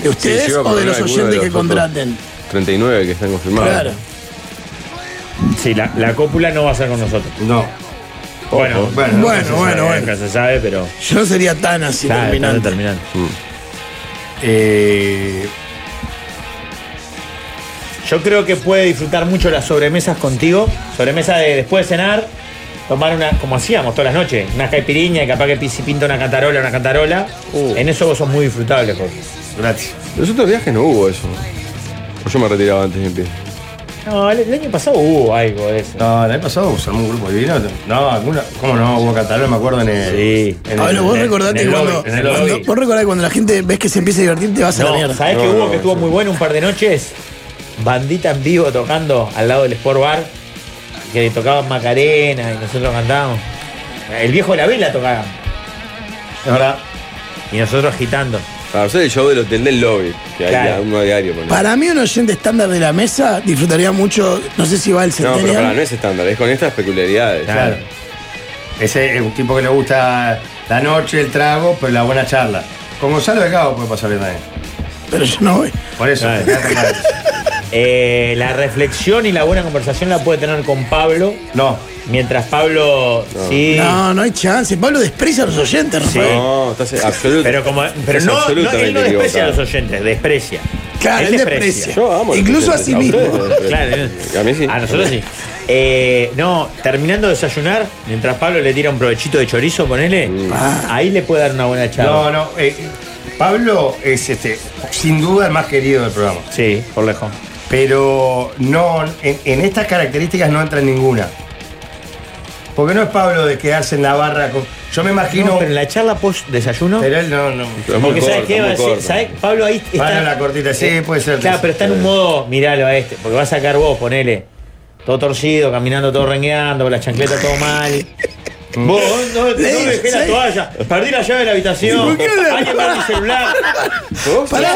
Speaker 3: ¿De ustedes
Speaker 4: Sí, yo iba a
Speaker 3: o de
Speaker 4: poner
Speaker 3: los
Speaker 4: alguno de
Speaker 3: oyentes
Speaker 4: los
Speaker 3: que
Speaker 4: otros.
Speaker 3: contraten?
Speaker 4: 39 que están confirmados.
Speaker 3: Claro.
Speaker 2: Sí, la, la cópula no va a ser con nosotros.
Speaker 1: No.
Speaker 2: Bueno,
Speaker 3: Bueno,
Speaker 2: nunca se
Speaker 3: bueno,
Speaker 2: sabe,
Speaker 3: bueno.
Speaker 2: Nunca se sabe, pero.
Speaker 3: Yo no sería tan así
Speaker 2: Claro,
Speaker 3: terminante.
Speaker 2: tan determinante.
Speaker 1: Eh,
Speaker 2: Yo creo que puede disfrutar mucho las sobremesas contigo. Sobremesa de después de cenar, tomar una, como hacíamos todas las noches, una caipiriña y capaz que si pinta una cantarola, una cantarola. En eso vos sos muy disfrutable, Jorge. Gracias.
Speaker 4: Los otros viajes no hubo eso. O yo me retiraba antes de pie.
Speaker 2: No, el, el año pasado hubo algo de eso.
Speaker 1: No, el año pasado usamos un grupo divino. No, alguna, ¿cómo no? Hubo Catalán, me acuerdo en el. Sí. En
Speaker 3: A ver, Ah, vos
Speaker 1: en el-
Speaker 3: recordate
Speaker 1: en el
Speaker 3: cuando,
Speaker 1: lobby, en el
Speaker 3: cuando-
Speaker 1: lobby.
Speaker 3: vos recordate cuando la gente ves que se empieza a divertir, te vas a la
Speaker 2: No,
Speaker 3: mierda.
Speaker 2: ¿sabés que hubo que estuvo muy bueno un par de noches? Bandita en vivo tocando al lado del Sport Bar, que le tocaban Macarena y nosotros cantábamos. El viejo de la vela tocaban. Es verdad. Y nosotros agitando.
Speaker 4: Para hacer el show del hotel del lobby, que
Speaker 2: Claro.
Speaker 4: hay uno a diario. ponele.
Speaker 3: Para mí, un oyente estándar de la mesa disfrutaría mucho. No sé si va al
Speaker 4: No, pero para,
Speaker 3: centennial.
Speaker 4: no es estándar, es con estas peculiaridades.
Speaker 1: Claro. Ese es un tipo que le gusta la noche, el trago, pero la buena charla. Con Gonzalo de Cabo puede pasarle también.
Speaker 3: Pero yo no voy.
Speaker 1: Por eso,
Speaker 2: Claro.
Speaker 1: quédate acá.
Speaker 2: Eh, la reflexión y la buena conversación la puede tener con Pablo.
Speaker 1: No.
Speaker 2: Mientras Pablo. Sí.
Speaker 3: No, no hay chance. Pablo desprecia a los oyentes,
Speaker 2: Sí.
Speaker 3: Rafael.
Speaker 4: estás absoluto.
Speaker 2: Pero, como, pero
Speaker 4: Estás
Speaker 2: no, no,
Speaker 4: absolutamente
Speaker 2: él no desprecia a los
Speaker 4: equivocado.
Speaker 2: oyentes, desprecia.
Speaker 3: Claro, él desprecia. Yo amo a los Incluso a sí oyentes, a mismo. ustedes.
Speaker 2: Claro,
Speaker 4: eh. A mí sí.
Speaker 2: A nosotros sí. Eh, no, terminando de desayunar, mientras Pablo le tira un provechito de chorizo, ponele,
Speaker 4: Mm.
Speaker 2: Ah. ahí le puede dar una buena charla.
Speaker 1: No, no. eh, Pablo es este, sin duda el más querido del programa.
Speaker 2: Sí, por lejos.
Speaker 1: Pero no, en, en estas características no entra ninguna. Porque no es Pablo de quedarse en la barra con. Yo me imagino.
Speaker 2: pero en la charla post desayuno.
Speaker 1: Pero él no, no.
Speaker 2: Porque sabes qué va a decir, ¿sabes? Pablo ahí está.
Speaker 1: Van a la cortita, sí,
Speaker 2: Eh,
Speaker 1: puede ser.
Speaker 2: Claro, pero está en un modo, miralo a este, porque va a sacar vos, ponele. Todo torcido, caminando todo rengueando, con la chancleta todo mal. Vos, no, no dejé la toalla, perdí la llave de la
Speaker 13: ¿Por
Speaker 2: habitación,
Speaker 13: qué no la-
Speaker 2: alguien me mi celular.
Speaker 3: Pará,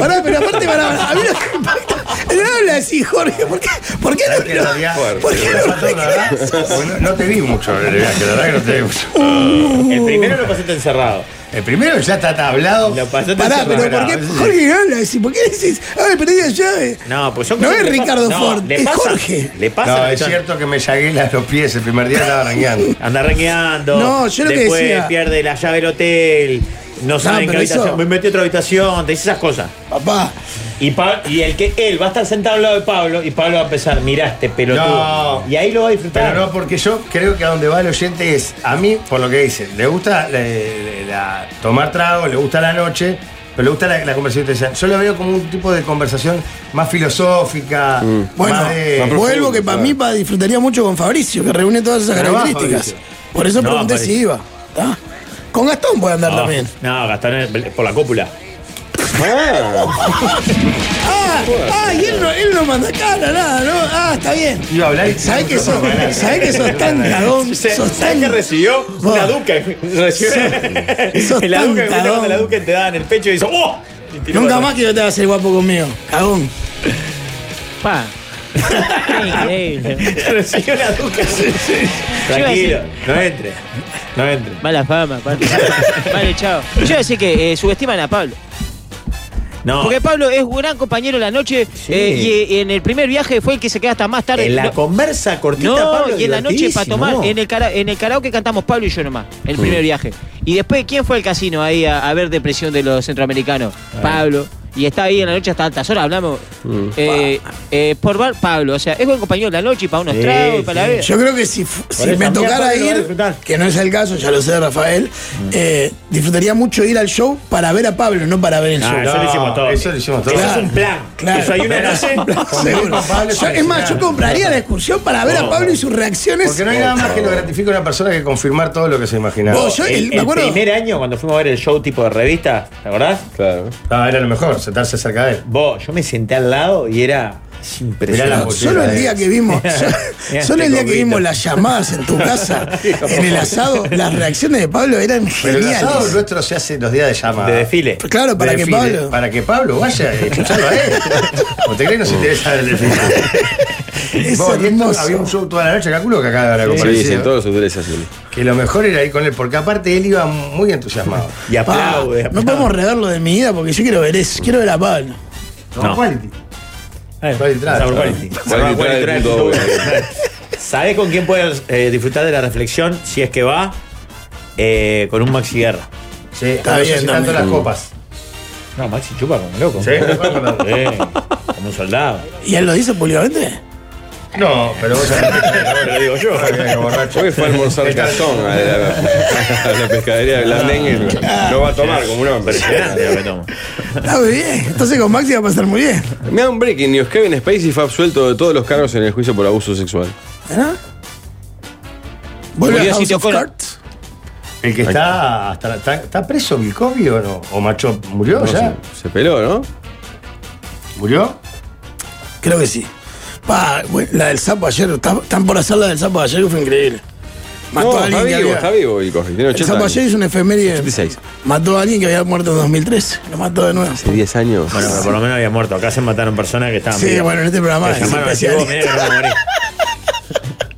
Speaker 3: pará, pero aparte, pará, pará. A mí lo que me impacta- Él habla así, Jorge. ¿Por qué, por qué
Speaker 1: Que en
Speaker 3: no?
Speaker 1: realidad-
Speaker 3: ¿Por qué no?
Speaker 1: Bueno, pues no te vi mucho, la verdad que la verdad que no te vi mucho.
Speaker 2: El primero lo pasaste encerrado.
Speaker 1: El primero ya está está hablado. Lo
Speaker 2: pasaste
Speaker 3: Pará, pero ¿por qué Jorge habla así? ¿Por qué decís? Ay, perdí la llave.
Speaker 2: No, pues son
Speaker 3: No
Speaker 2: cosas
Speaker 3: es
Speaker 2: que le
Speaker 3: Ricardo
Speaker 2: pasan.
Speaker 3: Ford,
Speaker 2: le
Speaker 3: es
Speaker 2: pasan-
Speaker 3: Jorge.
Speaker 2: Le pasa
Speaker 1: No, es cierto que me llagué las- los pies el primer día estaba rangueando.
Speaker 2: Anda rengueando.
Speaker 3: No, yo lo que
Speaker 2: después
Speaker 3: decía-
Speaker 2: pierde la llave del hotel. No saben qué
Speaker 3: pero eso-
Speaker 2: habitación. Me metí a otra habitación. Te dice esas cosas.
Speaker 3: Papá.
Speaker 2: Y, Pa- y el que él va a estar sentado al lado de Pablo y Pablo va a empezar, miraste, pelotudo.
Speaker 1: No.
Speaker 2: Y ahí lo va a disfrutar.
Speaker 1: Pero no, porque yo creo que a donde va el oyente es, a mí, por lo que dice, le gusta eh, la- tomar trago, le gusta la noche, pero le gusta la, la conversación. interesante. Yo lo veo como un tipo de conversación más filosófica.
Speaker 3: Mm. Bueno,
Speaker 1: más de-
Speaker 3: vuelvo que para mí pa- disfrutaría mucho con Fabricio, que reúne todas esas
Speaker 1: Pero va,
Speaker 3: características. Por eso
Speaker 2: No,
Speaker 3: pregunté
Speaker 2: Fabricio.
Speaker 3: si iba. ¿tá? Con Gastón puede andar
Speaker 2: No,
Speaker 3: también.
Speaker 2: Oh, no, Gastón es por la cópula.
Speaker 3: Ah, ah, y él no, él no manda cara, nada, ¿no? Ah, está bien.
Speaker 1: Iba a hablar y-
Speaker 3: ¿Sabés que sos, sabés que sos tan cagón?
Speaker 2: Se-
Speaker 3: Sos
Speaker 2: ¿sabes
Speaker 3: tan...
Speaker 2: que recibió? Una
Speaker 3: Vos.
Speaker 2: duca. Recibió
Speaker 3: Sos
Speaker 2: la
Speaker 3: tan
Speaker 2: duca, ¿viste
Speaker 3: cagón.
Speaker 2: cuando la duca te da en el pecho y dice ¡Oh! Y tiró
Speaker 3: Nunca
Speaker 2: para
Speaker 3: más que yo te vas a hacer guapo conmigo. Cagón.
Speaker 7: Pa. Qué increíble.
Speaker 2: atrás. Recibió la duca. Tranquilo, no entre. No entre.
Speaker 7: Mala fama, aparte. Vale, chao. Yo iba a decir que eh, subestiman a Pablo.
Speaker 2: No.
Speaker 7: Porque Pablo es un gran compañero en la noche eh, y, eh, en el primer viaje fue el que se queda hasta más tarde.
Speaker 2: En la
Speaker 7: No-
Speaker 2: conversa cortita,
Speaker 7: no,
Speaker 2: Pablo,
Speaker 7: y en la noche para
Speaker 2: divertidísimo.
Speaker 7: tomar. En, el cara- en el karaoke cantamos Pablo y yo nomás, en el
Speaker 2: Sí.
Speaker 7: primer viaje. Y después, ¿quién fue al casino ahí a, a ver depresión de los centroamericanos? Pablo. y está ahí en la noche hasta altas horas, hablamos. eh, eh, por bar Pablo, o sea, es buen compañero en la noche y para unos
Speaker 3: Sí,
Speaker 7: tragos y para la
Speaker 3: sí.
Speaker 7: vida.
Speaker 3: Yo creo que si, fu- si me tocara ir, que no es el caso, ya lo sé, Rafael,
Speaker 1: Mm.
Speaker 3: eh, disfrutaría mucho ir al show para ver a Pablo, no para ver el
Speaker 1: Ah,
Speaker 3: show.
Speaker 1: eso lo hicimos todos. Eso lo hicimos todos.
Speaker 3: Claro,
Speaker 1: Eso es un plan.
Speaker 3: Claro.
Speaker 1: Eso hay una
Speaker 3: Pero
Speaker 1: noche.
Speaker 3: es un plan,
Speaker 1: Con
Speaker 3: seguro.
Speaker 1: Pablo es
Speaker 3: Yo- es más, yo
Speaker 1: original.
Speaker 3: compraría la excursión para ver a
Speaker 1: Oh.
Speaker 3: Pablo y sus reacciones.
Speaker 1: Porque no hay nada más que lo gratifique a una persona que confirmar todo lo que se imaginaba.
Speaker 3: Vos, yo, el- me acuerdo-
Speaker 2: primer año, cuando fuimos a ver el show tipo de revista, ¿te acordás?
Speaker 4: Claro.
Speaker 1: Ah, era lo mejor, sentarse cerca de él.
Speaker 2: Vos, yo me senté al lado y era es impresionante.
Speaker 1: Mirá la
Speaker 3: Solo el día que vimos, solo el día que vimos las llamadas en tu casa, en el asado, las reacciones de Pablo eran
Speaker 1: Pero el
Speaker 3: geniales.
Speaker 1: asado nuestro se hace los días de llamada.
Speaker 2: De desfile.
Speaker 3: Claro, para que Pablo-
Speaker 1: Para que Pablo vaya a escucharlo a él. No te crees no se interesa el desfile. Vos, y esto, había un show toda la noche, calculo que acá de habrá
Speaker 4: Sí,
Speaker 1: comparecido.
Speaker 4: sí, en todos los hoteles hacen.
Speaker 1: Que lo mejor era ir con él, porque aparte él iba muy entusiasmado.
Speaker 2: Y
Speaker 3: Pa, no podemos reverlo de mi vida porque yo quiero ver eso, quiero ver a Pablo.
Speaker 1: No. Quality.
Speaker 2: Eh,
Speaker 1: Quality Trash.
Speaker 2: Sabor Quality.
Speaker 4: Quality Trash, punto
Speaker 2: ¿Sabés con quién puedes eh, disfrutar de la reflexión si es que va? Eh, con un Maxi Guerra.
Speaker 1: Sí, Está bien, necesitando también. las copas.
Speaker 2: No, Maxi chupa como loco.
Speaker 1: Sí,
Speaker 2: Sí, como un soldado.
Speaker 3: ¿Y él lo dice públicamente?
Speaker 1: No, pero vos sabés.
Speaker 2: lo digo yo.
Speaker 4: Hoy fue a almorzar cazón a la, a la pescadería
Speaker 2: Ah.
Speaker 4: de Blandengue. Lo va a tomar como un hombre.
Speaker 3: Está muy bien. Entonces con Maxi va a pasar muy bien.
Speaker 4: Me da un breaking news. Kevin Spacey fue absuelto de todos los cargos en el juicio por abuso sexual.
Speaker 3: ¿Verdad? ¿Vuelve a
Speaker 4: Murió
Speaker 3: House
Speaker 4: Sitio
Speaker 3: of
Speaker 4: Cora.
Speaker 3: Cards?
Speaker 1: El que está, hasta- está, está preso, Vilcobi o no? ¿O Macho murió
Speaker 3: ¿Ah,
Speaker 4: No,
Speaker 1: ya?
Speaker 4: Se, se peló, ¿no?
Speaker 1: ¿Murió?
Speaker 3: Creo que sí. Pa, bueno, la del sapo ayer, están están por hacer la del sapo ayer que fue increíble. Mató
Speaker 4: no,
Speaker 3: a alguien
Speaker 4: está
Speaker 3: que
Speaker 4: vivo,
Speaker 3: había-
Speaker 4: está vivo Bill Cosby. Tiene
Speaker 3: El
Speaker 4: 80
Speaker 3: sapo
Speaker 4: años.
Speaker 3: ayer hizo una efeméride.
Speaker 4: 86.
Speaker 3: Mató a alguien que había muerto en 2013. Lo mató de nuevo.
Speaker 4: Hace 10 años. Ah,
Speaker 2: Bueno, pero por lo menos había muerto. Acá se mataron personas que estaban.
Speaker 3: Sí,
Speaker 2: vivas.
Speaker 3: bueno, en este programa
Speaker 2: Que
Speaker 3: es
Speaker 2: llamaron, "Che, vos, mirá que no me morí".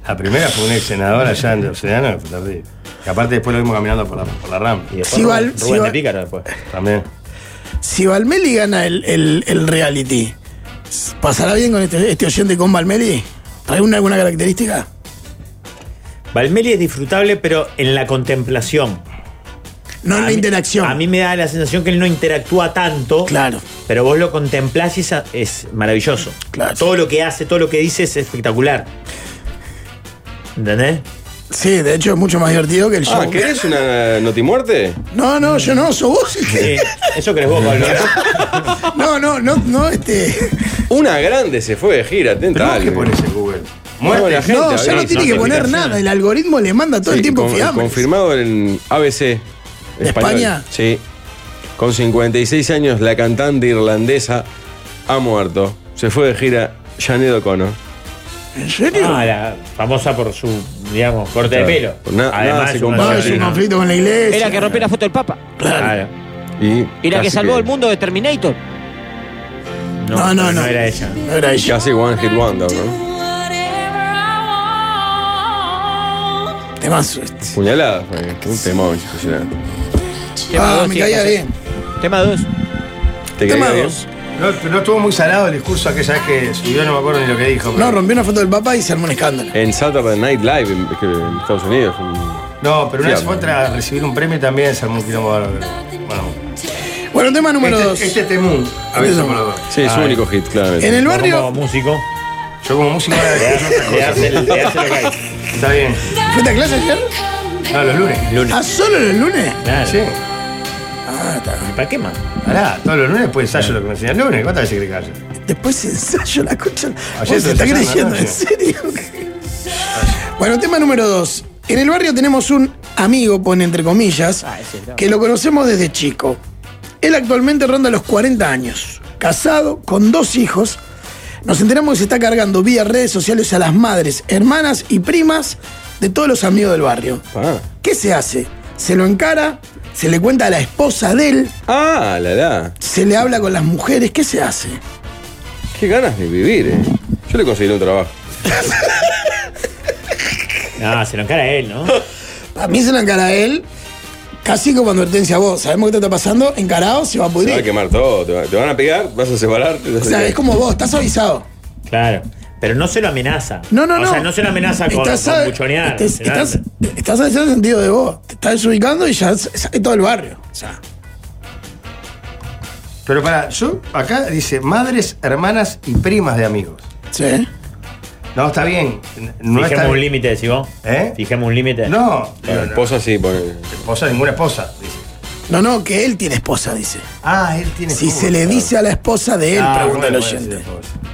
Speaker 1: La primera fue una senadora allá en Océano, que fue terrible. Que aparte después lo vimos caminando por la, por la RAM.
Speaker 2: Y después
Speaker 3: Si va-
Speaker 2: Rubén-
Speaker 3: si
Speaker 2: Rubén
Speaker 3: va-
Speaker 2: de Pícaro después.
Speaker 1: También.
Speaker 3: Si Valmeli gana el, el- el reality, ¿pasará bien con este, este oyente con Valmeli? ¿Trae una- alguna característica?
Speaker 2: Valmeli es disfrutable, pero en la contemplación.
Speaker 3: No en la interacción.
Speaker 2: A mí me da la sensación que él no interactúa tanto.
Speaker 3: Claro.
Speaker 2: Pero vos lo contemplás y es, es maravilloso. Todo lo que hace, todo lo que dice es espectacular. ¿Entendés?
Speaker 3: Sí, de hecho es mucho más divertido que el show.
Speaker 4: Ah, ¿querés una notimuerte?
Speaker 3: No, no, yo no, sos vos. el que-
Speaker 2: Eso crees vos, Pablo.
Speaker 3: No, no, no, no, este.
Speaker 4: Una grande se fue de gira, atenta.
Speaker 1: ¿Por qué
Speaker 4: algo.
Speaker 1: pones en Google?
Speaker 4: No, la gente,
Speaker 3: no, ya
Speaker 4: habrá-
Speaker 3: no tiene que poner nada. El algoritmo le manda todo el
Speaker 4: Sí,
Speaker 3: tiempo
Speaker 4: con-
Speaker 3: fiambre.
Speaker 4: Confirmado en ABC.
Speaker 3: ¿De
Speaker 4: español.
Speaker 3: España?
Speaker 4: Sí. Con 56 años, la cantante irlandesa ha muerto. Se fue de gira Janet O'Connor.
Speaker 3: ¿En serio?
Speaker 2: Ah, la famosa por su, digamos, corte
Speaker 4: Claro.
Speaker 2: de pelo.
Speaker 4: Por na- nada se
Speaker 2: es una
Speaker 4: compara.
Speaker 3: Es un
Speaker 2: señorita.
Speaker 3: conflicto con la iglesia.
Speaker 7: Era que rompió la foto del Papa.
Speaker 2: Claro.
Speaker 4: Y,
Speaker 7: Y la que
Speaker 4: casi
Speaker 7: salvó el mundo de Terminator.
Speaker 3: No, no, no.
Speaker 2: era ella.
Speaker 3: No era ella.
Speaker 4: Casi One Hit Wonder, ¿no?
Speaker 3: Temazo este.
Speaker 4: Puñalada fue. Un temón impresionante.
Speaker 7: Tema
Speaker 3: Ah,
Speaker 7: dos,
Speaker 3: me
Speaker 7: tiene que
Speaker 3: caía
Speaker 7: hacer.
Speaker 3: bien.
Speaker 7: Tema 2.
Speaker 4: ¿Te
Speaker 3: Tema
Speaker 4: caía bien?
Speaker 3: dos.
Speaker 1: No, pero no estuvo muy salado el discurso aquella vez que subió, no me acuerdo ni lo que dijo.
Speaker 3: No,
Speaker 1: pero-
Speaker 3: rompió una foto del papá y se armó un escándalo.
Speaker 4: En Saturday Night Live, en, que- en Estados Unidos. un-
Speaker 1: No, pero una vez
Speaker 4: Sí,
Speaker 1: fue otra a recibir un premio y también se armó un quilombo bárbaro. Bueno,
Speaker 3: Bueno, tema número dos.
Speaker 1: este, este Temun, a veces por los dos.
Speaker 4: Sí, es su único hit, claramente.
Speaker 3: En el
Speaker 2: Vos
Speaker 3: barrio.
Speaker 2: como músico.
Speaker 1: Yo como músico ahora escucho otras
Speaker 2: Le hace,
Speaker 1: cosas.
Speaker 2: le hace lo que hay.
Speaker 1: Está bien.
Speaker 3: ¿Fuiste a clase ayer?
Speaker 1: No, los lunes.
Speaker 3: ¿Ah, solo el lunes?
Speaker 2: Claro.
Speaker 1: Sí.
Speaker 3: Ah, está.
Speaker 2: ¿Y para qué más?
Speaker 1: Pará, todos los lunes pues ensayo lo que me enseñan el lunes. ¿Cuántas veces crees que callo?
Speaker 3: Después ensayo la concha. Vos
Speaker 1: Ayer
Speaker 3: se está
Speaker 1: ensayaron,
Speaker 3: creyendo,
Speaker 1: ¿no?
Speaker 3: en serio. bueno, tema número dos. En el barrio tenemos un amigo, pone entre comillas,
Speaker 1: Ah,
Speaker 3: que lo conocemos desde chico. Él actualmente ronda los 40 años, casado, con dos hijos. Nos enteramos que se está cargando vía redes sociales a las madres, hermanas y primas de todos los amigos del barrio.
Speaker 4: Ah.
Speaker 3: ¿Qué se hace? Se lo encara, se le cuenta a la esposa de él,
Speaker 4: Ah, la edad.
Speaker 3: se le habla con las mujeres, ¿qué se hace?
Speaker 4: Qué ganas de vivir, eh. Yo le conseguiré un trabajo.
Speaker 2: No, se lo encara él, ¿no?
Speaker 3: A mí se lo encara él, casi como advertencia a vos. Sabemos que te está pasando, encarado se va a
Speaker 4: Te va a
Speaker 3: pudrir.
Speaker 4: quemar todo, te, va- te van a pegar, vas a separar. te vas
Speaker 3: Pues O
Speaker 4: a
Speaker 3: sea,
Speaker 4: separar.
Speaker 3: es como vos, estás avisado.
Speaker 2: Claro. Pero no se lo amenaza.
Speaker 3: No, no,
Speaker 2: o
Speaker 3: no.
Speaker 2: O sea, no se lo amenaza con,
Speaker 3: Estás
Speaker 2: con
Speaker 3: a-
Speaker 2: buchonear.
Speaker 3: Estás,
Speaker 2: nada.
Speaker 3: estás, estás en ese sentido de vos. Te estás desubicando y ya sabe todo el barrio. O sea,
Speaker 1: Pero para, yo acá dice madres, hermanas y primas de amigos.
Speaker 3: Sí.
Speaker 1: No, está bien. No
Speaker 2: Fijemos
Speaker 1: está
Speaker 2: un
Speaker 1: bien.
Speaker 2: límite, si vos.
Speaker 1: ¿Eh?
Speaker 2: Fijemos un límite.
Speaker 1: No.
Speaker 4: Bueno, esposa sí, pone.
Speaker 1: Esposa, ninguna esposa. dice.
Speaker 3: No, no, que él tiene esposa, dice.
Speaker 1: Ah, él tiene
Speaker 3: Si
Speaker 1: esposa,
Speaker 3: se le
Speaker 1: claro.
Speaker 3: dice a la esposa de él,
Speaker 1: Ah,
Speaker 3: pregunta el
Speaker 1: bueno, bueno,
Speaker 3: oyente.
Speaker 1: sí, esposa.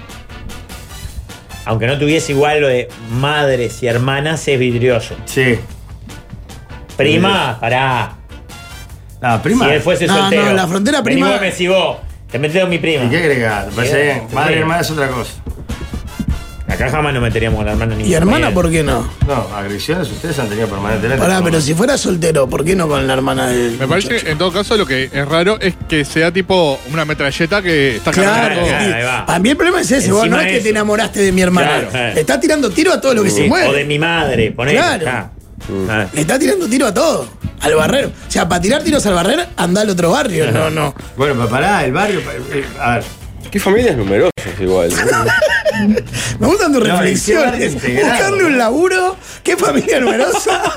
Speaker 2: Aunque no tuviese igual lo de madres y hermanas, es vidrioso.
Speaker 1: Sí.
Speaker 2: Prima, pará.
Speaker 1: Ah, prima.
Speaker 2: Si él fuese
Speaker 3: No,
Speaker 2: soltero.
Speaker 3: no, la frontera
Speaker 2: Vení
Speaker 3: prima-
Speaker 2: vos y me si vos. Te metes con mi prima.
Speaker 1: ¿Y qué agregar? Me parece
Speaker 2: Bien,
Speaker 1: bien. Madre,
Speaker 2: bien.
Speaker 1: hermana es otra cosa.
Speaker 2: Acá jamás nos meteríamos con la hermana ni
Speaker 3: ¿Y hermana por qué no?
Speaker 1: No, agresiones ustedes han tenido permanentemente.
Speaker 3: Pará, pero si fuera soltero, ¿por qué no con la hermana del
Speaker 14: Me parece
Speaker 3: muchacho?
Speaker 14: que en todo caso lo que es raro es que sea tipo una metralleta que está
Speaker 3: Claro,
Speaker 14: cargando
Speaker 3: claro,
Speaker 14: todo.
Speaker 2: ahí va.
Speaker 3: A mí el problema es ese, vos no
Speaker 2: Encima
Speaker 3: es que
Speaker 2: eso.
Speaker 3: te enamoraste de mi hermana.
Speaker 2: Claro, claro.
Speaker 3: Le está tirando tiro a todo lo que se mueve.
Speaker 2: O de mi madre, ponele.
Speaker 3: Claro.
Speaker 2: acá.
Speaker 4: Mm.
Speaker 2: Ah.
Speaker 3: Le está tirando tiro a todo. Al barrero. O sea, para tirar tiros al barrero, anda al otro barrio. No, no.
Speaker 1: Bueno, pero pará, el barrio. pa- eh, A ver.
Speaker 4: Qué familias numerosas igual.
Speaker 3: Me gustan tus
Speaker 1: No, y
Speaker 3: reflexiones.
Speaker 1: qué barrio integrado.
Speaker 3: Buscarle un laburo. Qué familia numerosa.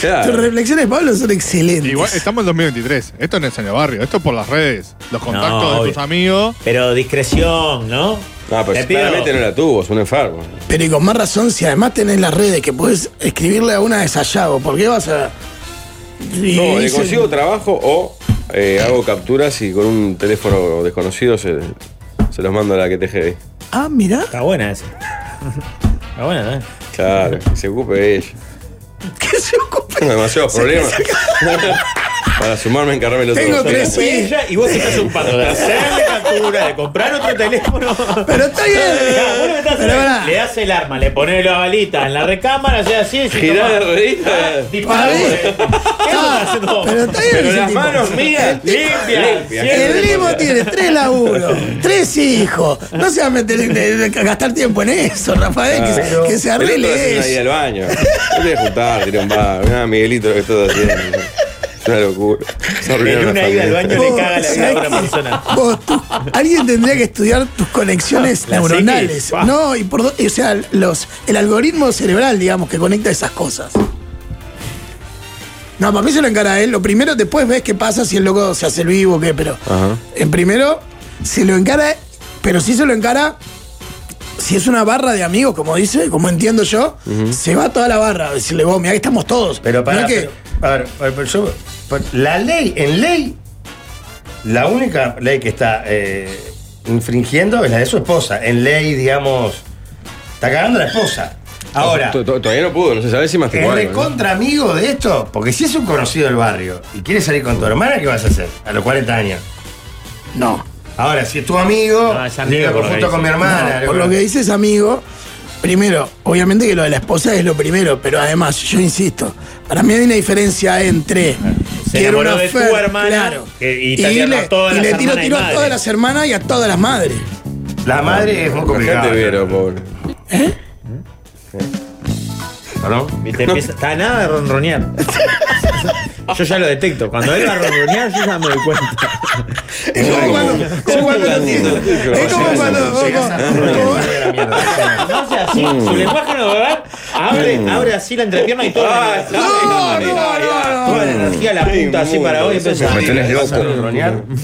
Speaker 4: Claro.
Speaker 3: Tus reflexiones, Pablo, son excelentes.
Speaker 14: Igual estamos en 2023. Esto no es en el barrio, esto es por las redes. Los contactos
Speaker 2: No,
Speaker 14: de
Speaker 2: obvio.
Speaker 14: tus amigos.
Speaker 2: Pero discreción, ¿no? Te
Speaker 4: No, pero
Speaker 2: pido-
Speaker 4: Ah, pues, claramente no la tuvo, es un enfermo.
Speaker 3: Pero y con más razón, si además tenés las redes que puedes escribirle a una de Sayago, ¿por qué vas a.? Y
Speaker 4: No, le
Speaker 3: dice-
Speaker 4: consigo trabajo o eh, hago capturas y con un teléfono desconocido se, se los mando a la que teje ahí.
Speaker 3: Ah, mirá.
Speaker 2: Está buena esa. Está buena, ¿eh?
Speaker 4: Claro, que se ocupe de ella.
Speaker 3: ¿Qué se ocupa?
Speaker 4: Tengo demasiados problemas. Para sumarme, encargarme el otro.
Speaker 3: Tengo
Speaker 4: doctor.
Speaker 3: tres
Speaker 2: Fue
Speaker 3: sí.
Speaker 2: ella y vos te estás ocupando de hacerle captura, de comprar otro teléfono.
Speaker 3: Pero está bien.
Speaker 2: Ya, Ah, vos no me estás
Speaker 3: Pero
Speaker 2: haciendo-
Speaker 3: pará.
Speaker 2: Le das el arma, le pones la balita en la recámara, haces así y
Speaker 4: Girá la ruedita.
Speaker 2: Dispará.
Speaker 3: Para mí. Ah,
Speaker 2: ¿Qué estás haciendo?
Speaker 3: Pero está bien.
Speaker 4: Pero
Speaker 3: ese
Speaker 4: las
Speaker 3: tipo.
Speaker 4: manos mías
Speaker 2: Limpia.
Speaker 4: Limpia.
Speaker 2: siempre
Speaker 3: El mismo
Speaker 2: limpia.
Speaker 3: tiene tres laburos, tres hijos. No se va a meter en- en- en gastar tiempo en eso, Rafael,
Speaker 2: Ah.
Speaker 3: que, se- que se
Speaker 4: Pelota
Speaker 3: arregle
Speaker 4: haciendo ahí
Speaker 3: eso.
Speaker 4: al baño. Yo te voy a juntar, tiré un bar. Mirá, Miguelito, lo que estás haciendo. Es una locura. Se arruinaron
Speaker 2: En
Speaker 4: la
Speaker 2: una ida al
Speaker 4: familia.
Speaker 2: baño le caga la vida a
Speaker 3: ¿sabés
Speaker 2: otra
Speaker 3: qué?
Speaker 2: persona.
Speaker 3: Vos, tú- alguien tendría que estudiar tus conexiones
Speaker 2: Ah, La
Speaker 3: neuronales.
Speaker 2: psiquis, pa.
Speaker 3: No, y por do- o sea, los, el algoritmo cerebral, digamos, que conecta esas cosas. No, para mí se lo encara él. Lo primero, después ves qué pasa si el loco se hace el vivo o qué, pero.
Speaker 4: Ajá.
Speaker 3: En primero, se lo encara, pero si se lo encara, si es una barra de amigos, como dice, como entiendo yo, se va toda la barra. a Decirle, vos, mirá que estamos todos.
Speaker 1: Pero para.
Speaker 3: Mirá que-
Speaker 1: a ver, a ver, pero yo- pero la ley, en ley, la única ley que está eh, infringiendo es la de su esposa. En ley, digamos, está cagando la esposa. Ahora,
Speaker 4: To- to- Todavía no pudo, no se sabe si masticó
Speaker 1: ¿es
Speaker 4: algo. ¿no?
Speaker 1: recontra amigo de esto? Porque si es un conocido del barrio y quiere salir con tu hermana, ¿qué vas a hacer? A los 40 años.
Speaker 3: no.
Speaker 1: Ahora, si es tu amigo,
Speaker 2: No, es amigo
Speaker 1: llega
Speaker 2: por lo
Speaker 1: junto
Speaker 2: que
Speaker 1: con mi hermana.
Speaker 3: No, por lo que dices, amigo, primero, obviamente que lo de la esposa es lo primero, pero además, yo insisto, para mí hay una diferencia entre.
Speaker 2: Se
Speaker 3: quiero
Speaker 2: enamoró de tu
Speaker 3: oferta,
Speaker 2: hermana, que- y te
Speaker 3: le,
Speaker 2: agarra a todas
Speaker 3: y
Speaker 2: las
Speaker 3: le tiro
Speaker 2: hermanas y
Speaker 3: tiro a
Speaker 2: madres.
Speaker 3: todas las hermanas y a todas las madres.
Speaker 1: La madre es muy
Speaker 4: Poca
Speaker 1: complicada.
Speaker 4: gente vieron, pobre.
Speaker 1: ¿Perdón?
Speaker 2: Viste, empieza- Está nada de ronronear. Yo ya lo detecto. Cuando él va a ronronear, yo ya me doy cuenta.
Speaker 3: Es como cuando. como cuando- Es como cuando. vos- vos-
Speaker 2: No sea así.
Speaker 4: Mm.
Speaker 2: Su lenguaje no verbal abre, abre así la entrepierna y todo.
Speaker 4: Ah, está
Speaker 3: No,
Speaker 4: bien.
Speaker 3: no, no,
Speaker 2: Toda la energía a la punta así para hoy y pensás,
Speaker 4: Me tenés loco.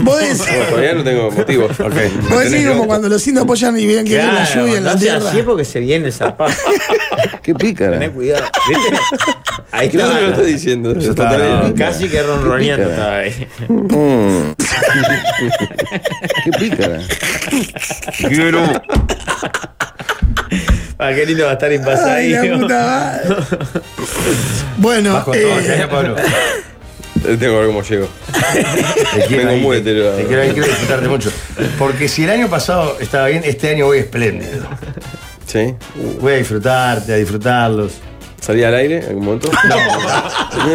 Speaker 3: Vos decís.
Speaker 4: Todavía no tengo motivos. Ok. Me
Speaker 3: Vos decís
Speaker 4: tenés
Speaker 3: Pues como
Speaker 4: loco.
Speaker 3: cuando los indios apoyan y ven que viene la
Speaker 2: Claro,
Speaker 3: lluvia en la
Speaker 2: no sea
Speaker 3: tierra.
Speaker 2: así es porque se viene el zapato.
Speaker 4: Qué pícara.
Speaker 2: Tené cuidado. ¿Viste? Ahí
Speaker 4: ¿Qué no se lo está
Speaker 2: está.
Speaker 4: diciendo?
Speaker 2: No, Casi que ronroneando estaba ahí.
Speaker 4: Mm. Qué pícara. Quiero.
Speaker 2: Ah, qué lindo va a estar
Speaker 3: Ay,
Speaker 2: impasadísimo.
Speaker 3: la puta madre. Bueno,
Speaker 1: Bajo todo,
Speaker 3: eh,
Speaker 1: ya, Pablo.
Speaker 4: Tengo que ver cómo llego.
Speaker 1: Te quiero
Speaker 4: Vengo
Speaker 1: ahí,
Speaker 4: muy
Speaker 1: te-
Speaker 4: deteriorado.
Speaker 1: Te quiero ahí, quiero disfrutarte mucho. Porque si el año pasado estaba bien, este año voy espléndido.
Speaker 4: Sí.
Speaker 1: Voy a disfrutarte, a disfrutarlos.
Speaker 4: ¿Salí al aire en algún momento? No.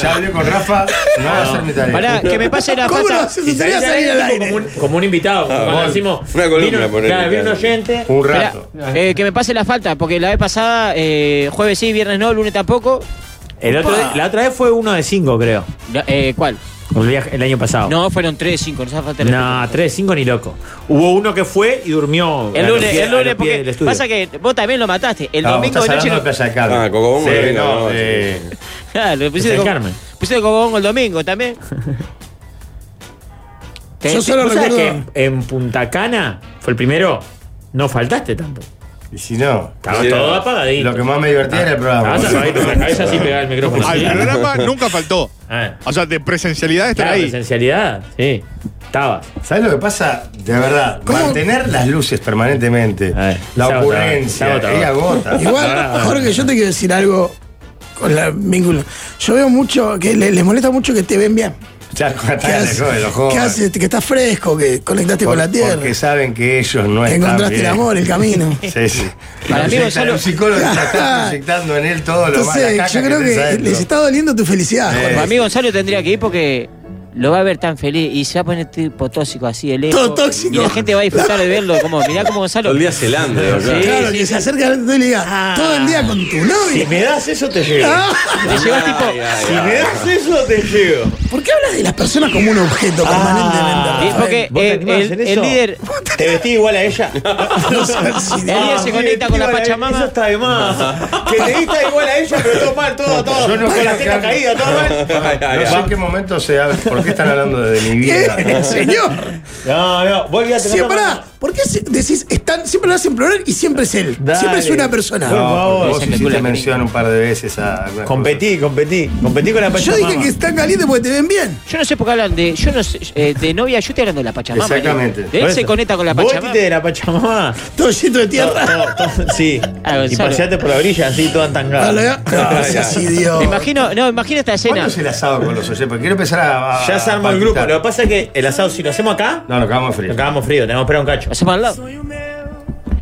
Speaker 1: Ya hablé con Rafa, no va a hacer mi tarea.
Speaker 7: Pará, que me pase la
Speaker 3: ¿cómo lo
Speaker 7: falta.
Speaker 3: haces?
Speaker 2: Y
Speaker 3: Te voy a
Speaker 2: salís
Speaker 3: salir
Speaker 2: ahí
Speaker 3: al
Speaker 2: tipo
Speaker 3: aire.
Speaker 2: Como un, como un invitado. cuando
Speaker 4: bueno.
Speaker 2: decimos.
Speaker 4: Ah, Una columna,
Speaker 2: vino,
Speaker 4: ponele,
Speaker 2: claro, vino un
Speaker 4: claro.
Speaker 2: oyente.
Speaker 1: Un
Speaker 7: Esperá,
Speaker 1: rato.
Speaker 7: eh, que me pase la falta, porque la vez pasada, eh, jueves sí, viernes no, lunes tampoco.
Speaker 2: El otro día- la otra vez fue uno de cinco, creo.
Speaker 7: La- eh, ¿Cuál?
Speaker 2: El, viaje- el año pasado.
Speaker 7: No, fueron 3, 5, no se hace falta el
Speaker 2: No,
Speaker 7: respeto.
Speaker 2: 3 5 ni loco. Hubo uno que fue y durmió. a
Speaker 7: El
Speaker 2: los
Speaker 7: lunes,
Speaker 2: pies-
Speaker 7: el
Speaker 2: a
Speaker 7: lunes,
Speaker 2: los pies del
Speaker 7: porque
Speaker 2: estudio.
Speaker 7: pasa que vos también lo mataste. El
Speaker 1: No,
Speaker 7: domingo
Speaker 1: Ah, estás
Speaker 7: de noche.
Speaker 1: hablando de
Speaker 7: lo-
Speaker 1: Playa del Carmen.
Speaker 4: Ah, Cocobongo,
Speaker 1: Sí,
Speaker 4: venga,
Speaker 1: no,
Speaker 4: no,
Speaker 1: eh,
Speaker 7: Claro, pusiste
Speaker 2: San
Speaker 7: como,
Speaker 2: Carmen.
Speaker 7: pusiste como bongo el domingo también.
Speaker 2: Te-
Speaker 3: Yo solo
Speaker 2: ¿vos sabés
Speaker 3: recuerdo-
Speaker 2: que en, en Punta Cana fue el primero. No faltaste tampoco.
Speaker 1: Y si no. Ah.
Speaker 2: Estaba
Speaker 1: Sí,
Speaker 2: todo
Speaker 1: no.
Speaker 2: apagadito.
Speaker 1: Lo que más me divertía era el programa.
Speaker 2: Estabas apagadito con la cabeza así pegada Ah, al micrófono.
Speaker 14: Al
Speaker 2: así.
Speaker 14: programa nunca faltó. O sea, de presencialidad estar
Speaker 2: Claro,
Speaker 14: ahí.
Speaker 2: Presencialidad, sí. Estabas.
Speaker 1: ¿Sabes lo que pasa? De verdad, mantener las luces permanentemente, la
Speaker 2: Se agota, se
Speaker 1: ocurrencia,
Speaker 2: agota.
Speaker 1: ella agota.
Speaker 2: Ah.
Speaker 3: Igual, Jorge, yo te quiero decir algo con la vínculo. Yo veo mucho, que le- les molesta mucho que te ven bien.
Speaker 1: Ya, con
Speaker 3: ¿Qué
Speaker 1: Atala,
Speaker 3: haces?
Speaker 1: joven, los jóvenes.
Speaker 3: ¿Qué haces? Que estás fresco, que conectaste con
Speaker 1: Por-
Speaker 3: la tierra.
Speaker 1: Porque saben que ellos no
Speaker 3: Que
Speaker 1: están
Speaker 3: encontraste el
Speaker 1: bien.
Speaker 3: amor, el camino.
Speaker 1: Sí, sí.
Speaker 3: Para mí,
Speaker 1: Proyecta-
Speaker 3: Gonzalo-
Speaker 1: un psicólogo ya está proyectando en él todo lo más
Speaker 3: Entonces,
Speaker 1: la caca
Speaker 3: yo creo
Speaker 1: tenés
Speaker 3: que
Speaker 1: adentro.
Speaker 3: les está doliendo tu felicidad,
Speaker 1: Eh,
Speaker 3: Jorge.
Speaker 7: Para mí Gonzalo tendría que ir porque lo va a ver tan feliz y se va a poner tipo tóxico así de lejos.
Speaker 3: Todo tóxico.
Speaker 7: Y la gente va a disfrutar de verlo. Como, mirá como Gonzalo. Eh,
Speaker 4: Todo el día Zelanda,
Speaker 7: Sí,
Speaker 4: acá.
Speaker 3: Claro,
Speaker 7: sí,
Speaker 3: que se acerca a tú y le diga, todo el día con tu novia.
Speaker 2: Si me das eso, te llevo.
Speaker 3: Ah.
Speaker 7: Te llevas tipo.
Speaker 2: Si me das eso, te llevo.
Speaker 3: ¿Por qué hablas de las personas como un objeto
Speaker 7: Y es
Speaker 3: permanentemente?
Speaker 7: porque
Speaker 2: ¿Vos te
Speaker 7: el,
Speaker 2: animás
Speaker 7: el-
Speaker 2: en eso?
Speaker 7: el líder,
Speaker 2: ¿Te vestís igual a ella?
Speaker 7: el líder se conecta con la Pachamama.
Speaker 2: está de más. Que te vista igual a ella, pero todo mal, todo, todo.
Speaker 1: Yo no
Speaker 2: con
Speaker 1: sé
Speaker 2: la
Speaker 1: acá-
Speaker 2: teta caída, todo mal.
Speaker 1: No sé en qué momento se habla. ¿Por qué están hablando de mi vida?
Speaker 3: ¿Qué? Señor.
Speaker 2: No, no, vos olvidate. no
Speaker 3: Siempre,
Speaker 2: estamos-
Speaker 3: ¿por qué se- decís, están, siempre lo hacen plural y siempre es él?
Speaker 2: Dale.
Speaker 3: Siempre es una persona.
Speaker 1: No,
Speaker 2: favor.
Speaker 1: vos
Speaker 2: Dicen que tú
Speaker 1: hiciste
Speaker 2: la
Speaker 1: mención un par de veces a algunas
Speaker 2: Competí, competí. Competí con la
Speaker 3: Yo
Speaker 2: Pachamama.
Speaker 3: dije que están calientes porque te ven bien.
Speaker 7: Yo no sé por qué hablan de. Yo no sé, eh, de novia, yo estoy hablando de la Pachamama.
Speaker 1: Exactamente.
Speaker 7: digo. Él se conecta con la
Speaker 2: Vos
Speaker 7: Pachamama.
Speaker 2: vestite de la Pachamama.
Speaker 3: Todo lleno de tierra.
Speaker 2: Todo, todo, sí.
Speaker 7: Ah,
Speaker 2: Y
Speaker 7: Gonzalo.
Speaker 2: paseate por la orilla así, toda entangada.
Speaker 3: Dale, ah. No, seas
Speaker 7: Me
Speaker 3: idiota.
Speaker 7: imagino, no, imagina esta
Speaker 1: cosas.
Speaker 7: escena.
Speaker 1: ¿Cuándo es el asado con los oyentes? Porque quiero empezar a. a-
Speaker 2: Ya se armó
Speaker 1: a
Speaker 2: el grupo.
Speaker 1: palpitar.
Speaker 2: Lo que pasa es que el asado, si lo hacemos acá,
Speaker 1: No, lo acabamos
Speaker 2: lo
Speaker 1: frío.
Speaker 2: acabamos frío. Tenemos que esperar un cacho.
Speaker 7: Hacemos al lado.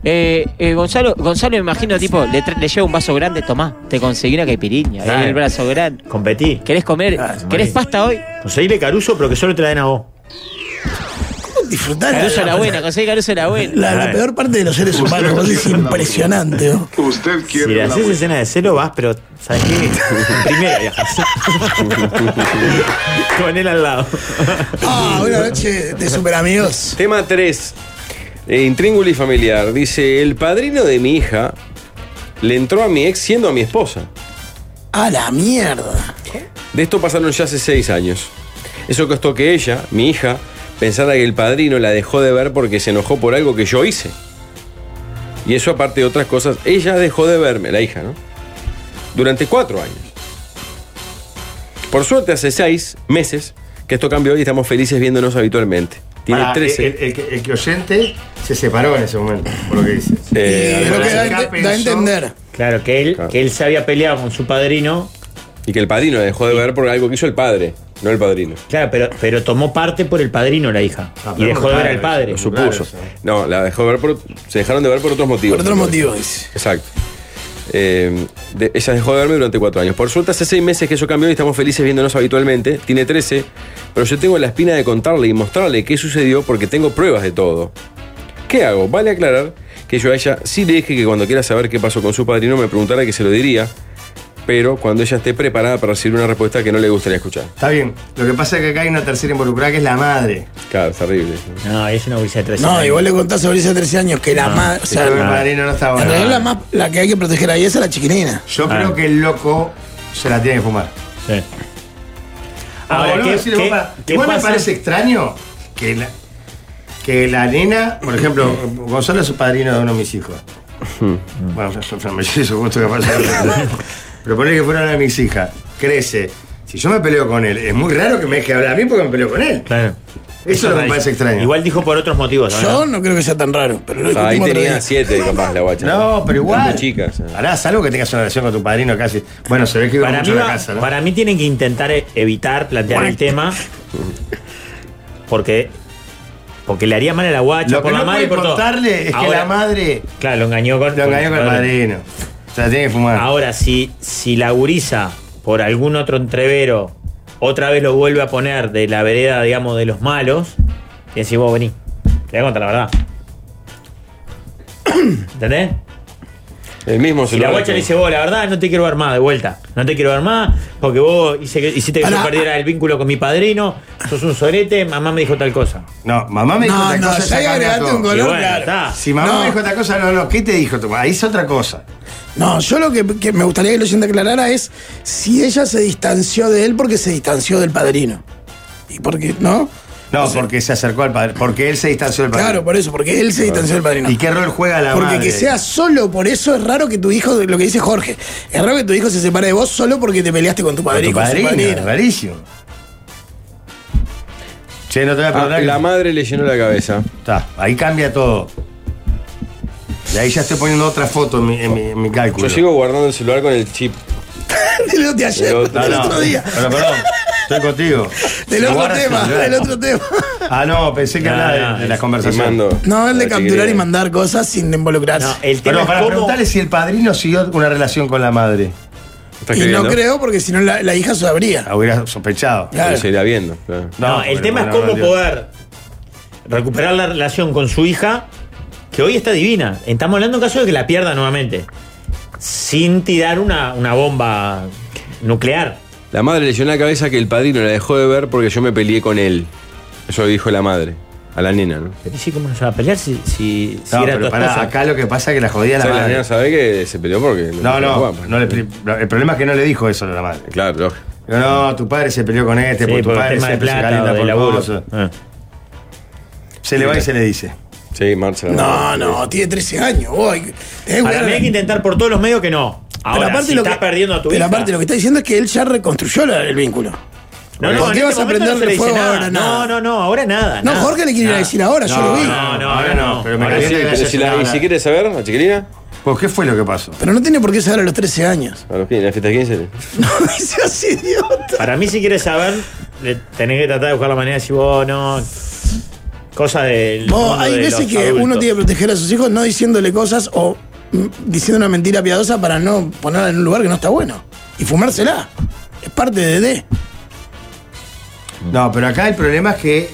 Speaker 7: Eh, eh, Gonzalo, Gonzalo, me imagino, tipo, le, tra- le lleva un vaso grande, tomá, te conseguí una caipiriña,
Speaker 2: Claro.
Speaker 7: en el brazo grande.
Speaker 2: Competí.
Speaker 7: ¿Querés comer? ¿Querés pasta hoy?
Speaker 2: Conseguile Caruso, pero que solo te la den a vos.
Speaker 3: Disfrutar la,
Speaker 7: Caruso la buena, conseguí Caruso la buena.
Speaker 3: la- la peor parte de los seres humanos. vos Es impresionante. ¿no?
Speaker 13: Usted
Speaker 2: Si le haces escena de celo, vas, pero ¿sabes qué? En Primera viajas. Con él al lado.
Speaker 3: Ah, una noche de super amigos.
Speaker 4: Tema 3. intríngulo y familiar. Dice, el padrino de mi hija le entró a mi ex siendo a mi esposa.
Speaker 3: A la mierda.
Speaker 4: De esto pasaron ya hace seis años. Eso costó que ella, mi hija, pensara que el padrino la dejó de ver porque se enojó por algo que yo hice. Y eso aparte de otras cosas, ella dejó de verme, la hija, ¿no? Durante cuatro años. Por suerte, hace seis meses que esto cambió y estamos felices viéndonos habitualmente. Tiene
Speaker 1: Pará, eh,
Speaker 4: 13.
Speaker 1: El, el que- el que oyente se separó en ese momento, por lo que dice.
Speaker 4: eh,
Speaker 3: Y lo que da, a
Speaker 1: Acá
Speaker 3: ente-
Speaker 1: pensó-
Speaker 3: da a entender.
Speaker 2: Claro, que él, que él se había peleado con su padrino.
Speaker 4: Y que el padrino la dejó de ver por algo que hizo el padre, no el padrino.
Speaker 2: Claro, pero, pero tomó parte por el padrino la hija.
Speaker 1: Ah,
Speaker 2: y
Speaker 1: pero
Speaker 2: dejó
Speaker 1: muy
Speaker 2: de ver
Speaker 1: raro
Speaker 2: al
Speaker 1: eso,
Speaker 2: padre.
Speaker 4: Lo supuso.
Speaker 1: Claro, sí.
Speaker 4: No, la dejó de ver por, se dejaron de ver por otros motivos.
Speaker 3: Por otros motivos, dice.
Speaker 4: Exacto. Eh, de- ella dejó de verme durante cuatro años. Por suerte, hace seis meses que eso cambió y estamos felices viéndonos habitualmente. Tiene 13, pero yo tengo la espina de contarle y mostrarle qué sucedió porque tengo pruebas de todo. ¿Qué hago? Vale aclarar que yo a ella sí le dije que cuando quiera saber qué pasó con su padrino me preguntara que se lo diría, pero cuando ella esté preparada para recibir una respuesta que no le gustaría escuchar.
Speaker 1: Está bien. Lo que pasa es que acá hay una tercera involucrada que es la madre.
Speaker 4: Claro, es terrible.
Speaker 2: No, es una gurisa de 13
Speaker 3: No,
Speaker 2: años.
Speaker 3: igual le contás sobre ese 13 años que la más. O
Speaker 1: Yo
Speaker 3: sea,
Speaker 1: creo que el
Speaker 3: en
Speaker 1: padrino no está
Speaker 3: realidad la
Speaker 1: bueno.
Speaker 3: más la que hay que proteger ahí es a la chiquinina.
Speaker 1: Yo
Speaker 2: Ah.
Speaker 1: creo que el loco se la tiene que fumar.
Speaker 2: Sí.
Speaker 1: Ahora,
Speaker 2: Ahora, ¿qué, qué- qué
Speaker 1: igual me
Speaker 2: pasa?
Speaker 1: parece extraño que la, que la nena, por ejemplo, Gonzalo es su padrino de uno de mis hijos. bueno, yo- yo me hizo justo que pasa. Pero poner que fuera una de mis hijas, crece. Si yo me peleo con él, es muy raro que me deje hablar a mí porque me peleo con él.
Speaker 2: Claro.
Speaker 1: Eso es lo que me parece extraño.
Speaker 2: Igual dijo por otros motivos.
Speaker 1: Ah.
Speaker 2: ¿no?
Speaker 3: Yo no creo que sea tan raro, pero lo
Speaker 4: Ah, ahí
Speaker 3: discutimos otro
Speaker 4: tenía
Speaker 3: día.
Speaker 4: siete, capaz, la guacha.
Speaker 1: No, pero igual.
Speaker 4: Muy chica, o sea.
Speaker 1: Hará, salvo que tengas una relación con tu padrino casi. Bueno, se ve que iba
Speaker 2: Para mí,
Speaker 1: mucho a la
Speaker 2: va-
Speaker 1: casa, ¿no?
Speaker 2: para mí tienen que intentar e- evitar plantear el tema. Porque. Porque le haría mal a la guacha,
Speaker 1: Lo que
Speaker 2: por la
Speaker 1: no
Speaker 2: madre y
Speaker 1: puede
Speaker 2: por todo.
Speaker 1: contarle es que
Speaker 2: Ahora-
Speaker 1: la madre
Speaker 2: Claro, lo engañó con,
Speaker 1: lo engañó con el padrino. Se la tiene que fumar.
Speaker 2: Ahora, si, si la gurisa, por algún otro entrevero, otra vez lo vuelve a poner de la vereda, digamos, de los malos, y decís, vos vení, te voy a contar la verdad. ¿Entendés?
Speaker 4: El mismo se
Speaker 2: Y la
Speaker 4: lo
Speaker 2: guacha le dice, vos, la verdad, no te quiero ver más, de vuelta. No te quiero ver más, porque vos hice que- hiciste que yo
Speaker 3: Pará.
Speaker 2: perdiera el vínculo con mi padrino, sos un sorete, mamá me dijo tal cosa.
Speaker 1: No, mamá me dijo
Speaker 3: No,
Speaker 1: otra
Speaker 3: no,
Speaker 1: cosa.
Speaker 3: ya
Speaker 1: ya cambia
Speaker 3: agregaste
Speaker 1: todo.
Speaker 3: un
Speaker 2: Y
Speaker 3: color
Speaker 2: bueno,
Speaker 3: claro.
Speaker 2: está.
Speaker 1: Si mamá
Speaker 3: No.
Speaker 1: me dijo otra cosa, no, no, ¿qué te dijo tu mamá? Ahí es otra cosa.
Speaker 3: No, yo lo que, que me gustaría que el oyente aclarara es si ella se distanció de él porque se distanció del padrino. Y porque, ¿no?
Speaker 1: No, porque se acercó al padre. Porque él se distanció del padre.
Speaker 3: Claro, por eso, porque él se distanció del padrino.
Speaker 1: ¿Y qué rol juega la
Speaker 3: Porque
Speaker 1: madre?
Speaker 3: que sea solo por eso es raro que tu hijo, lo que dice Jorge, es raro que tu hijo se separe de vos solo porque te peleaste con tu
Speaker 1: Con
Speaker 3: padrino.
Speaker 1: tu padrino, es rarísimo. Che, no te voy a
Speaker 2: "Ah,
Speaker 1: perdonar.
Speaker 4: Ah, la madre le llenó la cabeza.
Speaker 1: Está, ahí cambia todo. Y ahí ya estoy poniendo otra foto en mi, en mi- en mi cálculo.
Speaker 4: Yo sigo guardando el celular con el chip.
Speaker 3: Del de
Speaker 4: El
Speaker 3: ayer,
Speaker 4: otro-
Speaker 3: del
Speaker 1: No, no,
Speaker 3: otro día.
Speaker 1: Pero perdón, estoy contigo.
Speaker 3: Del
Speaker 1: Me
Speaker 3: otro
Speaker 1: guardas el
Speaker 3: tema,
Speaker 1: celular.
Speaker 3: del otro tema.
Speaker 1: Ah, no, pensé que
Speaker 4: No,
Speaker 1: hablaba
Speaker 4: no,
Speaker 1: de, de la
Speaker 4: te
Speaker 1: conversación.
Speaker 4: mando.
Speaker 3: No, el de
Speaker 1: Así
Speaker 3: capturar
Speaker 1: que- eh,
Speaker 3: y mandar cosas sin involucrarse.
Speaker 1: Pero para preguntarle si el padrino siguió una relación con la madre.
Speaker 3: y no creo porque si no la, la hija sabría.
Speaker 1: Ah, Hubiera sospechado.
Speaker 3: Claro.
Speaker 4: Se irá viendo. claro.
Speaker 2: No, el
Speaker 1: pero
Speaker 2: tema es
Speaker 1: no,
Speaker 2: cómo
Speaker 1: no,
Speaker 2: poder recuperar la relación con su hija, que hoy está divina. Estamos hablando en caso de que la pierda nuevamente, sin tirar una, una bomba nuclear.
Speaker 4: La madre le llenó la cabeza que el padrino la dejó de ver porque yo me peleé con él. Eso dijo la madre. A la nena, ¿no?
Speaker 2: Y sí, ¿cómo se va a pelear si, si, si
Speaker 1: No,
Speaker 2: era tu
Speaker 1: pero pará,
Speaker 2: esposa?
Speaker 1: acá lo que pasa es que la jodía
Speaker 4: O
Speaker 1: la
Speaker 4: sea, la
Speaker 1: madre.
Speaker 4: nena sabe que se peleó porque.
Speaker 1: No, no,
Speaker 4: Guapa.
Speaker 1: no le pri- el problema es que no le dijo eso a la madre.
Speaker 4: Claro, lógico.
Speaker 1: Digo, No, tu padre se peleó con este,
Speaker 2: Sí,
Speaker 1: porque tu
Speaker 2: por el
Speaker 1: padre
Speaker 2: tema de
Speaker 1: siempre se
Speaker 2: plata
Speaker 1: calienta
Speaker 2: o de
Speaker 1: por
Speaker 2: laburo.
Speaker 1: cosas. Se le va y se le dice.
Speaker 4: Sí, marcha. la
Speaker 3: No,
Speaker 4: madre.
Speaker 3: no, tiene 13 años. Voy.
Speaker 2: Para mí hay que intentar por todos los medios que no. Ahora, si estás perdiendo a tu
Speaker 3: pero
Speaker 2: hija.
Speaker 3: aparte lo que está diciendo es que él ya reconstruyó la- el vínculo.
Speaker 2: No, no,
Speaker 3: ¿Por
Speaker 2: en
Speaker 3: qué
Speaker 2: este
Speaker 3: vas
Speaker 2: momento no
Speaker 3: a
Speaker 2: se
Speaker 3: prenderle
Speaker 2: le dice
Speaker 3: fuego
Speaker 2: nada.
Speaker 3: ahora?
Speaker 2: No,
Speaker 3: Nada.
Speaker 2: no, no, ahora nada.
Speaker 3: No,
Speaker 2: nada.
Speaker 3: Jorge le quiere ir a
Speaker 2: Nada.
Speaker 3: decir ahora, yo lo vi.
Speaker 2: No, no, ahora no.
Speaker 1: Pero me
Speaker 4: Ahora sí,
Speaker 1: calienta
Speaker 4: pero
Speaker 1: que
Speaker 4: si, la- y si quiere saber, a chiquilina,
Speaker 1: ¿Por Pues, qué fue lo que pasó?
Speaker 3: Pero no tiene por qué saber a los 13 años.
Speaker 4: a los 15, la fiesta de 15.
Speaker 3: No seas idiota.
Speaker 2: Para mí, si quieres saber, le tenés que tratar de buscar la manera de decir, vos no. Cosa del.
Speaker 3: Vos,
Speaker 2: mundo
Speaker 3: hay
Speaker 2: de
Speaker 3: veces
Speaker 2: los
Speaker 3: que
Speaker 2: adultos.
Speaker 3: uno tiene que proteger a sus hijos no diciéndole cosas o mm, diciendo una mentira piadosa para no ponerla en un lugar que no está bueno. Y fumársela. Es parte de D.
Speaker 2: Mm.
Speaker 1: No, pero acá el problema es que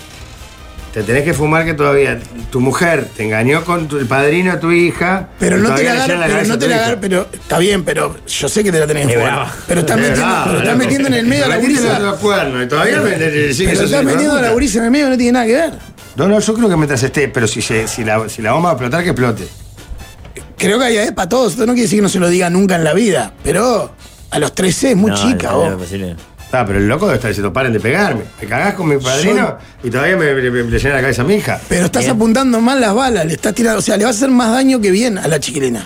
Speaker 1: te tenés que fumar que todavía tu mujer te engañó con tu- el padrino de tu hija.
Speaker 3: Pero
Speaker 1: y
Speaker 3: no te
Speaker 1: todavía
Speaker 3: la
Speaker 1: le
Speaker 3: agarran,
Speaker 1: llenan
Speaker 3: pero
Speaker 1: cabeza
Speaker 3: no
Speaker 1: a
Speaker 3: te
Speaker 1: tu
Speaker 3: la
Speaker 1: hija.
Speaker 3: agarran, pero está bien, pero yo sé que te la tenés que
Speaker 2: Es
Speaker 3: jugar.
Speaker 2: brava.
Speaker 3: Pero estás
Speaker 1: Es
Speaker 3: metiendo,
Speaker 1: brava,
Speaker 3: pero estás
Speaker 1: loco.
Speaker 3: metiendo en el medio a la
Speaker 1: Pero metiste
Speaker 3: gurisa.
Speaker 1: los dos cuernos y todavía me- le- le- le-
Speaker 3: Pero
Speaker 1: que sos
Speaker 3: estás
Speaker 1: un hijo de
Speaker 3: metiendo a la
Speaker 1: puta.
Speaker 3: gurisa en el medio, no tiene nada que ver.
Speaker 1: No, no, yo creo que mientras esté, pero si, se- si, la, si la bomba va a explotar, que explote.
Speaker 3: Creo que hay es para todos. Esto no quiere decir que no se lo diga nunca en la vida. Pero a los 13 es muy
Speaker 2: No,
Speaker 3: chica,
Speaker 2: no, pues
Speaker 3: vos.
Speaker 2: no, imposible.
Speaker 1: Ah, pero el loco debe estar diciendo, paren de pegarme. Me cagás con mi padrino y todavía me, me- me- le llena la cabeza a mi hija.
Speaker 3: Pero estás apuntando mal las balas, le estás tirando. O sea, le vas a hacer más daño que bien a la chiquilina.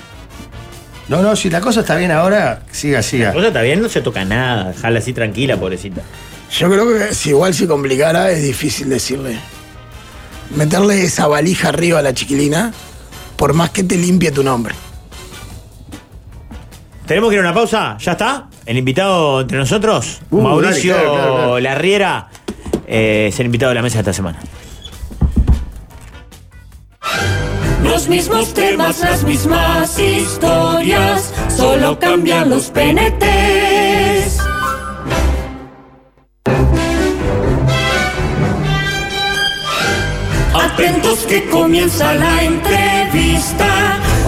Speaker 1: No, no, si la cosa está bien ahora, siga,
Speaker 2: La
Speaker 1: siga.
Speaker 2: cosa está bien, no se toca nada. Jala así tranquila, pobrecita.
Speaker 3: Yo creo que si igual se complicara, es difícil decirle. Meterle esa valija arriba a la chiquilina, por más que te limpie tu nombre.
Speaker 2: Tenemos que ir a una pausa. ¿Ya está? El invitado entre nosotros,
Speaker 1: Uh,
Speaker 2: Mauricio
Speaker 1: dale, claro, claro, claro.
Speaker 2: Larriera, eh, es el invitado de la mesa de esta semana.
Speaker 15: Los mismos temas, las mismas historias, solo cambian los penetes. Atentos que comienza la entrevista.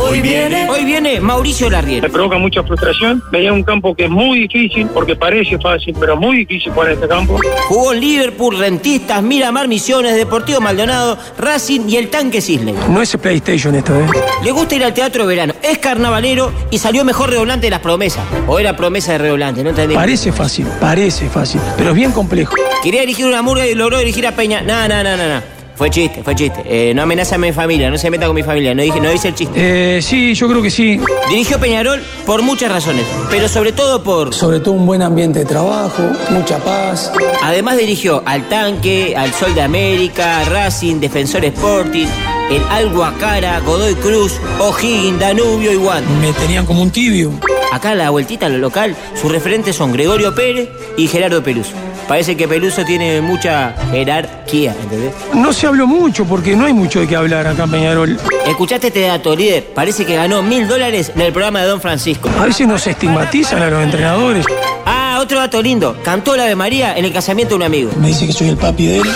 Speaker 15: Hoy viene.
Speaker 7: Hoy viene Mauricio Larriera.
Speaker 16: Me provoca mucha frustración. Veía un campo que es muy difícil, porque parece fácil, pero muy difícil para este campo.
Speaker 7: Jugó en Liverpool, Rentistas, Miramar Misiones, Deportivo Maldonado, Racing y el Tanque Sisley.
Speaker 17: No es PlayStation esto, ¿eh?
Speaker 7: Le gusta ir al teatro de verano, es carnavalero y salió mejor redoblante de las promesas. O era promesa de redoblante, no entendí.
Speaker 17: Parece fácil, parece fácil, pero es bien complejo.
Speaker 7: Quería dirigir una murga y logró dirigir a Peña. No, no, no, no, no. Fue chiste, fue chiste. Eh, no amenaza a mi familia, no se meta con mi familia, no dije, no hice el chiste.
Speaker 17: Eh, sí, yo creo que sí.
Speaker 7: Dirigió Peñarol por muchas razones, pero sobre todo por...
Speaker 17: Sobre todo un buen ambiente de trabajo, mucha paz.
Speaker 7: Además dirigió al Tanque, al Sol de América, Racing, Defensor Sporting, el Alguacara, Godoy Cruz, O'Higgins, Danubio y Guad.
Speaker 17: Me tenían como un tibio.
Speaker 7: Acá a la vueltita en lo local, sus referentes son Gregorio Pérez y Gerardo Peluso. Parece que Peluso tiene mucha jerarquía, ¿entendés?
Speaker 17: No se habló mucho porque no hay mucho de qué hablar acá en Peñarol.
Speaker 7: Escuchaste este dato, líder. Parece que ganó mil dólares en el programa de Don Francisco.
Speaker 17: A veces nos estigmatizan a los entrenadores.
Speaker 7: Ah, otro dato lindo. Cantó la Ave María en el casamiento de un amigo.
Speaker 17: Me dice que soy el papi de él.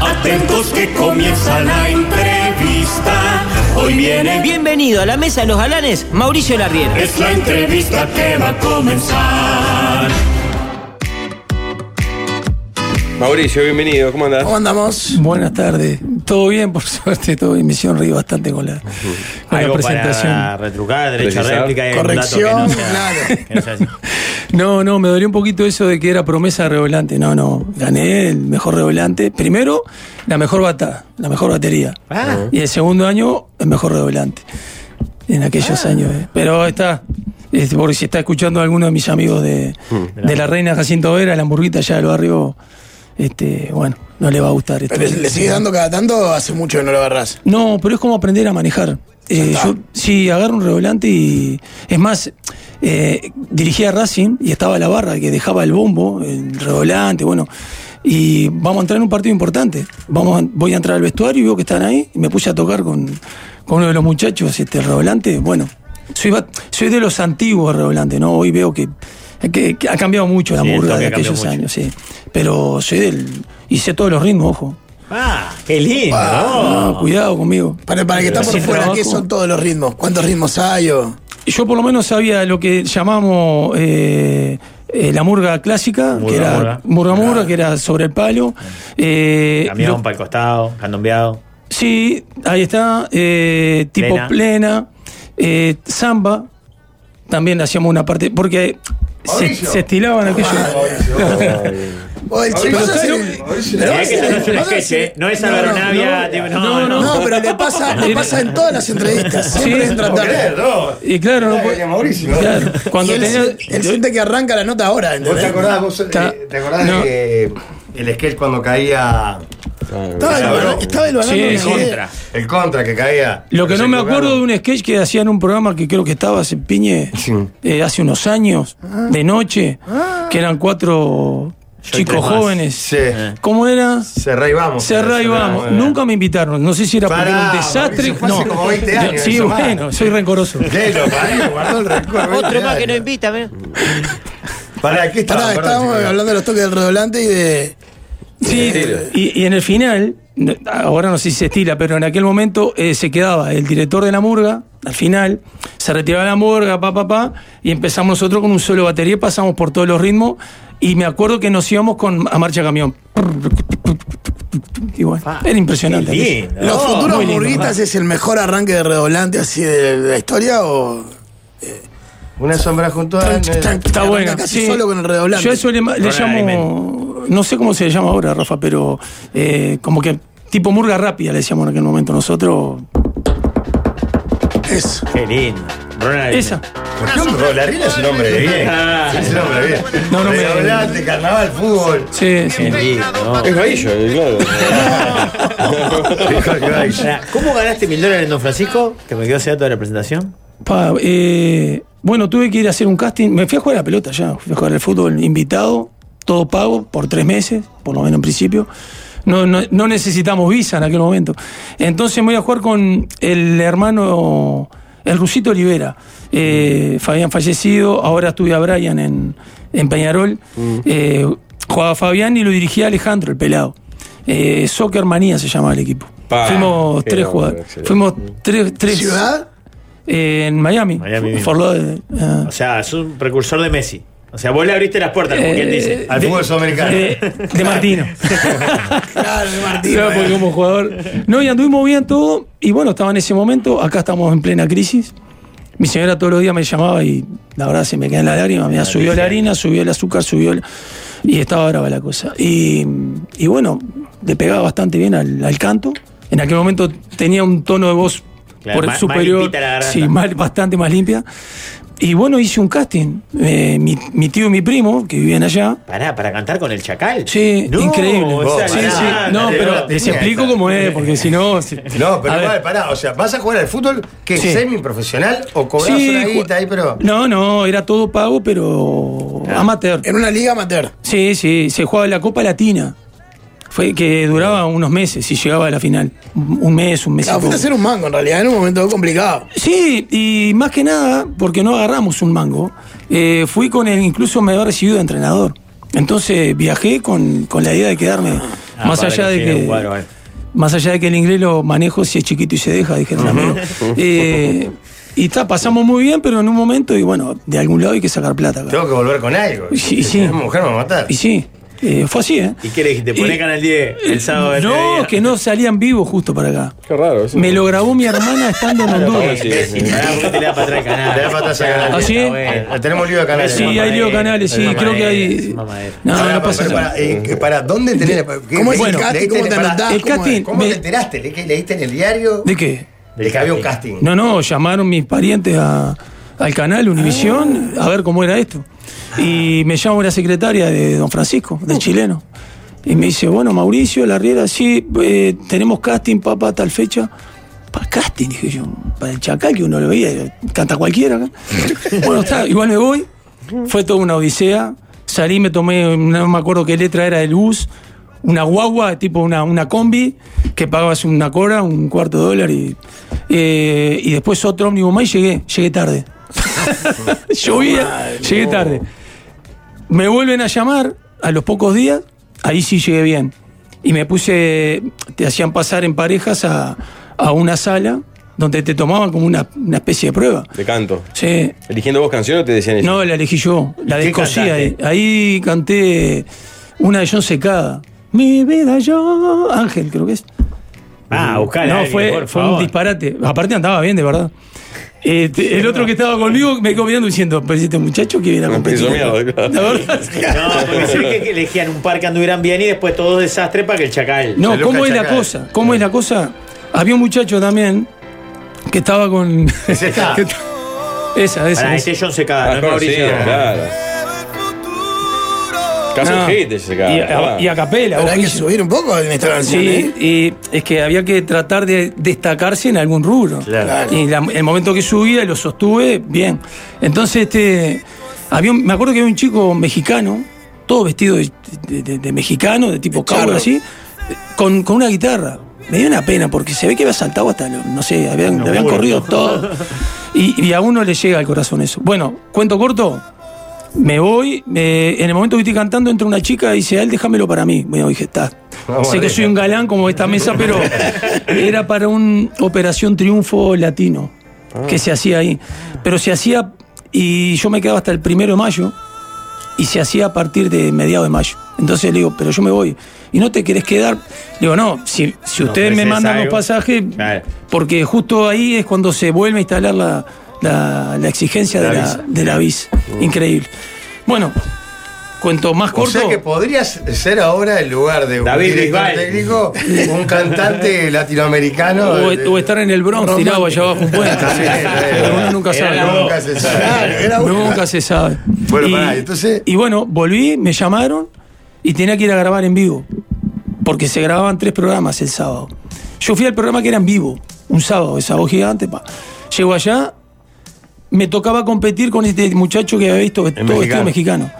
Speaker 15: Atentos que comienza la entrevista. Hoy viene.
Speaker 7: eh. Bienvenido a la mesa de los galanes, Mauricio Larriera.
Speaker 15: ¿eh? Es la entrevista que va a comenzar.
Speaker 4: Mauricio, bienvenido, ¿cómo andás?
Speaker 15: ¿Cómo andamos? Buenas tardes. Todo bien, por suerte, todo bien. Me hicieron reír bastante con la, con la
Speaker 2: Algo
Speaker 15: presentación.
Speaker 2: Para retrucar, derecho a
Speaker 15: Precisar.
Speaker 2: réplica y
Speaker 15: Corrección,
Speaker 2: un dato que no sea- que no sea así.
Speaker 15: No, no, me dolió un poquito eso de que era promesa de revolante. No, no, gané el mejor revolante. Primero, la mejor bata, la mejor batería.
Speaker 2: Ah.
Speaker 15: Y el segundo año, el mejor revolante. En aquellos años. eh. Pero está, este, porque si está escuchando alguno de mis amigos de, de la reina Jacinto Vera, la hamburguita allá del barrio, este, bueno, no le va a gustar. esto.
Speaker 3: ¿Le, le sigues dando cada tanto o hace mucho que no lo agarrás?
Speaker 15: No, pero es como aprender a manejar. Eh, yo sí agarro un revolante y. Es más, eh, dirigía Racing y estaba la barra que dejaba el bombo, el revolante, bueno. Y vamos a entrar en un partido importante. Vamos a- voy a entrar al vestuario y veo que están ahí. Y me puse a tocar con, con uno de los muchachos, este, el revolante. Bueno, soy, va- soy de los antiguos revolantes, ¿no? Hoy veo que, que- que ha cambiado mucho la
Speaker 2: Sí, el
Speaker 15: murga
Speaker 2: toque
Speaker 15: de
Speaker 2: ha cambiado
Speaker 15: aquellos
Speaker 2: mucho.
Speaker 15: años, sí. Pero soy del. Hice todos los ritmos, ojo.
Speaker 2: Ah, qué lindo.
Speaker 15: Ah, cuidado conmigo.
Speaker 3: Para, para que está por
Speaker 15: Sin
Speaker 3: fuera,
Speaker 15: trabajo.
Speaker 3: ¿qué son todos los ritmos? ¿Cuántos ritmos hay? o?
Speaker 15: Yo por lo menos sabía lo que llamamos eh, eh, la murga clásica,
Speaker 2: Murga,
Speaker 15: que era
Speaker 2: murga.
Speaker 15: murga murga, que era sobre el palo. Eh,
Speaker 2: Cambiaron
Speaker 15: lo-
Speaker 2: para el costado, candombeado.
Speaker 15: sí, ahí está, eh, tipo
Speaker 2: Plena.
Speaker 15: plena, eh, samba, también hacíamos una parte, porque se,
Speaker 3: Mauricio.
Speaker 15: se estilaban aquellos...
Speaker 3: O el chico
Speaker 15: Mauricio,
Speaker 3: se hace-
Speaker 2: Mirá
Speaker 3: vas
Speaker 2: que esto no
Speaker 3: a
Speaker 2: es
Speaker 3: decir-
Speaker 2: un
Speaker 3: vas a
Speaker 2: sketch,
Speaker 3: decir-
Speaker 2: ¿eh? No es Álvaro Navia, tipo, no,
Speaker 3: no,
Speaker 2: no.
Speaker 3: no, pero le pasa, le pasa en todas las entrevistas. Siempre entra tarde.
Speaker 15: Y claro, no puede- claro, cuando
Speaker 3: Y él
Speaker 15: tenía-
Speaker 3: se- él siente que arranca la nota ahora.
Speaker 1: ¿Vos te
Speaker 3: ¿entendés?
Speaker 1: acordás, vos, eh, te acordás
Speaker 3: No.
Speaker 1: de que el sketch cuando caía.
Speaker 15: Estaba el banano- estaba el banano Sí, en
Speaker 1: el
Speaker 15: el sí.
Speaker 1: contra.
Speaker 15: contra.
Speaker 1: El contra que caía.
Speaker 15: Lo que
Speaker 1: Pero
Speaker 15: no
Speaker 1: se
Speaker 15: me
Speaker 1: equivocaron.
Speaker 15: acuerdo de un sketch que hacían un programa que creo que estabas en Piñe eh, hace unos años,
Speaker 1: Ah.
Speaker 15: de noche, que eran cuatro chicos
Speaker 1: tres Ah. más.
Speaker 15: jóvenes.
Speaker 1: Sí.
Speaker 15: ¿Cómo era?
Speaker 1: Cerrá y vamos.
Speaker 15: Cerrá y
Speaker 1: Cerrá,
Speaker 15: vamos.
Speaker 1: bueno.
Speaker 15: Nunca me invitaron. No sé si era porque
Speaker 1: Pará,
Speaker 15: era un desastre.
Speaker 1: Mauricio, fue hace
Speaker 15: no.
Speaker 1: como 20 años
Speaker 15: sí,
Speaker 1: eso,
Speaker 15: bueno,
Speaker 1: man.
Speaker 15: soy rencoroso.
Speaker 1: ¿Qué lo parió? Guardó el recuerdo.
Speaker 7: Otro más que no invita, ¿eh? ¿ves?
Speaker 1: Pará, ¿qué
Speaker 3: Pará,
Speaker 1: estaba? Perdón,
Speaker 3: estábamos
Speaker 1: chicos.
Speaker 3: hablando de los toques del redoblante y de.
Speaker 15: Sí, y, y en el final, no- ahora no sé si se estila, pero en aquel momento eh, se quedaba el director de la murga, al final, se retiraba la murga, pa, pa, pa, y empezamos nosotros con un solo batería, pasamos por todos los ritmos, y me acuerdo que nos íbamos con, a marcha camión. Y bueno,
Speaker 3: Ah,
Speaker 15: era impresionante. aquello.
Speaker 3: ¿Los
Speaker 15: Oh,
Speaker 3: futuros
Speaker 15: muy lindo.
Speaker 3: burguitas es el mejor arranque de redoblante así de, de la historia o.?
Speaker 1: Ah, Una sombra junto a.
Speaker 3: Está
Speaker 15: bueno,
Speaker 3: Casi
Speaker 15: sí.
Speaker 3: solo con el redoblante.
Speaker 15: Yo a eso le, le llamo, no sé cómo se le llama ahora, Rafa, pero eh, como que tipo murga rápida le decíamos en aquel momento nosotros.
Speaker 3: Eso.
Speaker 2: Qué lindo. Ronald
Speaker 15: Esa.
Speaker 1: Por ejemplo, la reina es un hombre de bien.
Speaker 2: Ah.
Speaker 1: Es un hombre de bien.
Speaker 15: No, no me-
Speaker 1: Redoblante, carnaval, fútbol.
Speaker 15: Sí, sí.
Speaker 4: Es gaillo, claro.
Speaker 2: Pará, ¿Cómo ganaste mil dólares en Don Francisco? Que me quedó ese dato de la presentación.
Speaker 15: Pa, eh, bueno, tuve que ir a hacer un casting. Me fui a jugar a la pelota ya. Fui a jugar al fútbol invitado, todo pago por tres meses, por lo menos en principio. No, no, no necesitamos visa en aquel momento. Entonces me voy a jugar con el hermano, el Rusito Olivera. Eh, Fabián fallecido, ahora estuve a Brian en, en Peñarol.
Speaker 4: Mm.
Speaker 15: Eh, jugaba Fabián y lo dirigía Alejandro, el pelado. Eh, Soccer Manía se llama el equipo.
Speaker 4: Pa,
Speaker 15: fuimos
Speaker 4: qué
Speaker 15: tres
Speaker 4: nombre,
Speaker 15: jugadores.
Speaker 4: excelente.
Speaker 15: Fuimos tres, tres.
Speaker 3: ¿Ciudad?
Speaker 15: Eh, en Miami.
Speaker 2: Miami mismo.
Speaker 15: Fort Lauderdale. Ah.
Speaker 2: O sea, es un precursor de Messi. O sea, vos le abriste las puertas, como
Speaker 15: Eh,
Speaker 2: quien dice.
Speaker 1: Al fútbol sudamericano.
Speaker 15: Eh, de Martino.
Speaker 3: Claro, de Martín.
Speaker 15: Claro, porque como jugador. No, y anduvimos bien todo. Y bueno, estaba en ese momento. Acá estamos en plena crisis. Mi señora todos los días me llamaba y la verdad se me quedan las lágrimas. Me subió la harina, subió el azúcar, subió. el- y estaba brava la cosa. Y, y bueno, le pegaba bastante bien al, al canto. En aquel momento tenía un tono de voz
Speaker 2: Claro,
Speaker 15: por
Speaker 2: más- más
Speaker 15: superior.
Speaker 2: limpita la garganta.
Speaker 15: sí, más- bastante más limpia. Y bueno, hice un casting. Eh, mi, mi tío y mi primo, que vivían allá,
Speaker 2: Pará, para cantar con el chacal.
Speaker 15: eh. Sí,
Speaker 2: No,
Speaker 15: increíble.
Speaker 2: o sea,
Speaker 15: Sí,
Speaker 2: pará,
Speaker 15: sí. No,
Speaker 1: te la
Speaker 15: pero
Speaker 1: tenía
Speaker 15: les explico
Speaker 1: esa.
Speaker 15: cómo es, porque si no. si-
Speaker 1: No, pero
Speaker 15: A ver.
Speaker 1: igual, pará. O sea, ¿vas a jugar al fútbol que es
Speaker 15: Sí.
Speaker 1: semiprofesional o cobrás
Speaker 15: Sí,
Speaker 1: una
Speaker 15: ju-
Speaker 1: guita ahí, pero.
Speaker 15: No, no, era todo pago, pero amateur.
Speaker 3: En una liga amateur.
Speaker 15: Sí, sí, se jugaba la Copa Latina. Fue que duraba unos meses y llegaba a la final. Un un mes, un mes. y
Speaker 3: Claro, fuiste a
Speaker 15: poco.
Speaker 3: hacer un mango en realidad, en un momento complicado.
Speaker 15: Sí, y más que nada, porque no agarramos un mango, eh, fui con el, incluso me había recibido de entrenador. Entonces viajé con, con la idea de quedarme.
Speaker 2: Ah,
Speaker 15: más
Speaker 2: para
Speaker 15: allá de
Speaker 2: llegue
Speaker 15: que.
Speaker 2: un cuadro, eh.
Speaker 15: Más allá de que el inglés lo manejo si es chiquito y se deja, dijeron amigos. Eh, y está, pasamos muy bien, pero en un momento, y bueno, de algún lado hay que sacar plata. acá.
Speaker 1: Tengo que volver con algo.
Speaker 15: Sí, sí.
Speaker 1: Mi mujer me va a matar.
Speaker 15: Y sí. Eh, fue así, ¿eh?
Speaker 2: ¿Y qué le dijiste? Poné
Speaker 15: Y-
Speaker 2: Canal 10 el sábado este del
Speaker 15: No,
Speaker 2: mediodía.
Speaker 15: que no salían vivos justo para acá.
Speaker 4: Qué raro. eso.
Speaker 15: Me lo grabó mi hermana estando en Honduras.
Speaker 4: Sí, sí, sí.
Speaker 2: Pará, porque te le da para atrás el canal.
Speaker 1: Te da para atrás el canal.
Speaker 15: ¿Ah, sí?
Speaker 2: Está bueno.
Speaker 1: Tenemos lío de canales.
Speaker 15: Sí, hay lío de canales, sí, creo que hay- No, no pasa nada.
Speaker 1: Para, eh, ¿dónde tenés?
Speaker 15: ¿Cómo es el casting? ¿Cómo te anotás? El casting,
Speaker 1: ¿Cómo te
Speaker 15: me-
Speaker 1: enteraste? ¿Le- que ¿Leíste en el diario?
Speaker 15: ¿De qué?
Speaker 1: De que había un casting.
Speaker 15: No, no, llamaron mis parientes a- al canal Univisión a ver cómo era esto. Y me llama una secretaria de Don Francisco, de chileno. Y me dice, bueno, Mauricio, la riera, sí, eh, tenemos casting, papá, tal fecha. ¿Para casting? Dije yo, para el chacal que uno lo veía, canta cualquiera acá. bueno, está, igual me voy. Fue toda una odisea. Salí, me tomé, no me acuerdo qué letra era del bus, una guagua, tipo una, una combi, que pagabas una cora, un cuarto de dólar y eh, y después otro ómnibus más y llegué, llegué tarde. Llovía, llegué tarde. Me vuelven a llamar a los pocos días, ahí sí llegué bien. Y me puse, te hacían pasar en parejas a, a una sala donde te tomaban como una, una especie de prueba.
Speaker 4: De canto.
Speaker 15: Sí.
Speaker 4: ¿Eligiendo vos canción o te decían eso?
Speaker 15: No, la elegí yo, la
Speaker 4: ¿Qué
Speaker 15: descosí ahí.
Speaker 4: cantaste?
Speaker 15: Ahí canté una de John Secada. Mi vida yo, Ángel creo que es.
Speaker 2: Ah, buscala a
Speaker 15: No,
Speaker 2: alguien,
Speaker 15: fue,
Speaker 2: por
Speaker 15: fue
Speaker 2: favor.
Speaker 15: un disparate. Aparte andaba bien, de verdad. Este, el otro que estaba conmigo me quedó mirando diciendo, pero este muchacho que viene a competir.
Speaker 2: ¿eh?
Speaker 15: La verdad.
Speaker 2: No, porque sé que elegían un par que anduvieran bien y después todos desastres para que el chacal.
Speaker 15: No, ¿cómo es la cosa? ¿Cómo es la cosa? Había un muchacho también que estaba con.
Speaker 2: está.
Speaker 15: que está- esa, esa.
Speaker 2: Pará, este-
Speaker 15: esa.
Speaker 2: ese es John Secada, no es
Speaker 4: Ah,
Speaker 2: Mauricio.
Speaker 4: sí, claro. Casi
Speaker 15: No.
Speaker 4: un hit ese
Speaker 15: Y
Speaker 4: cara.
Speaker 15: a, y a capela.
Speaker 3: Pero
Speaker 15: vos,
Speaker 3: hay que
Speaker 15: Guille.
Speaker 3: subir un poco en esta canción.
Speaker 15: Sí,
Speaker 3: ¿eh?
Speaker 15: y es que había que tratar de destacarse en algún rubro.
Speaker 3: Claro.
Speaker 15: Y la- el momento que subía y lo sostuve, bien. Entonces, este, había un- me acuerdo que había un chico mexicano, todo vestido de, de- de- de mexicano, de tipo cowboy así, con, con una guitarra. Me dio una pena porque se ve que había saltado hasta, lo- no sé, habían, le habían
Speaker 2: juro.
Speaker 15: corrido todo. Y, y a uno le llega al corazón eso. Bueno, cuento corto. Me voy, eh, en el momento que estoy cantando entra una chica y dice, él déjamelo para mí. Bueno, dije, está.
Speaker 2: Ah,
Speaker 1: Vamos
Speaker 15: sé que
Speaker 1: arriba.
Speaker 15: soy un galán como esta mesa, pero era para un Operación Triunfo Latino
Speaker 2: Ah.
Speaker 15: que se hacía ahí. Pero se hacía, y yo me quedaba hasta el primero de mayo, y se hacía a partir de mediados de mayo. Entonces le digo, pero yo me voy. ¿Y no te querés quedar? Le digo, no, si, si
Speaker 2: No,
Speaker 15: ustedes me
Speaker 2: ofreces
Speaker 15: mandan los
Speaker 2: algo.
Speaker 15: pasajes,
Speaker 2: Claro.
Speaker 15: porque justo ahí es cuando se vuelve a instalar la, la- la exigencia
Speaker 1: La
Speaker 15: de, la,
Speaker 1: visa.
Speaker 15: de la visa. Increíble. Bueno, cuento más
Speaker 1: O
Speaker 15: corto.
Speaker 1: sea que podrías ser ahora el lugar de un
Speaker 2: David
Speaker 1: director
Speaker 2: Bisbal.
Speaker 1: técnico, un cantante latinoamericano.
Speaker 15: o, e-
Speaker 1: de-
Speaker 15: o estar en el Bronx
Speaker 1: Romántico.
Speaker 15: tirado allá abajo un puente.
Speaker 1: Sí, sí.
Speaker 15: Pero uno nunca
Speaker 1: Era
Speaker 15: sabe.
Speaker 1: la Nunca voz. se sabe. Claro, era una.
Speaker 15: Eh, nunca se sabe.
Speaker 1: Bueno,
Speaker 15: y,
Speaker 1: pará, entonces-
Speaker 15: y bueno, volví, me llamaron y tenía que ir a grabar en vivo. Porque se grababan tres programas el sábado. Yo fui al programa que era en vivo, un sábado, esa voz gigante. pa. Llego allá, me tocaba competir con este muchacho que había visto todo
Speaker 4: mexicano.
Speaker 15: vestido mexicano.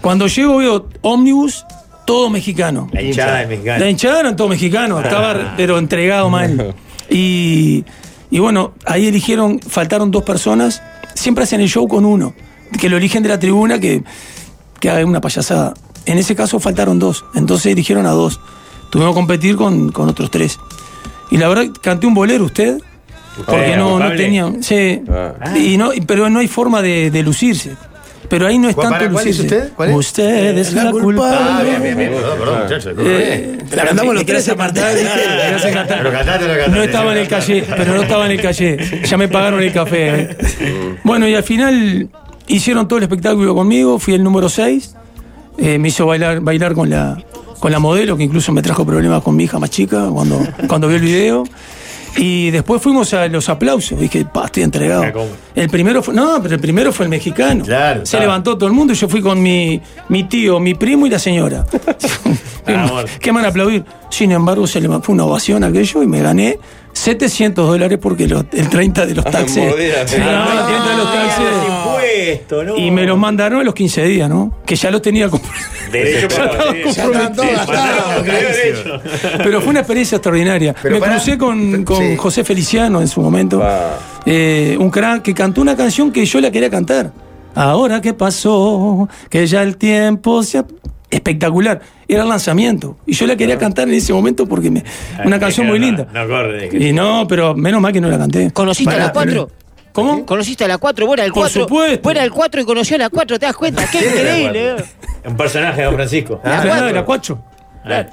Speaker 15: Cuando llego veo ómnibus, todo mexicano.
Speaker 2: La hinchada Ah. de mexicano.
Speaker 15: La hinchada eran todos mexicanos, estaba pero entregado mal. Y, y bueno, ahí eligieron, faltaron dos personas, siempre hacen el show con uno, que lo eligen de la tribuna que, que haga una payasada. En ese caso faltaron dos, entonces eligieron a dos. Tuvimos que competir con, con otros tres. Y la verdad, canté un bolero usted, porque
Speaker 1: Eh,
Speaker 2: era
Speaker 15: no, no
Speaker 2: culpable?
Speaker 15: tenía... Sí,
Speaker 4: Ah.
Speaker 15: y no, pero no hay forma de, de lucirse. Pero ahí no es
Speaker 1: ¿Cuál-
Speaker 15: tanto
Speaker 1: para cuál es
Speaker 15: lucirse.
Speaker 1: usted? ¿Cuál es?
Speaker 15: es la, culpa.
Speaker 1: Ah, bien, bien, bien. Perdón, perdón, muchacho.
Speaker 15: Eh,
Speaker 3: Te la cantamos
Speaker 15: me-
Speaker 3: los
Speaker 15: me
Speaker 3: tres
Speaker 15: querés
Speaker 3: apartados.
Speaker 15: me querés cantar.
Speaker 1: Pero cantate, lo cantate.
Speaker 15: No estaba en el calle, pero no estaba en el calle. Ya me pagaron el café. eh. Bueno, y al final hicieron todo el espectáculo conmigo. Fui el número 6. me hizo bailar, bailar con la, con la modelo, que incluso me trajo problemas con mi hija más chica cuando, cuando vio el video. Y después fuimos a los aplausos. Dije, pa, estoy entregado.
Speaker 2: Ah, ¿cómo?
Speaker 15: El primero fue, no, pero el primero fue el mexicano.
Speaker 1: Claro,
Speaker 15: Se
Speaker 1: claro.
Speaker 15: levantó todo el mundo y yo fui con mi, mi tío, mi primo y la señora.
Speaker 2: Amor.
Speaker 15: ¿Qué me van a aplaudir? Sin embargo, se le fue una ovación aquello y me gané 700 dólares porque lo- el 30 de los taxis.
Speaker 4: Mordida,
Speaker 15: Sí,
Speaker 4: sí.
Speaker 15: Ah, no, el 30 de los taxis.
Speaker 2: Impuesto, Ah, ¿no?
Speaker 15: Y me los mandaron a los 15 días, ¿no? Que ya los tenía comp-
Speaker 2: Derecho
Speaker 15: ya
Speaker 2: para
Speaker 15: estaba
Speaker 2: vender.
Speaker 15: comprometido.
Speaker 3: todos gastados,
Speaker 2: Derecho.
Speaker 15: Pero fue una experiencia extraordinaria.
Speaker 1: Pero
Speaker 15: me
Speaker 1: pará.
Speaker 15: crucé con, con
Speaker 1: Sí.
Speaker 15: José Feliciano en su momento.
Speaker 4: Ah.
Speaker 15: Eh, un crack que cantó una canción que yo la quería cantar. Ahora que pasó, que ya el tiempo se... ha- Espectacular. Era el lanzamiento. Y yo la quería cantar en ese momento porque me... Una canción muy linda.
Speaker 2: No corre.
Speaker 15: Y no, pero menos mal que no la canté.
Speaker 7: ¿Conociste a
Speaker 1: Pará,
Speaker 7: los cuatro?
Speaker 15: ¿Cómo?
Speaker 7: Conociste a la 4, vos eras el
Speaker 15: Por
Speaker 7: 4.
Speaker 15: supuesto.
Speaker 7: Vos eras el 4 y conoció a la 4, ¿te das cuenta? ¡Qué
Speaker 2: era la
Speaker 7: increíble! ¿eh?
Speaker 2: Un personaje de Don Francisco. Ah,
Speaker 15: La cuatro. La cuatro.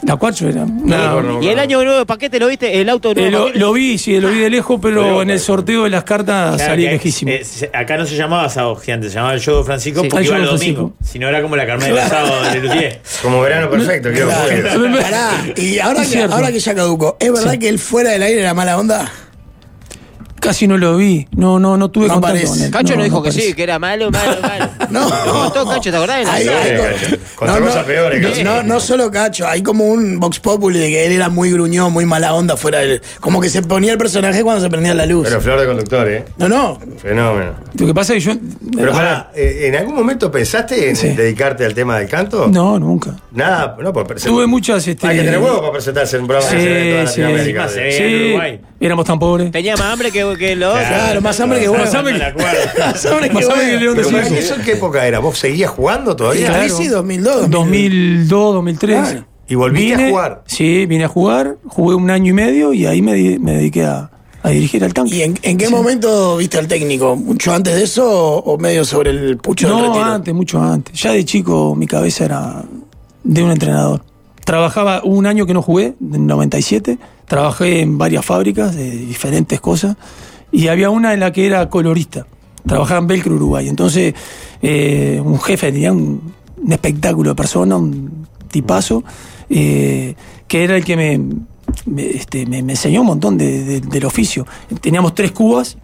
Speaker 15: La cuatro era. una-
Speaker 7: Y el año nuevo de paquete lo viste, el auto nuevo.
Speaker 15: Eh,
Speaker 7: de
Speaker 15: lo,
Speaker 7: paquete?
Speaker 15: lo vi, sí, lo vi de lejos, pero
Speaker 2: Pero,
Speaker 15: en el sorteo de las cartas
Speaker 2: Claro
Speaker 15: salí
Speaker 2: que,
Speaker 15: lejísimo.
Speaker 2: eh, se- acá no se llamaba Sábado Gigante, se llamaba el show de Francisco
Speaker 15: Sí.
Speaker 2: porque
Speaker 15: El
Speaker 2: iba
Speaker 15: Show
Speaker 2: el
Speaker 15: de
Speaker 2: domingo. Si no era como la Carmela
Speaker 15: Claro.
Speaker 2: el sábado de Lutier.
Speaker 1: Como verano perfecto, quiero
Speaker 2: Claro.
Speaker 3: Pará, y ahora
Speaker 15: Es
Speaker 3: que,
Speaker 15: cierto.
Speaker 3: ahora que ya caducó, ¿es verdad que él fuera del aire era mala onda?
Speaker 15: Casi no lo vi. No, no, no tuve
Speaker 3: No
Speaker 15: contacto
Speaker 3: aparece.
Speaker 15: con él.
Speaker 7: Cacho
Speaker 15: No,
Speaker 7: nos dijo
Speaker 15: no
Speaker 7: que sí,
Speaker 15: aparece.
Speaker 7: que era malo, malo, malo.
Speaker 3: No.
Speaker 7: Lo contó Cacho, ¿te acordás? de la-
Speaker 3: Ahí- ahí con-
Speaker 1: Contra
Speaker 3: no,
Speaker 1: cosas
Speaker 3: no,
Speaker 1: peores,
Speaker 3: no,
Speaker 1: Cacho.
Speaker 3: No, no solo Cacho, hay como un Vox Populi de que él era muy gruñón, muy mala onda fuera del. Como que se ponía el personaje cuando se prendía la luz.
Speaker 1: Pero flor de conductor, ¿eh?
Speaker 3: No, no.
Speaker 1: Fenómeno.
Speaker 15: Lo que pasa es que yo.
Speaker 1: Pero pará, eh, ¿en algún momento pensaste en dedicarte al tema del canto?
Speaker 15: No, nunca.
Speaker 1: Nada, no, por
Speaker 15: Tuve muchas. Este,
Speaker 1: Hay que tener huevo para presentarse en un programa
Speaker 15: Sí,
Speaker 1: que se ve en toda
Speaker 15: sí,
Speaker 1: Latinoamérica.
Speaker 15: sí. Éramos tan pobres.
Speaker 7: Tenía más hambre que, que los
Speaker 1: Ah,
Speaker 7: otros.
Speaker 3: Claro, más hambre que huevo.
Speaker 15: Más hambre que-
Speaker 3: Más hambre que
Speaker 15: Más hambre que
Speaker 3: huevo.
Speaker 15: León de
Speaker 1: Pero para
Speaker 15: Circo.
Speaker 1: que ¿Eso en qué época era? ¿Vos seguías jugando todavía?
Speaker 15: Claro.
Speaker 3: Sí, 2002.
Speaker 15: 2002, 2003.
Speaker 1: Claro. ¿Y volviste
Speaker 15: Vine-
Speaker 1: a jugar?
Speaker 15: Sí, vine a jugar, jugué un año y medio y ahí me, di- me dediqué a, a dirigir al tanque.
Speaker 3: ¿Y en, en qué
Speaker 15: Sí.
Speaker 3: momento viste al técnico? ¿Mucho antes de eso o, o medio sobre el pucho del
Speaker 15: No,
Speaker 3: retiro?
Speaker 15: antes, mucho antes. Ya de chico mi cabeza era de un entrenador. Trabajaba hubo un año que no jugué, en 97. Trabajé en varias fábricas de diferentes cosas. Y había una en la que era colorista. Trabajaba en Belcro, Uruguay. Entonces, eh, un jefe tenía un, un espectáculo de persona, un tipazo, eh, que era el que me, me, este, me- me enseñó un montón de- de- del oficio. Teníamos tres cubas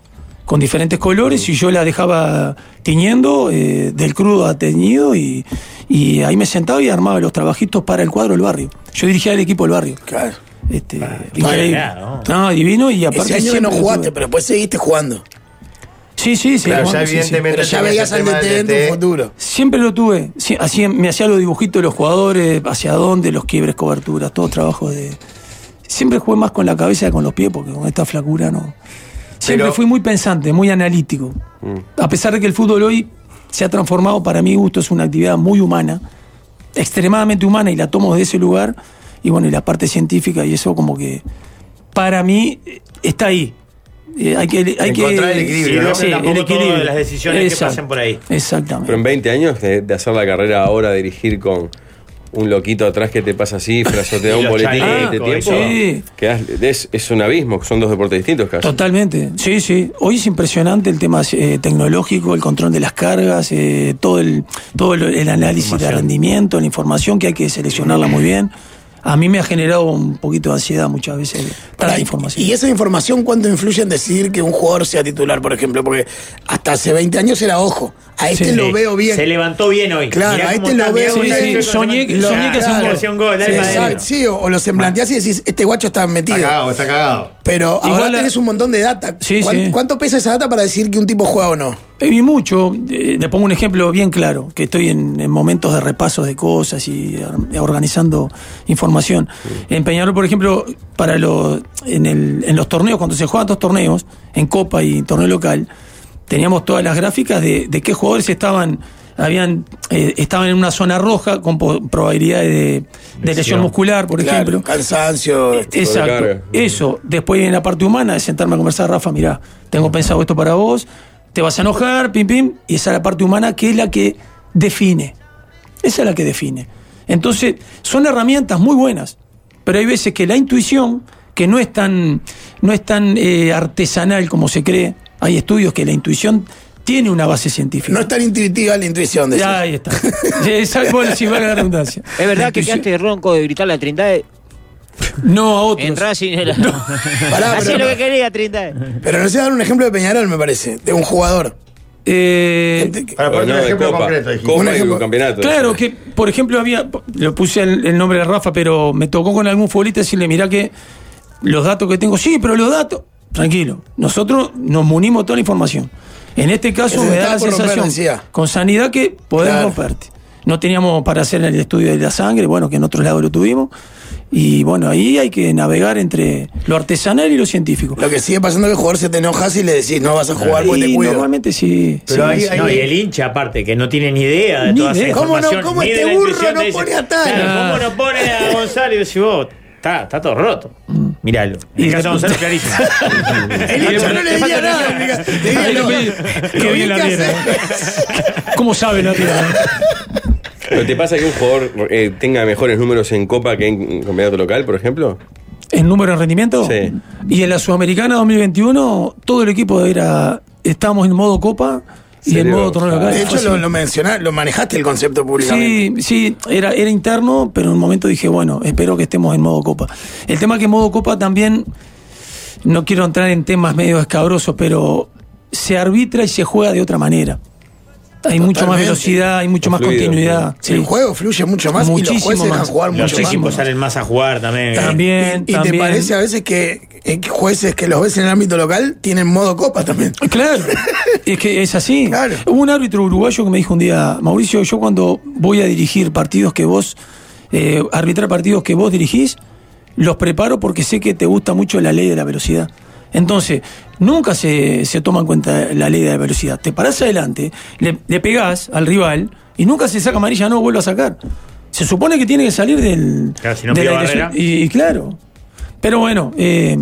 Speaker 15: con diferentes colores y yo la dejaba tiñendo, eh, del crudo a teñido, y, y ahí me sentaba y armaba los trabajitos para el cuadro del barrio. Yo dirigía el equipo del barrio.
Speaker 3: Claro.
Speaker 15: Este,
Speaker 3: no
Speaker 15: increíble.
Speaker 3: era
Speaker 15: no, divino y aparte...
Speaker 3: Ese año que no
Speaker 15: siempre
Speaker 3: jugaste,
Speaker 15: tuve-
Speaker 3: pero después seguiste jugando.
Speaker 15: Sí, sí, sí.
Speaker 1: Claro,
Speaker 15: jugando,
Speaker 1: ya
Speaker 15: sí, sí.
Speaker 1: evidentemente
Speaker 3: Pero ya
Speaker 1: tenías
Speaker 3: veías
Speaker 1: el
Speaker 3: al
Speaker 1: tema
Speaker 3: DT
Speaker 1: del
Speaker 3: en tu futuro.
Speaker 15: Siempre lo tuve. Sí, hacía- me hacía los dibujitos de los jugadores, hacia dónde, los quiebres, coberturas, todo trabajo de. Siempre jugué más con la cabeza que con los pies, porque con esta flacura no. Siempre
Speaker 1: Pero- Mm.
Speaker 15: fui muy pensante, muy analítico. A pesar de que el fútbol hoy se ha transformado, para mi gusto, es una actividad muy humana, extremadamente humana, y la tomo de ese lugar. Y bueno, y la parte científica y eso, como que. Para mí, eh, está ahí. Eh, hay que. Hay que
Speaker 1: Encontrar el
Speaker 2: Y
Speaker 1: equilibrio,
Speaker 2: no
Speaker 1: ¿no?
Speaker 2: sé
Speaker 15: el
Speaker 2: tampoco
Speaker 15: equilibrio.
Speaker 2: todas las decisiones que
Speaker 15: Exacto.
Speaker 2: pasen por ahí.
Speaker 15: Exactamente.
Speaker 4: Pero en 20 años de, de hacer la carrera ahora, dirigir con un loquito atrás que te pasa cifras o te da
Speaker 2: Y
Speaker 4: un
Speaker 2: los
Speaker 4: boletín
Speaker 2: chalecos,
Speaker 4: de tiempo,
Speaker 15: Sí.
Speaker 4: quedás- es, es un abismo, son dos deportes distintos casi.
Speaker 15: Totalmente, sí, sí. Hoy es impresionante el tema eh, tecnológico, el control de las cargas, eh, todo el todo el, el análisis de rendimiento, la información que hay que seleccionarla muy bien. A mí me ha generado un poquito de ansiedad muchas veces tanta
Speaker 3: Pará,
Speaker 15: información.
Speaker 3: ¿Y esa información cuánto influye en decidir que un jugador sea titular, por ejemplo? Porque hasta hace 20 años era ojo. A este
Speaker 2: Sí.
Speaker 3: lo veo bien.
Speaker 2: Se levantó bien hoy.
Speaker 3: Claro,
Speaker 2: Mirá
Speaker 3: a
Speaker 2: cómo
Speaker 3: este
Speaker 2: está,
Speaker 3: lo
Speaker 2: mirá
Speaker 3: veo
Speaker 2: cómo
Speaker 3: bien.
Speaker 2: está.
Speaker 3: Sí, sí,
Speaker 15: soñé-
Speaker 2: Lo-
Speaker 15: soñé que hacía un
Speaker 2: claro,
Speaker 15: gol.
Speaker 2: hacía un gol.
Speaker 3: Sí,
Speaker 2: alma de
Speaker 3: exacto,
Speaker 2: Dios.
Speaker 3: sí, o, o lo semblanteás y decís, este guacho está
Speaker 1: Está
Speaker 3: metido.
Speaker 1: cagado, está cagado.
Speaker 3: Pero
Speaker 15: Igual
Speaker 3: ahora
Speaker 15: la-
Speaker 3: tenés un montón de data.
Speaker 15: Sí,
Speaker 3: ¿Cuán-
Speaker 15: sí.
Speaker 3: ¿Cuánto pesa esa data para decir que un tipo juega o no?
Speaker 15: Eh, Vi mucho, eh, le pongo un ejemplo bien claro, que estoy en, en momentos de repaso de cosas y ar- organizando información. En Peñarol, por ejemplo, para los, en, el- en los torneos, cuando se juegan dos torneos, en Copa y torneo local, teníamos todas las gráficas de, de qué jugadores estaban, habían, eh, estaban en una zona roja con po- probabilidades de, de lesión muscular, por
Speaker 3: Claro,
Speaker 15: ejemplo.
Speaker 3: Cansancio. este,
Speaker 15: Exacto.
Speaker 4: Sobrecarga.
Speaker 15: Eso. Después viene la parte humana de sentarme a conversar, Rafa, mirá, tengo pensado esto para vos, te vas a enojar, pim, pim. Y esa es la parte humana que es la que define. Esa es la que define. Entonces, son herramientas muy buenas, pero hay veces que la intuición, que no es tan, no es tan eh, artesanal como se cree, hay estudios que la intuición tiene una base científica.
Speaker 3: No es tan intuitiva la intuición de
Speaker 15: Ahí está. Exacto, bueno, sí, vale la redundancia.
Speaker 7: ¿Es verdad
Speaker 15: La
Speaker 7: que
Speaker 15: intuición-
Speaker 7: quedaste ronco de gritar la Trindade?
Speaker 15: No a otros.
Speaker 7: En Racing era.
Speaker 3: Pará,
Speaker 7: Hacía
Speaker 3: pero-
Speaker 7: lo que quería, Trindade.
Speaker 3: Pero no se dar un ejemplo de Peñarol, me parece, de un jugador.
Speaker 15: Eh,
Speaker 3: Este,
Speaker 1: Para poner
Speaker 4: Pero no,
Speaker 1: un
Speaker 4: de
Speaker 1: ejemplo
Speaker 4: Copa,
Speaker 1: concreto, dijiste.
Speaker 4: Copa
Speaker 3: Un
Speaker 4: y
Speaker 3: ejemplo.
Speaker 4: campeonato.
Speaker 15: Claro, que por ejemplo había, lo puse el, el nombre de Rafa, pero me tocó con algún futbolista decirle, mirá que los datos que tengo, sí, pero los datos, tranquilo, nosotros nos munimos toda la información. En este caso
Speaker 3: Ese
Speaker 15: me da
Speaker 3: estaba
Speaker 15: la
Speaker 3: por romper,
Speaker 15: sensación,
Speaker 3: decía.
Speaker 15: con sanidad, que podemos
Speaker 3: Claro.
Speaker 15: romperte. No teníamos para hacer el estudio de la sangre, bueno, que en otro lado lo tuvimos. Y bueno, ahí hay que navegar entre lo artesanal y lo científico.
Speaker 3: Lo que sigue pasando es que el jugador se te enojas y le decís, no vas a jugar porque te
Speaker 15: y
Speaker 3: cuido.
Speaker 15: normalmente sí.
Speaker 1: Pero
Speaker 15: sí,
Speaker 1: ahí-
Speaker 15: sí.
Speaker 1: ahí-
Speaker 2: No, y el hincha aparte, que no tiene ni idea de
Speaker 15: Ni
Speaker 2: toda esa
Speaker 15: idea. ¿Cómo
Speaker 3: no?
Speaker 2: información.
Speaker 3: ¿Cómo
Speaker 2: ni de
Speaker 3: este
Speaker 2: la
Speaker 3: burro
Speaker 2: intuición
Speaker 3: no
Speaker 2: de ese-
Speaker 15: Ah.
Speaker 3: pone a Tano?
Speaker 2: Claro, ¿Cómo no pone a Gonzalo? Y decís vos, está, está todo roto. Míralo. Y caso de Gonzalo es clarísimo.
Speaker 15: Yo no le diría nada, le diría, no, qué bien la
Speaker 2: hacer.
Speaker 15: mierda. ¿Cómo sabe la tierra?
Speaker 4: ¿Pero te pasa que un jugador eh, tenga mejores números en Copa que en campeonato local, por ejemplo?
Speaker 15: ¿En número de rendimiento?
Speaker 4: Sí.
Speaker 15: Y en la Sudamericana 2021, todo el equipo era. Estábamos en modo Copa y en
Speaker 3: ¿Serio?
Speaker 15: modo torneo local.
Speaker 3: De hecho,
Speaker 15: Fácil.
Speaker 3: lo, lo menciona- lo manejaste el concepto públicamente.
Speaker 15: Sí, sí, era, era interno, pero en un momento dije, bueno, espero que estemos en modo copa. El tema que en modo copa también, no quiero entrar en temas medio escabrosos, pero se arbitra y se juega de otra manera. Hay mucho más
Speaker 3: Totalmente.
Speaker 15: velocidad, hay mucho
Speaker 3: Está
Speaker 15: más
Speaker 3: fluido,
Speaker 15: continuidad.
Speaker 3: sí. El juego fluye mucho más y los jueces dejan jugar mucho
Speaker 2: Los
Speaker 3: más. Eh.
Speaker 2: equipos salen más a jugar también.
Speaker 15: También,
Speaker 3: ¿Y te parece a veces que eh, que jueces que los ves en el ámbito local tienen modo copa también?
Speaker 15: Claro, es que es así. Hubo un árbitro uruguayo que me dijo un día, Mauricio, yo cuando voy a dirigir partidos que vos, eh, arbitrar partidos que vos dirigís, los preparo porque sé que te gusta mucho la ley de la velocidad. Entonces, nunca se, se toma en cuenta la ley de la velocidad. Te parás adelante, le, le pegás al rival y nunca se saca amarilla, no vuelve a sacar. Se supone que tiene que salir del,
Speaker 2: Claro, si no
Speaker 15: de
Speaker 2: pide
Speaker 15: la dirección.
Speaker 2: barrera.
Speaker 15: Y, y claro. Pero bueno, eh,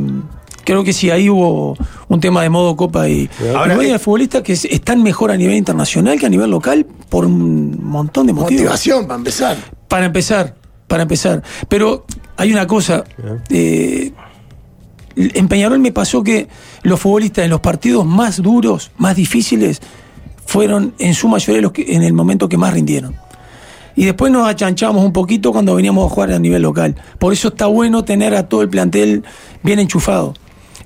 Speaker 15: creo que sí, ahí hubo un tema de modo copa y
Speaker 3: Ahora,
Speaker 15: ahora hay futbolistas que es- están mejor a nivel internacional que a nivel local por un montón de motivos.
Speaker 3: Motivación para empezar.
Speaker 15: Para empezar, para empezar. Pero hay una cosa, eh, en Peñarol me pasó que los futbolistas en los partidos más duros, más difíciles, fueron en su mayoría los que en el momento que más rindieron. Y después nos achanchamos un poquito cuando veníamos a jugar a nivel local. Por eso está bueno tener a todo el plantel bien enchufado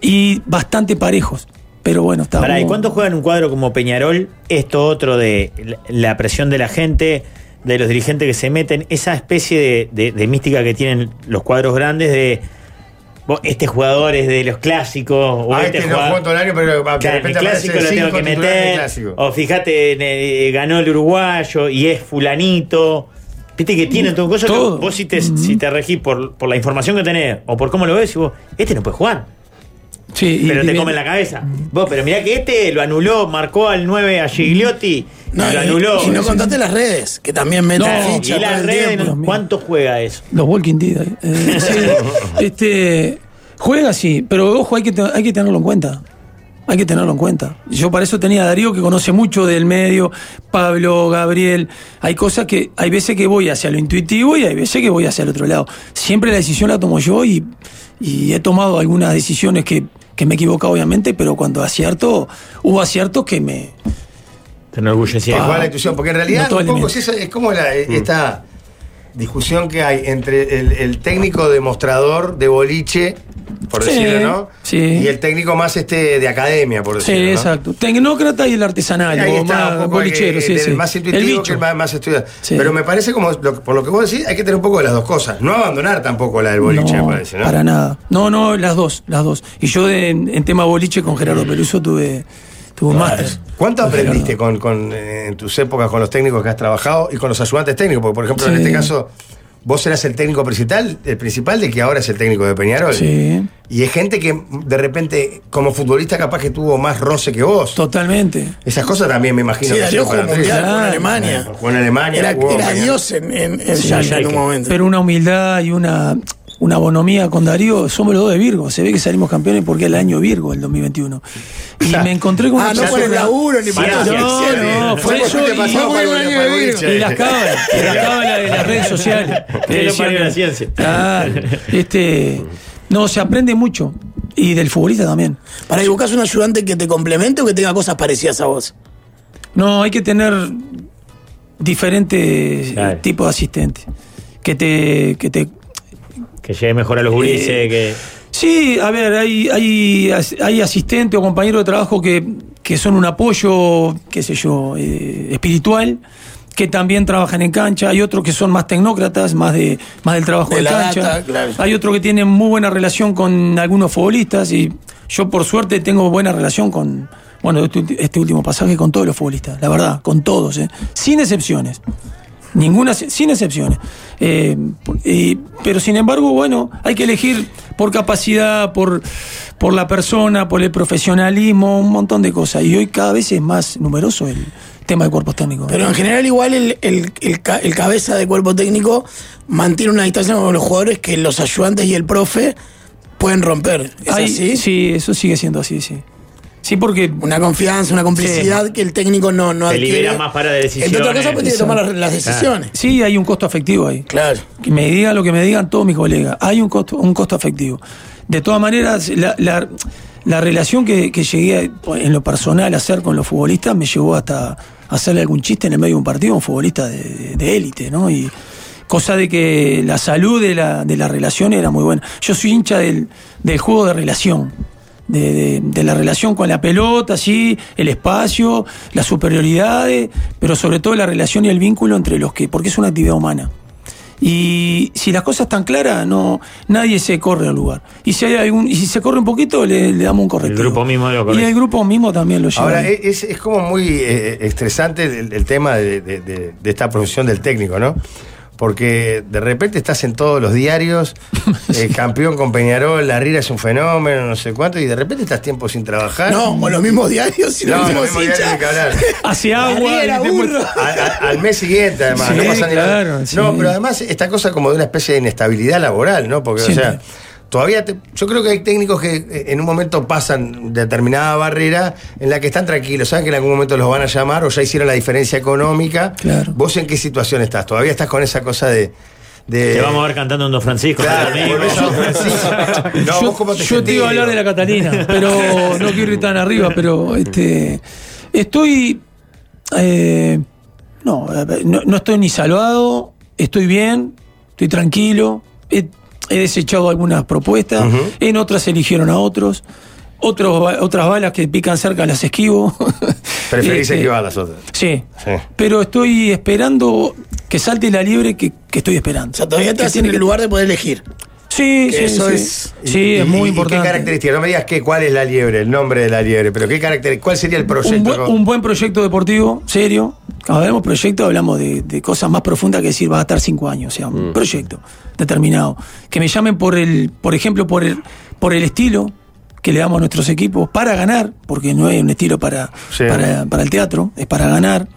Speaker 15: y bastante parejos. Pero bueno, está
Speaker 2: Pará, ¿y
Speaker 15: bueno.
Speaker 2: cuánto juega en un cuadro como Peñarol esto otro de la- la presión de la gente, de los dirigentes que se meten, esa especie de, de- de mística que tienen los cuadros grandes de "Vos, este jugador es de los clásicos, o
Speaker 1: Ah,
Speaker 2: este,
Speaker 1: este no
Speaker 2: jugador-
Speaker 1: jugó todo el año, pero de
Speaker 2: Claro, en el
Speaker 1: repente
Speaker 2: clásico
Speaker 1: aparece
Speaker 2: lo tengo
Speaker 1: cinco
Speaker 2: que
Speaker 1: titulares del
Speaker 2: meter,
Speaker 1: clásico.
Speaker 15: Oh,
Speaker 2: o fíjate, en el- ganó el uruguayo y es fulanito. Viste que tienen todo cosas que vos si te, si te regís por, por la información que tenés o por cómo lo ves, y vos, este no puede jugar.
Speaker 15: Sí, y-
Speaker 2: pero
Speaker 15: y
Speaker 2: te
Speaker 15: bien-
Speaker 2: comen la cabeza. Vos, pero mirá que este lo anuló, marcó al 9 a Gigliotti,
Speaker 3: No,
Speaker 2: lo
Speaker 3: y-
Speaker 2: anuló.
Speaker 3: Y no contaste las redes, que también meten
Speaker 2: No,
Speaker 3: ficha.
Speaker 2: y
Speaker 3: todo
Speaker 2: las
Speaker 3: el
Speaker 2: redes,
Speaker 3: tiempo.
Speaker 2: ¿cuánto juega eso?
Speaker 15: Los Walking Dead. eh. Eh, sí, este, juega sí, pero ojo, hay que, te- hay que tenerlo en cuenta. Hay que tenerlo en cuenta. Yo para eso tenía a Darío que conoce mucho del medio, Pablo, Gabriel. Hay cosas que, hay veces que voy hacia lo intuitivo y hay veces que voy hacia el otro lado. Siempre la decisión la tomo yo y, y he tomado algunas decisiones que, que me he equivocado obviamente, pero cuando acierto, hubo aciertos que me...
Speaker 2: Te
Speaker 3: Ah.
Speaker 2: enorgullecía.
Speaker 1: Que juega la intuición, porque en realidad un poco es, esa- es como la-
Speaker 15: Mm.
Speaker 1: esta discusión que hay entre el, el técnico demostrador de boliche, por
Speaker 15: Sí,
Speaker 1: decirlo, ¿no?
Speaker 15: sí.
Speaker 1: Y el técnico más este de academia, por
Speaker 15: Sí,
Speaker 1: decirlo. ¿no?
Speaker 15: exacto. Tecnócrata y el artesanal,
Speaker 1: Ahí
Speaker 15: o
Speaker 1: está,
Speaker 15: más
Speaker 1: un poco
Speaker 15: bolichero,
Speaker 1: el-
Speaker 15: sí,
Speaker 1: el
Speaker 15: sí.
Speaker 1: más
Speaker 15: el
Speaker 1: intuitivo que
Speaker 15: bicho.
Speaker 1: el más, más estudiado.
Speaker 15: Sí.
Speaker 1: Pero me parece como, lo- por lo que vos decís, hay que tener un poco de las dos cosas. No abandonar tampoco la del boliche,
Speaker 15: No,
Speaker 1: me parece, ¿no?
Speaker 15: Para nada. No, no, las dos, las dos. Y yo de- en, en tema boliche con Gerardo Peluso tuve, tuve un
Speaker 1: Ah,
Speaker 15: máster.
Speaker 1: ¿Cuánto aprendiste con, con, eh, en tus épocas con los técnicos que has trabajado y con los ayudantes técnicos? Porque, por ejemplo, en
Speaker 15: Sí.
Speaker 1: este caso, vos eras el técnico principal, el principal de que ahora es el técnico de Peñarol.
Speaker 15: Sí.
Speaker 1: Y es gente que de repente, como futbolista, capaz que tuvo más roce que vos.
Speaker 15: Totalmente.
Speaker 1: Esas cosas también me imagino.
Speaker 3: Sí,
Speaker 1: que
Speaker 3: Darío
Speaker 1: son
Speaker 3: jugó
Speaker 1: para
Speaker 3: mundial
Speaker 1: ustedes.
Speaker 3: con Alemania.
Speaker 1: Claro, Jugó en Alemania.
Speaker 3: Era,
Speaker 1: jugó en
Speaker 3: era
Speaker 1: Alemania.
Speaker 3: Dios en, en, en
Speaker 15: Sí,
Speaker 3: Yaya en
Speaker 15: hay
Speaker 3: un
Speaker 15: que-
Speaker 3: momento.
Speaker 15: Pero una humildad y una, una bonomía con Darío. Somos los dos de Virgo. Se ve que salimos campeones porque es el año Virgo, el 2021. Y me encontré con
Speaker 3: Ah,
Speaker 15: una
Speaker 3: no por
Speaker 15: persona-
Speaker 3: el laburo ni por
Speaker 15: Sí,
Speaker 3: nada.
Speaker 15: No, no, fue eso.
Speaker 3: Te
Speaker 15: y-
Speaker 3: pasaba
Speaker 15: fue
Speaker 3: para
Speaker 15: un
Speaker 3: el-
Speaker 15: año
Speaker 3: para el
Speaker 15: de Virgo.
Speaker 3: boliche.
Speaker 15: Y las cábalas, y las cábalas de las redes sociales.
Speaker 2: Que lo parió la ciencia.
Speaker 15: Claro. Este, no, se aprende mucho. Y del futbolista también.
Speaker 3: Para que buscas un ayudante que te complemente o que tenga cosas parecidas a vos.
Speaker 15: No, hay que tener diferentes eh, tipos de asistentes. Que te, que te
Speaker 2: Que llegue mejor a los gurises,
Speaker 15: Eh,
Speaker 2: que.
Speaker 15: Sí, a ver, hay, hay, as- hay asistentes o compañeros de trabajo que, que son un apoyo, qué sé yo, eh, espiritual, que también trabajan en cancha. Hay otros que son más tecnócratas, más, de, más del trabajo
Speaker 3: De
Speaker 15: de,
Speaker 3: la
Speaker 15: cancha.
Speaker 3: data, claro.
Speaker 15: Hay otros que tienen muy buena relación con algunos futbolistas y yo por suerte tengo buena relación con, bueno, este, ulti- este último pasaje con todos los futbolistas, la verdad, con todos, ¿eh? sin excepciones. Ninguna, sin excepciones. Eh, y- pero sin embargo, bueno, hay que elegir por capacidad, por, por la persona, por el profesionalismo, un montón de cosas. Y hoy cada vez es más numeroso el tema de cuerpos técnicos.
Speaker 3: Pero en general igual el, el- el ca- el cabeza de cuerpo técnico mantiene una distancia con los jugadores que los ayudantes y el profe pueden romper. ¿Es
Speaker 15: Hay-
Speaker 3: así?
Speaker 15: Sí, eso sigue siendo así, sí. Sí, porque.
Speaker 3: Una confianza, una complicidad que el técnico no, no
Speaker 15: Te
Speaker 3: adquiere.
Speaker 15: libera más para decisiones.
Speaker 3: Entre otras cosas, pues tiene que tomar las, las decisiones.
Speaker 15: Sí, hay un costo afectivo ahí.
Speaker 3: Claro.
Speaker 15: Que me digan lo que me digan todos mis colegas. Hay un costo, un costo afectivo. De todas maneras, la, la- la relación que, que llegué a- en lo personal a hacer con los futbolistas me llevó hasta hacerle algún chiste en el medio de un partido a un futbolista de de élite, ¿no? Y cosa de que la salud de la, de la relación era muy buena. Yo soy hincha del, del juego de relación. De, de- de la relación con la pelota, sí, el espacio, las superioridades, pero sobre todo la relación y el vínculo entre los que, porque es una actividad humana. Y si las cosas están claras, no, nadie se corre al lugar. Y si hay algún, y si se corre un poquito, le, le damos un correctivo.
Speaker 2: grupo mismo lo
Speaker 15: y
Speaker 2: corrige.
Speaker 15: el grupo mismo también lo lleva.
Speaker 1: Ahora,
Speaker 15: ahí.
Speaker 1: es, es como muy eh, estresante el, el tema de, de- de- de esta profesión del técnico, ¿no? Porque de repente estás en todos los diarios, eh, campeón con Peñarol, la Rira es un fenómeno, no sé cuánto, y de repente estás tiempo sin trabajar.
Speaker 3: No, o los mismos diarios, si
Speaker 1: no,
Speaker 3: los mismos
Speaker 1: los mismos diarios
Speaker 3: hinchas.
Speaker 1: que hablar.
Speaker 15: Hacia agua,
Speaker 3: Riera,
Speaker 1: y te
Speaker 3: burro.
Speaker 1: muestran- a- a- al mes siguiente, además.
Speaker 15: Sí,
Speaker 1: no pasa ni nada.
Speaker 15: claro, sí.
Speaker 1: No, pero además esta cosa como de una especie de inestabilidad laboral, ¿no? Porque,
Speaker 15: Siempre.
Speaker 1: o sea, todavía te- yo creo que hay técnicos que eh, en un momento pasan determinada barrera en la que están tranquilos, saben que en algún momento los van a llamar o ya hicieron la diferencia económica. ¿Vos en qué situación estás? ¿Todavía estás con esa cosa de. de-
Speaker 2: Te vamos a ver cantando en Don Francisco.
Speaker 1: Claro,
Speaker 2: amigo.
Speaker 1: volvés a Don Francisco. No,
Speaker 15: yo,
Speaker 1: vos cómo te
Speaker 15: yo te
Speaker 1: sentís,
Speaker 15: iba a hablar de
Speaker 1: digo.
Speaker 15: la Catalina, pero no quiero ir tan arriba, pero este estoy eh, no, a ver, no, no estoy ni salvado, estoy bien, estoy tranquilo, he, he desechado algunas propuestas, en otras eligieron a otros, otros ba- otras balas que pican cerca las esquivo.
Speaker 1: Preferís
Speaker 15: Este,
Speaker 1: esquivar las otras.
Speaker 15: Sí,
Speaker 1: Sí.
Speaker 15: pero estoy esperando que salte la liebre que, que estoy esperando.
Speaker 3: O sea, todavía estás en el lugar de poder elegir.
Speaker 15: Sí,
Speaker 1: Que
Speaker 15: sí,
Speaker 1: eso
Speaker 15: sí.
Speaker 1: es.
Speaker 15: Sí,
Speaker 1: y-
Speaker 15: es
Speaker 1: y-
Speaker 15: muy
Speaker 1: y
Speaker 15: importante.
Speaker 1: ¿Qué característica? No me digas qué, cuál es la liebre, el nombre de la liebre, pero qué caracter, ¿cuál sería el proyecto?
Speaker 15: Un buen, un buen proyecto deportivo, serio. Cuando hablamos proyecto, hablamos de, de cosas más profundas que decir, va a estar cinco años. O sea,
Speaker 1: Mm.
Speaker 15: un proyecto determinado. Que me llamen por el, por ejemplo, por el, por el estilo que le damos a nuestros equipos para ganar, porque no hay un estilo para,
Speaker 1: Sí.
Speaker 15: para, para el teatro, es para ganar.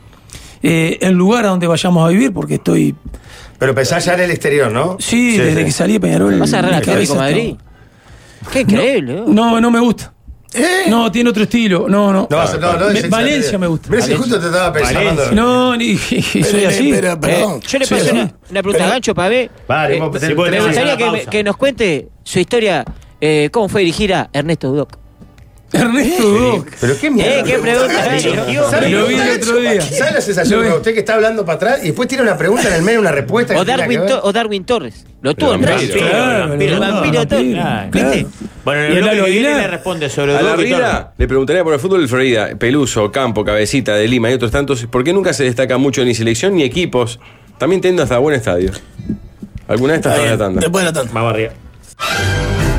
Speaker 15: Eh, el lugar a donde vayamos a vivir, porque estoy.
Speaker 1: Pero pensás ya en el exterior, ¿no?
Speaker 15: Sí, desde que salí de Peñarol.
Speaker 7: ¿Vas a agarrar
Speaker 15: mi
Speaker 7: Atlético
Speaker 15: cabeza
Speaker 7: Madrid? Qué increíble. ¿no?
Speaker 15: No, no me gusta. No, tiene otro estilo. No, no.
Speaker 1: ¿Eh? No, vas a- no, no,
Speaker 15: Me-
Speaker 1: es-
Speaker 15: Valencia me gusta.
Speaker 1: Mira, si justo te estaba pensando.
Speaker 15: No, ni, soy así.
Speaker 7: Eh, yo le paso una, una pregunta a Gancho Pavé.
Speaker 1: Vale,
Speaker 7: Eh,
Speaker 1: vos-
Speaker 7: me
Speaker 1: si podés, tenemos
Speaker 7: gustaría
Speaker 1: una
Speaker 7: que, me-
Speaker 1: pausa.
Speaker 7: que nos cuente su historia, eh, cómo fue dirigir a Ernesto Dudoc.
Speaker 15: Ernesto Dudoc.
Speaker 1: Pero qué mierda.
Speaker 7: Eh, qué pregunta, Gancho.
Speaker 1: ¿Sabe
Speaker 15: Lo vi
Speaker 1: qué?
Speaker 15: el otro día.
Speaker 1: ¿Sabe la sensación
Speaker 15: Lo
Speaker 1: que
Speaker 15: vi.
Speaker 1: usted que está hablando para atrás y después tiene una pregunta en el medio, una respuesta?
Speaker 7: O
Speaker 1: que tiene
Speaker 7: Darwin,
Speaker 1: que ver?
Speaker 7: To- o Darwin Torres. Lo tuvo
Speaker 1: Pero
Speaker 7: en
Speaker 1: vampiro,
Speaker 7: Racing.
Speaker 1: claro,
Speaker 7: El vampiro Torres.
Speaker 2: Claro.
Speaker 15: Claro.
Speaker 2: Bueno, en
Speaker 15: Y
Speaker 2: el
Speaker 15: el
Speaker 2: bloque
Speaker 15: Lalo
Speaker 2: que viene
Speaker 15: Aguilar.
Speaker 2: le responde sobre
Speaker 4: A la
Speaker 2: Dudoc y Torres.
Speaker 4: Riera le preguntaría por el fútbol de Florida, Peluso, Campo, Cabecita, de Lima y otros tantos, ¿por qué nunca se destaca mucho ni selección ni equipos? También teniendo hasta buen estadio. ¿Alguna de estas para la tanda?
Speaker 3: Después de la tanda.
Speaker 2: Vamos arriba.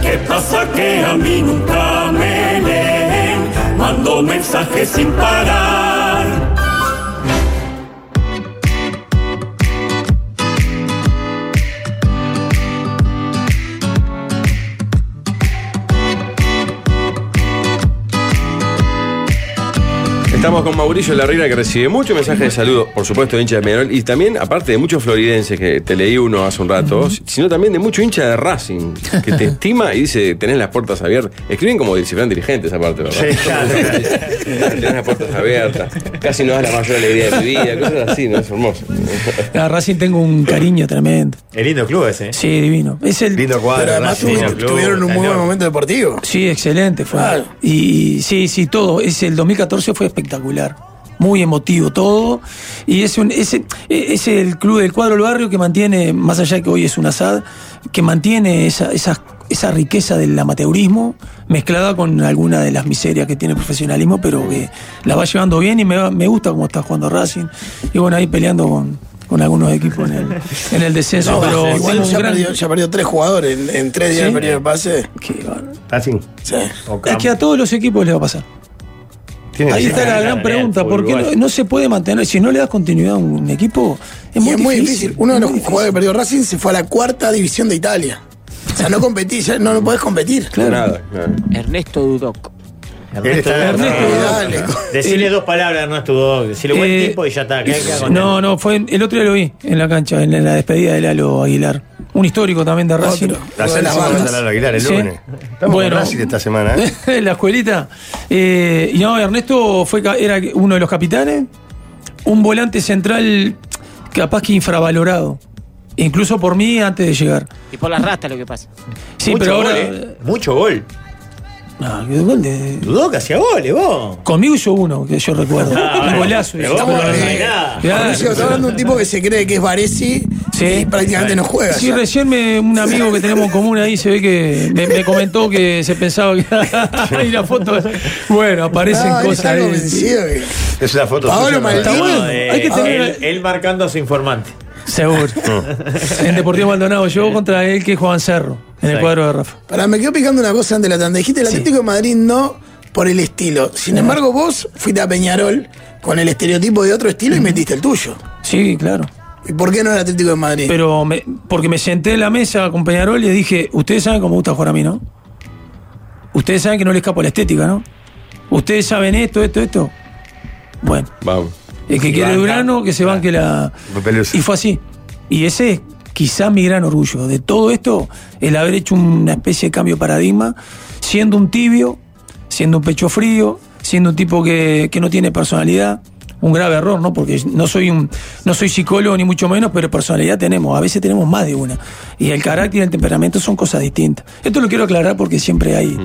Speaker 13: ¿Qué pasa que a mí nunca me leen? Mando mensajes sin parar.
Speaker 4: Estamos con Mauricio Larrera que recibe muchos mensajes de saludo, por supuesto, de hincha de Peñarol y también, aparte de muchos floridenses que te leí uno hace un rato, sino también de mucho hincha de Racing que te estima y dice, tenés las puertas abiertas. Escriben como si fueran dirigentes aparte, ¿verdad?
Speaker 1: Sí, claro.
Speaker 4: tenés las puertas abiertas. Casi no das la mayor alegría de mi vida, cosas así, ¿no? Es hermoso.
Speaker 15: A Racing tengo un cariño tremendo.
Speaker 2: Es lindo club ese. ¿eh?
Speaker 15: Sí, divino. Es el
Speaker 1: Lindo cuadro.
Speaker 3: Pero además
Speaker 1: Racing,
Speaker 3: tuvi-
Speaker 1: lindo club,
Speaker 3: tuvieron un muy buen
Speaker 1: enorme.
Speaker 3: momento deportivo.
Speaker 15: Sí, excelente fue. Y, y sí, sí, todo. Es el 2014 fue espectacular. Muy emotivo todo. Y es, un, es, e- es el club del cuadro del barrio que mantiene, más allá de que hoy es un asad, que mantiene esa, esa, esa riqueza del amateurismo mezclada con alguna de las miserias que tiene el profesionalismo, pero que la va llevando bien y me, va- me gusta cómo está jugando Racing. Y bueno, ahí peleando con, con algunos equipos en el, en el descenso.
Speaker 3: No,
Speaker 15: pero
Speaker 3: igual
Speaker 15: tengo un
Speaker 3: ya,
Speaker 15: gran-
Speaker 3: perdió, ya perdió tres jugadores en, en tres días
Speaker 15: Sí.
Speaker 3: del primer pase.
Speaker 15: Qué bárbaro.
Speaker 1: Racing.
Speaker 3: Sí.
Speaker 15: Es que a todos los equipos les va a pasar.
Speaker 1: Tiene
Speaker 15: Ahí
Speaker 1: que
Speaker 15: está
Speaker 1: ser.
Speaker 15: la gran pregunta, ¿por qué no, no se puede mantener? Si no le das continuidad a un equipo, es
Speaker 3: Y
Speaker 15: muy, difícil.
Speaker 3: Uno de
Speaker 15: es
Speaker 3: los
Speaker 15: muy difícil.
Speaker 3: jugadores que perdió Racing se fue a la cuarta división de Italia. O sea, no competí, ya no, no podés competir.
Speaker 15: Claro.
Speaker 4: Nada, claro.
Speaker 7: Ernesto Dudoc.
Speaker 1: Él está-
Speaker 2: Decirle dos palabras a Ernesto Dudoc. Decirle buen
Speaker 15: Eh,
Speaker 2: tipo y ya está. que- que-
Speaker 15: No, no, fue en- el otro día lo vi en la cancha, en la despedida de Lalo Aguilar. Un histórico también de Racing.
Speaker 1: La cena se va a mandar a Aguilar el
Speaker 15: Sí.
Speaker 1: lunes. Estamos
Speaker 15: Bueno.
Speaker 1: bueno. con Racing esta semana, ¿eh?
Speaker 15: la escuelita. Eh, y no, Ernesto fue, ca- era uno de los capitanes. Un volante central capaz que infravalorado. Incluso por mí antes de llegar.
Speaker 7: Y por las rastas lo que pasa.
Speaker 15: Sí, pero ahora.
Speaker 2: Mucho gol.
Speaker 15: ¿eh? No, ¿qué gol de-
Speaker 2: Dudó que hacía goles, vos.
Speaker 15: Conmigo hizo uno, que yo recuerdo.
Speaker 2: Ah,
Speaker 15: Un golazo.
Speaker 2: pero
Speaker 15: hizo.
Speaker 2: vos, pero no
Speaker 15: Eh,
Speaker 2: hay nada.
Speaker 15: claro.
Speaker 3: Mauricio, está hablando de un tipo que se cree que es Varesi y prácticamente no juega.
Speaker 15: Sí,
Speaker 3: ya.
Speaker 15: recién me- un amigo que tenemos en común ahí se ve que me, me comentó que se pensaba que. y la foto. Bueno, aparecen
Speaker 3: No, Ah, él
Speaker 15: cosas. eh,
Speaker 3: está
Speaker 15: ahí.
Speaker 3: convencido que-
Speaker 1: Es la foto
Speaker 15: Paolo
Speaker 1: suya, ¿no?
Speaker 15: Maldini.
Speaker 2: No,
Speaker 15: Hay
Speaker 2: eh,
Speaker 15: que tener-
Speaker 2: él, él marcando a su informante.
Speaker 15: Seguro. en Deportivo Maldonado, yo contra él que es Juan Cerro, en el
Speaker 2: Sí.
Speaker 15: cuadro de Rafa.
Speaker 3: Pará, me quedo picando una cosa ante la tanda. Dijiste el Atlético de Madrid no por el estilo.
Speaker 15: Ah.
Speaker 3: Sin embargo, vos fuiste a Peñarol con el estereotipo de otro estilo y metiste el tuyo.
Speaker 15: Sí, claro.
Speaker 3: ¿Y por qué no el Atlético de Madrid?
Speaker 15: Pero me- porque me senté en la mesa con Peñarol y le dije, ustedes saben cómo me gusta jugar a mí, ¿no? Ustedes saben que no le escapo a la estética, ¿no? Ustedes saben esto, esto, esto. Bueno.
Speaker 4: Vamos.
Speaker 15: El que
Speaker 4: Y
Speaker 15: quiere
Speaker 4: banca.
Speaker 15: Durano, que se banque la. Y fue así. Y ese es quizás mi gran orgullo. De todo esto, el haber hecho una especie de cambio de paradigma, siendo un tibio, siendo un pecho frío, siendo un tipo que, que no tiene personalidad. Un grave error, ¿no? Porque no soy un, no soy psicólogo ni mucho menos, pero personalidad tenemos. A veces tenemos más de una. Y el carácter y el temperamento son cosas distintas. Esto lo quiero aclarar porque siempre hay,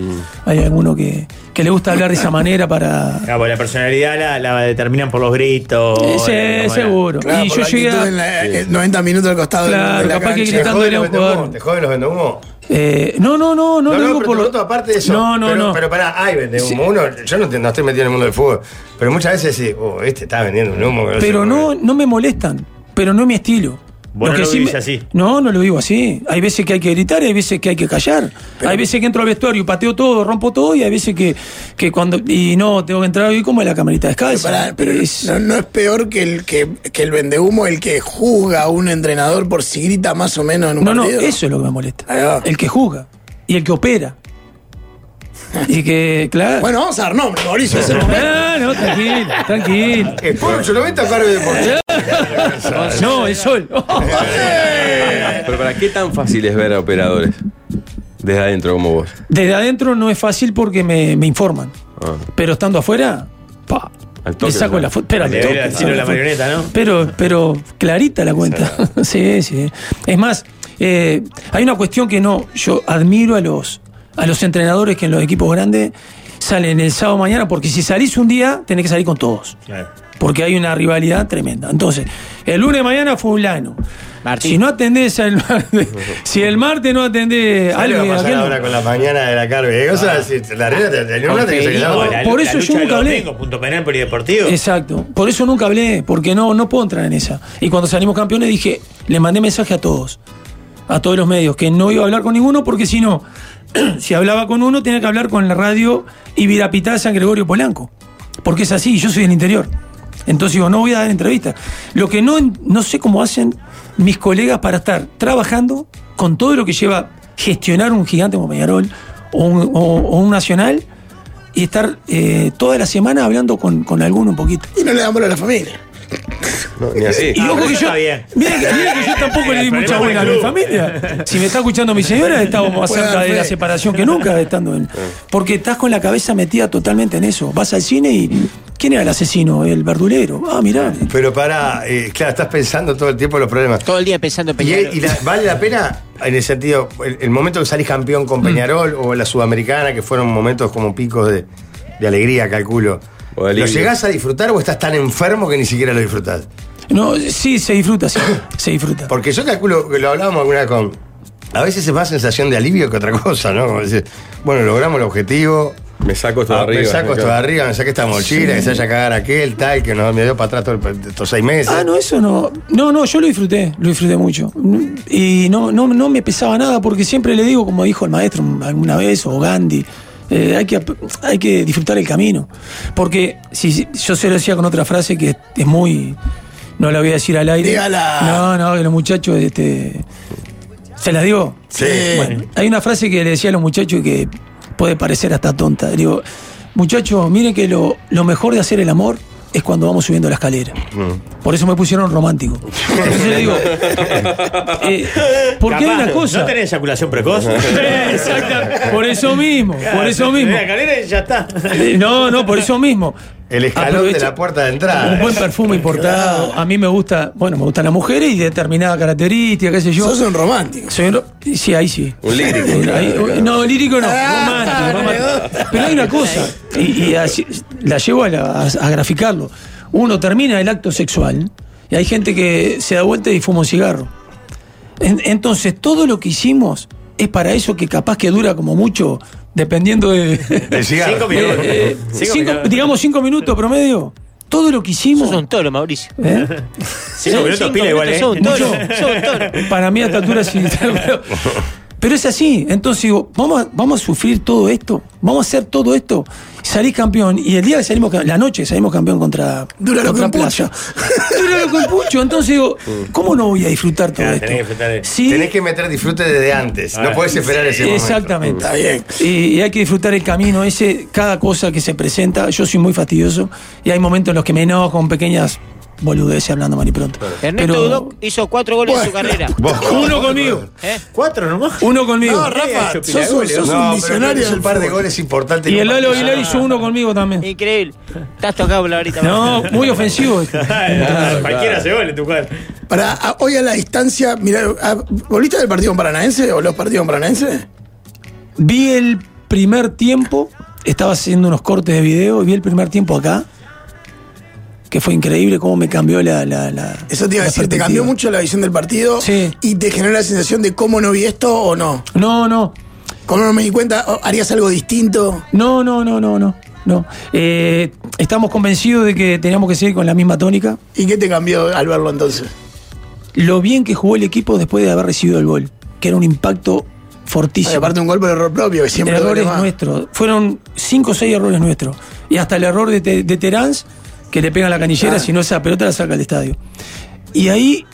Speaker 15: hay alguno que, que le gusta hablar de esa manera para,
Speaker 2: Ah, pues la personalidad la, la determinan por los gritos. eh,
Speaker 15: Ese,
Speaker 2: la-
Speaker 15: seguro.
Speaker 2: Claro,
Speaker 15: y
Speaker 2: por
Speaker 15: yo
Speaker 2: la
Speaker 15: llegué.
Speaker 2: actitud
Speaker 15: a-
Speaker 2: en la-
Speaker 3: Eh, 90 minutos al costado de-
Speaker 15: Claro,
Speaker 3: de la
Speaker 15: capaz que
Speaker 3: cancha.
Speaker 15: gritándole a un jugador.
Speaker 1: ¿Te jode los vendehumo?
Speaker 15: Eh, no, no, no, no,
Speaker 1: No,
Speaker 15: lo
Speaker 1: no, pero
Speaker 15: digo por
Speaker 1: te
Speaker 15: lo-
Speaker 1: pregunto aparte de eso.
Speaker 15: No, no,
Speaker 1: pero,
Speaker 15: no.
Speaker 1: Pero pará, hay vendehumo. Uno, yo no, te- no estoy metido en el mundo del fútbol, pero muchas veces sí, oh, este está vendiendo un humo. que no sé
Speaker 15: pero
Speaker 1: cómo
Speaker 15: no, no me molestan, pero no es mi estilo.
Speaker 1: Vos no
Speaker 15: que
Speaker 1: lo
Speaker 15: sí
Speaker 1: vivís
Speaker 15: me-
Speaker 1: así.
Speaker 15: No, no lo vivo así. Hay veces que hay que gritar, y hay veces que hay que callar. hay veces que entro al vestuario y pateo todo, rompo todo, y hay veces que, que cuando. Y no, tengo que entrar y como en la camerita descalza.
Speaker 3: Pará, pero
Speaker 15: Es-
Speaker 3: no, no es peor que el que, que el vendehumo, el que juzga a un entrenador por si grita más o menos en un
Speaker 15: No, no,
Speaker 3: partido.
Speaker 15: eso es lo que me molesta.
Speaker 3: Ahí va.
Speaker 15: El que juzga y el que opera. Y que, claro.
Speaker 3: Bueno, vamos a dar nombre, Mauricio. es el momento.
Speaker 15: Ah, no, tranquilo, tranquilo.
Speaker 1: Es Poncho, lo meto a cargo de Poncho.
Speaker 15: No, el sol.
Speaker 4: Pero ¿para qué tan fácil es ver a operadores? Desde adentro como vos.
Speaker 15: Desde adentro no es fácil porque me, me informan.
Speaker 4: Ah,
Speaker 15: Pero estando afuera, pa,
Speaker 4: al toque,
Speaker 15: le saco
Speaker 4: ¿no?
Speaker 15: la foto. Espera, al
Speaker 2: Le
Speaker 15: toque,
Speaker 2: ve el
Speaker 15: saco
Speaker 2: tiro de la
Speaker 15: foto.
Speaker 2: marioneta, ¿no?
Speaker 15: Pero, pero clarita la cuenta. sí, sí. Es más, eh, hay una cuestión que no. Yo admiro a los, a los entrenadores que en los equipos grandes salen el sábado mañana, porque si salís un día, tenés que salir con todos. Porque hay una rivalidad tremenda. Entonces, el lunes de mañana fulano. Si no atendés el martes, si el martes no atendés
Speaker 1: ¿Sabes lo que va a pasar
Speaker 15: aquel-
Speaker 1: ahora con la mañana de la Carve? ¿Qué
Speaker 15: Ah.
Speaker 1: cosa? Si la regla te te- no te- que se quedaba.
Speaker 15: Por eso yo nunca hablé.
Speaker 2: punto penal polideportivo.
Speaker 15: Exacto. Por eso nunca hablé, porque no, no puedo entrar en esa. Y cuando salimos campeones dije, le mandé mensaje a todos, a todos los medios, que no iba a hablar con ninguno, porque si no, si hablaba con uno, tenía que hablar con la radio Ibirapitá de San Gregorio Polanco. Porque es así, yo soy del interior. Entonces digo, no voy a dar entrevistas. Lo que no, no sé cómo hacen mis colegas para estar trabajando con todo lo que lleva gestionar un gigante como Peñarol o un, o- o un nacional y estar eh, toda la semana hablando con, con alguno un poquito.
Speaker 3: Y no le dan bola a la familia.
Speaker 4: no, ni así.
Speaker 15: Y ojo que
Speaker 2: Está
Speaker 15: yo.
Speaker 2: bien.
Speaker 15: Mira que, mirá que yo tampoco le di
Speaker 2: El
Speaker 15: mucha
Speaker 2: problema
Speaker 15: buena a
Speaker 2: del
Speaker 15: mi
Speaker 2: club.
Speaker 15: familia. Si me está escuchando mi señora, estábamos más
Speaker 2: Puede
Speaker 15: cerca
Speaker 2: dar
Speaker 15: de la
Speaker 2: fe.
Speaker 15: separación que nunca estando en. Porque estás con la cabeza metida totalmente en eso. Vas al cine y. ¿Quién era el asesino? El verdulero. Ah, mirá.
Speaker 1: Pero para, claro, estás pensando todo el tiempo los problemas.
Speaker 7: Todo el día pensando en
Speaker 1: Y,
Speaker 7: Peñarol.
Speaker 1: y la- vale la pena, en el sentido, el, el momento que salís campeón
Speaker 4: Mm.
Speaker 1: con Peñarol o la Sudamericana, que fueron momentos como picos de, de alegría, calculo.
Speaker 4: O de
Speaker 1: ¿Lo
Speaker 4: alivio.
Speaker 1: llegás a disfrutar o estás tan enfermo que ni siquiera lo disfrutás?
Speaker 15: No, sí, se disfruta, sí. Se disfruta.
Speaker 1: Porque yo calculo que lo hablábamos alguna vez con. A veces es más sensación de alivio que otra cosa, ¿no? Como decir, bueno, logramos el objetivo.
Speaker 4: Me saco esto de
Speaker 1: Ah,
Speaker 4: arriba.
Speaker 1: me saco esto de
Speaker 4: claro.
Speaker 1: arriba, me saqué esta mochila, que se haya cagar aquel, tal, que nos me dio para atrás todo el- estos seis meses.
Speaker 15: Ah, no, eso no. No, no, yo lo disfruté, lo disfruté mucho. Y no, no, no me pesaba nada porque siempre le digo, como dijo el maestro alguna vez, o Gandhi, eh, hay, que, ap- hay que disfrutar el camino. Porque si, si- yo se lo decía con otra frase que es muy. No la voy a decir al aire.
Speaker 3: Dígala.
Speaker 15: No, no, que los muchachos. Este, ¿Se las digo?
Speaker 3: Sí.
Speaker 15: Bueno, hay una frase que le decía a los muchachos que puede parecer hasta tonta. Digo, muchachos, miren que lo, lo mejor de hacer el amor es cuando vamos subiendo la escalera. Por eso me pusieron romántico. Entonces le digo, porque hay
Speaker 2: Capaz,
Speaker 15: una cosa.
Speaker 2: ¿No tenés eyaculación precoz?
Speaker 15: Exacto. Por eso mismo, por eso mismo.
Speaker 2: La escalera y ya está.
Speaker 15: Eh, No, no, por eso mismo.
Speaker 1: El escalón de la puerta de entrada.
Speaker 15: Un buen perfume importado. A mí me gusta, bueno, me gustan las mujeres y determinada característica, qué sé yo.
Speaker 3: Sos un romántico.
Speaker 15: Soy un ro- sí, ahí sí.
Speaker 4: Un lírico.
Speaker 15: Ahí-
Speaker 4: claro.
Speaker 15: no, lírico no.
Speaker 4: Ah,
Speaker 15: romántico, romántico. Pero hay una cosa, y, y así- la llevo a, la- a- a graficarlo. Uno termina el acto sexual y hay gente que se da vuelta y fuma un cigarro. En- entonces, todo lo que hicimos es para eso que capaz que dura como mucho, dependiendo de.
Speaker 1: Del cigarro. Cinco minutos.
Speaker 15: Eh, eh,
Speaker 1: Cinco
Speaker 15: cinco-
Speaker 1: minutos.
Speaker 15: digamos cinco minutos promedio. Todo lo que hicimos. ¿eh? Son
Speaker 7: toro, Mauricio.
Speaker 2: Cinco minutos pila igual, ¿eh? Mucho.
Speaker 15: Para mí a esta altura sí. Pero, pero es así. Entonces digo, vamos a, vamos a sufrir todo esto. Vamos a hacer todo esto. Salís campeón. Y el día que salimos, ca- la noche que salimos campeón contra,
Speaker 3: Dura lo
Speaker 15: contra
Speaker 3: que
Speaker 15: Playa. Dura lo que empucho. Entonces digo, ¿cómo no voy a disfrutar todo
Speaker 1: Tenés
Speaker 15: esto?
Speaker 1: que, disfrutar de-
Speaker 15: Sí.
Speaker 1: tenés que meter disfrute desde antes. no podés esperar ese momento.
Speaker 15: Exactamente. Y, y hay que disfrutar el camino ese, cada cosa que se presenta. Yo soy muy fastidioso y hay momentos en los que me enojo con pequeñas boludeces hablando mal y pronto.
Speaker 7: Ernesto
Speaker 15: Pero-
Speaker 7: Dudoc hizo cuatro goles en su carrera.
Speaker 15: Uno conmigo.
Speaker 7: ¿Eh?
Speaker 2: ¿Cuatro nomás?
Speaker 15: Uno conmigo.
Speaker 7: No, Rafa,
Speaker 15: Eh,
Speaker 7: sos un- sos un
Speaker 1: No, pero
Speaker 15: visionario
Speaker 1: hizo un
Speaker 15: del
Speaker 1: par de
Speaker 15: fútbol.
Speaker 1: goles importantes.
Speaker 15: Y el Lalo
Speaker 1: Aguilar
Speaker 15: Aguilar hizo uno conmigo también.
Speaker 7: Increíble. Estás tocado por la varita.
Speaker 15: No, muy ofensivo. este.
Speaker 2: Cualquiera se vale, tu cual.
Speaker 3: Para, a- Ah, hoy a la distancia, mirá, ah, a- ¿volviste del partido con Paranaense o los partidos con Paranaense?
Speaker 15: Vi el primer tiempo, estaba haciendo unos cortes de video y vi el primer tiempo acá. Que fue increíble cómo me cambió la. la- la-
Speaker 3: Eso te iba a decir, te
Speaker 15: la perspectiva.
Speaker 3: cambió mucho la visión del partido y te generó la sensación de cómo no vi esto o no.
Speaker 15: No, no.
Speaker 3: ¿Cómo no me di cuenta? ¿O ¿Harías algo distinto?
Speaker 15: No, no, no, no, no. No. Eh, estamos convencidos de que teníamos que seguir con la misma tónica.
Speaker 3: ¿Y qué te cambió al verlo entonces?
Speaker 15: Lo bien que jugó el equipo después de haber recibido el gol, que era un impacto fortísimo.
Speaker 3: Ay, aparte un golpe de error propio, que siempre duele
Speaker 15: errores
Speaker 3: más.
Speaker 15: nuestros. Fueron cinco o seis errores nuestros. Y hasta el error de, Te- de Terán, que le pega en la canillera,
Speaker 3: Claro.
Speaker 15: si no esa pelota la saca al estadio. Y ahí,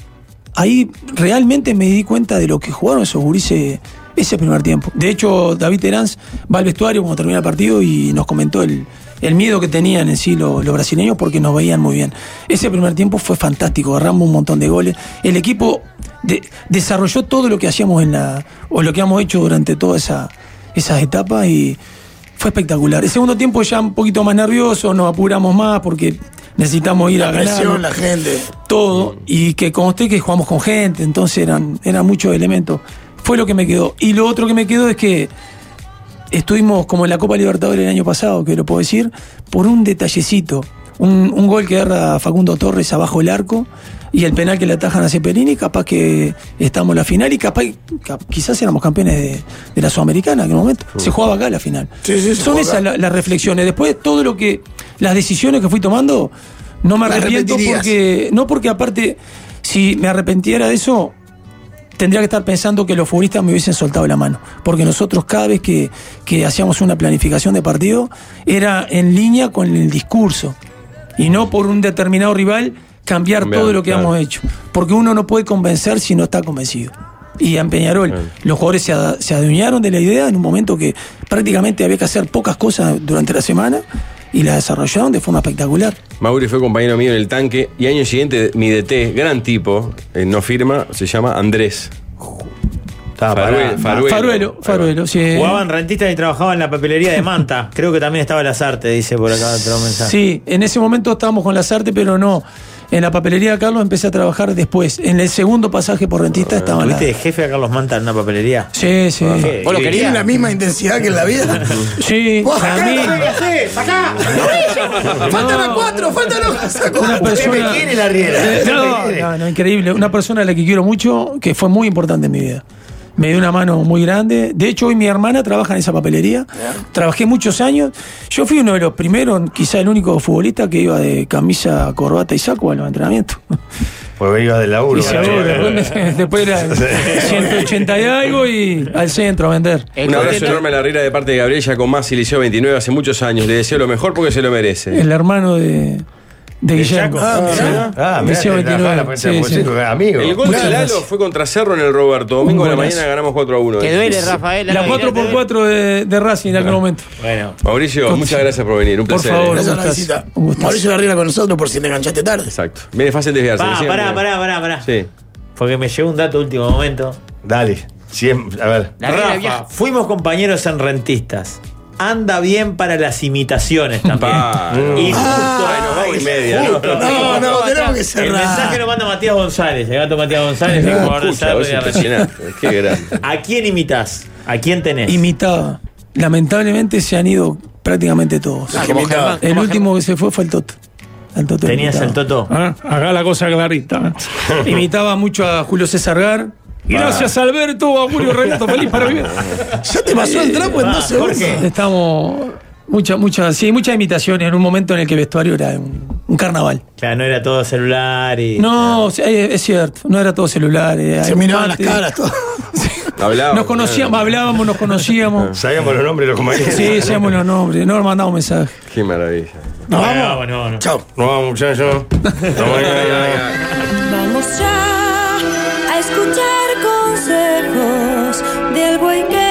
Speaker 15: ahí realmente me di cuenta de lo que jugaron esos gurises ese primer tiempo. De hecho, David Terán va al vestuario cuando termina el partido y nos comentó el, el miedo que tenían en sí lo- los, brasileños porque nos veían muy bien. Ese primer tiempo fue fantástico, agarramos un montón de goles. El equipo de- desarrolló todo lo que hacíamos en la. o lo que hemos hecho durante toda esa esas etapas y fue espectacular. El segundo tiempo ya un poquito más nervioso, nos apuramos más porque necesitamos ir
Speaker 3: La
Speaker 15: a ganar.
Speaker 3: presión,
Speaker 15: ¿no?
Speaker 3: la gente. Mm.
Speaker 15: Todo. Y que conste que jugamos con gente, entonces eran, eran muchos elementos. Fue lo que me quedó. Y lo otro que me quedó es que estuvimos como en la Copa Libertadores el año pasado, que lo puedo decir, por un detallecito. Un, un gol que erra Facundo Torres abajo el arco y el penal que le atajan a Ceperini, capaz que estamos en la final y capaz cap- quizás éramos campeones de, de la Sudamericana en aquel momento. Se jugaba acá la final.
Speaker 3: Mm. Sí, sí, se
Speaker 15: Son
Speaker 3: jugaba
Speaker 15: esas
Speaker 3: acá.
Speaker 15: la- las reflexiones. Después todo lo que. las decisiones que fui tomando, no me
Speaker 3: Las
Speaker 15: arrepiento
Speaker 3: repetirías.
Speaker 15: porque. No porque aparte, si me arrepentiera de eso, tendría que estar pensando que los futbolistas me hubiesen soltado la mano. Porque nosotros cada vez que, que hacíamos una planificación de partido era en línea con el discurso. Y no por un determinado rival cambiar
Speaker 4: Cambiar,
Speaker 15: todo lo que
Speaker 4: claro.
Speaker 15: hemos hecho. Porque uno no puede convencer si no está convencido. Y en Peñarol, los jugadores se, ada- se adueñaron de la idea en un momento que prácticamente había que hacer pocas cosas durante la semana y la desarrollaron de forma espectacular.
Speaker 4: Mauri fue compañero mío en el tanque y año siguiente mi DT, gran tipo, eh, no firma, se llama Andrés.
Speaker 1: Ah,
Speaker 4: Farue- Faruelo.
Speaker 15: Faruelo, Faruelo, sí.
Speaker 2: Jugaban rentistas y trabajaban en la papelería de Manta. Creo que también estaba las artes, dice por acá otro mensaje.
Speaker 15: Sí, en ese momento estábamos con las artes, pero no. En la papelería de Carlos empecé a trabajar después. En el segundo pasaje por rentista estaba la...
Speaker 2: Ah, ¿Tuviste Ah, de jefe a Carlos Manta en una papelería?
Speaker 15: Sí, sí.
Speaker 2: ¿Vos lo querías?
Speaker 3: ¿Tiene la misma intensidad que en la vida?
Speaker 15: Sí,
Speaker 3: Vos,
Speaker 15: para
Speaker 3: acá,
Speaker 15: mí-
Speaker 3: acá, acá, acá. Faltan a cuatro, faltan a sacó.
Speaker 15: Una persona... Eh, No, no, no, increíble. Una persona a la que quiero mucho, que fue muy importante en mi vida. Me dio una mano muy grande. De hecho, hoy mi hermana trabaja en esa papelería. Trabajé muchos años. Yo fui uno de los primeros, quizá el único futbolista que iba de camisa, corbata y saco a los entrenamientos.
Speaker 1: Porque iba del laburo.
Speaker 15: Y se
Speaker 1: macho.
Speaker 15: abrió, después, me- después era 180 y algo y al centro a vender.
Speaker 4: Un abrazo enorme a la rira de parte de Gabriel Giacomás y Liceo 29 hace muchos años. Le deseo lo mejor porque se lo merece.
Speaker 15: El hermano de, De Guillermo.
Speaker 1: Chaco? Ah, mirá. Ah, mirá,
Speaker 15: Liceo
Speaker 1: te trabajaba la puerta de Moseco, amigo.
Speaker 4: El gol de Lalo fue contra Cerro en el Roberto. Domingo de la
Speaker 15: Golazo.
Speaker 4: mañana ganamos 4 a 1.
Speaker 7: Rafael.
Speaker 15: Ah, La 4x4 de, de Racing en aquel momento.
Speaker 2: Bueno.
Speaker 4: Mauricio, muchas gracias por venir. Un
Speaker 15: Por
Speaker 4: placer.
Speaker 15: favor,
Speaker 4: ¿eh?
Speaker 15: un
Speaker 3: Una visita. Mauricio Garriga con nosotros por si te enganchaste tarde.
Speaker 4: Exacto. Viene fácil desviarse.
Speaker 2: Pa,
Speaker 4: siempre.
Speaker 2: pará, pará, pará, pará.
Speaker 4: Sí.
Speaker 2: Porque me llegó un dato de último momento.
Speaker 1: Dale. Siempre, a ver.
Speaker 2: Rafa, fuimos compañeros en rentistas. Anda bien para las imitaciones también.
Speaker 4: Ah. Mm.
Speaker 2: y justo,
Speaker 4: y media,
Speaker 2: justo,
Speaker 4: ¿no?
Speaker 2: justo,
Speaker 4: No, no,
Speaker 2: justo,
Speaker 4: tenemos que
Speaker 2: El
Speaker 4: cerrar.
Speaker 2: mensaje lo manda Matías González, el gato Matías González, el jugador de
Speaker 4: Escucha,
Speaker 2: Cerro
Speaker 4: vos
Speaker 2: y de Racing.
Speaker 4: impresionante. Qué grande.
Speaker 2: ¿A quién imitas? ¿A quién tenés?
Speaker 15: Imitaba. Lamentablemente se han ido prácticamente todos.
Speaker 2: Ah, como Germán,
Speaker 15: el
Speaker 2: como
Speaker 15: último que se fue fue el Toto. El Toto
Speaker 2: Tenías el
Speaker 15: imitaba.
Speaker 2: Toto.
Speaker 15: Ah, Acá la cosa clarita. Imitaba mucho a Julio César Gar. Gracias Alberto, a Julio Renato, feliz para vivir.
Speaker 3: Ya te pasó el trapo en
Speaker 15: Ah,
Speaker 3: dos segundos.
Speaker 15: Jorge. Estamos. Muchas, muchas, sí, muchas imitaciones en un momento en el que el vestuario era un, un carnaval.
Speaker 2: Claro, no era todo celular y.
Speaker 15: No, o sea, es, es cierto, no era todo celular. era
Speaker 3: Se
Speaker 15: un
Speaker 3: miraban las
Speaker 15: mate.
Speaker 3: caras, todo.
Speaker 4: Hablábamos.
Speaker 15: Nos conocíamos, hablábamos, nos conocíamos.
Speaker 1: Sabíamos los nombres de los compañeros.
Speaker 15: Sí, sabíamos los nombres, no nos mandamos mensajes.
Speaker 4: Qué maravilla.
Speaker 15: ¿Nos
Speaker 2: vamos? No, no.
Speaker 1: Chao. Nos vamos, muchachos. Nos vamos.
Speaker 12: Vamos ya a escuchar consejos del buen que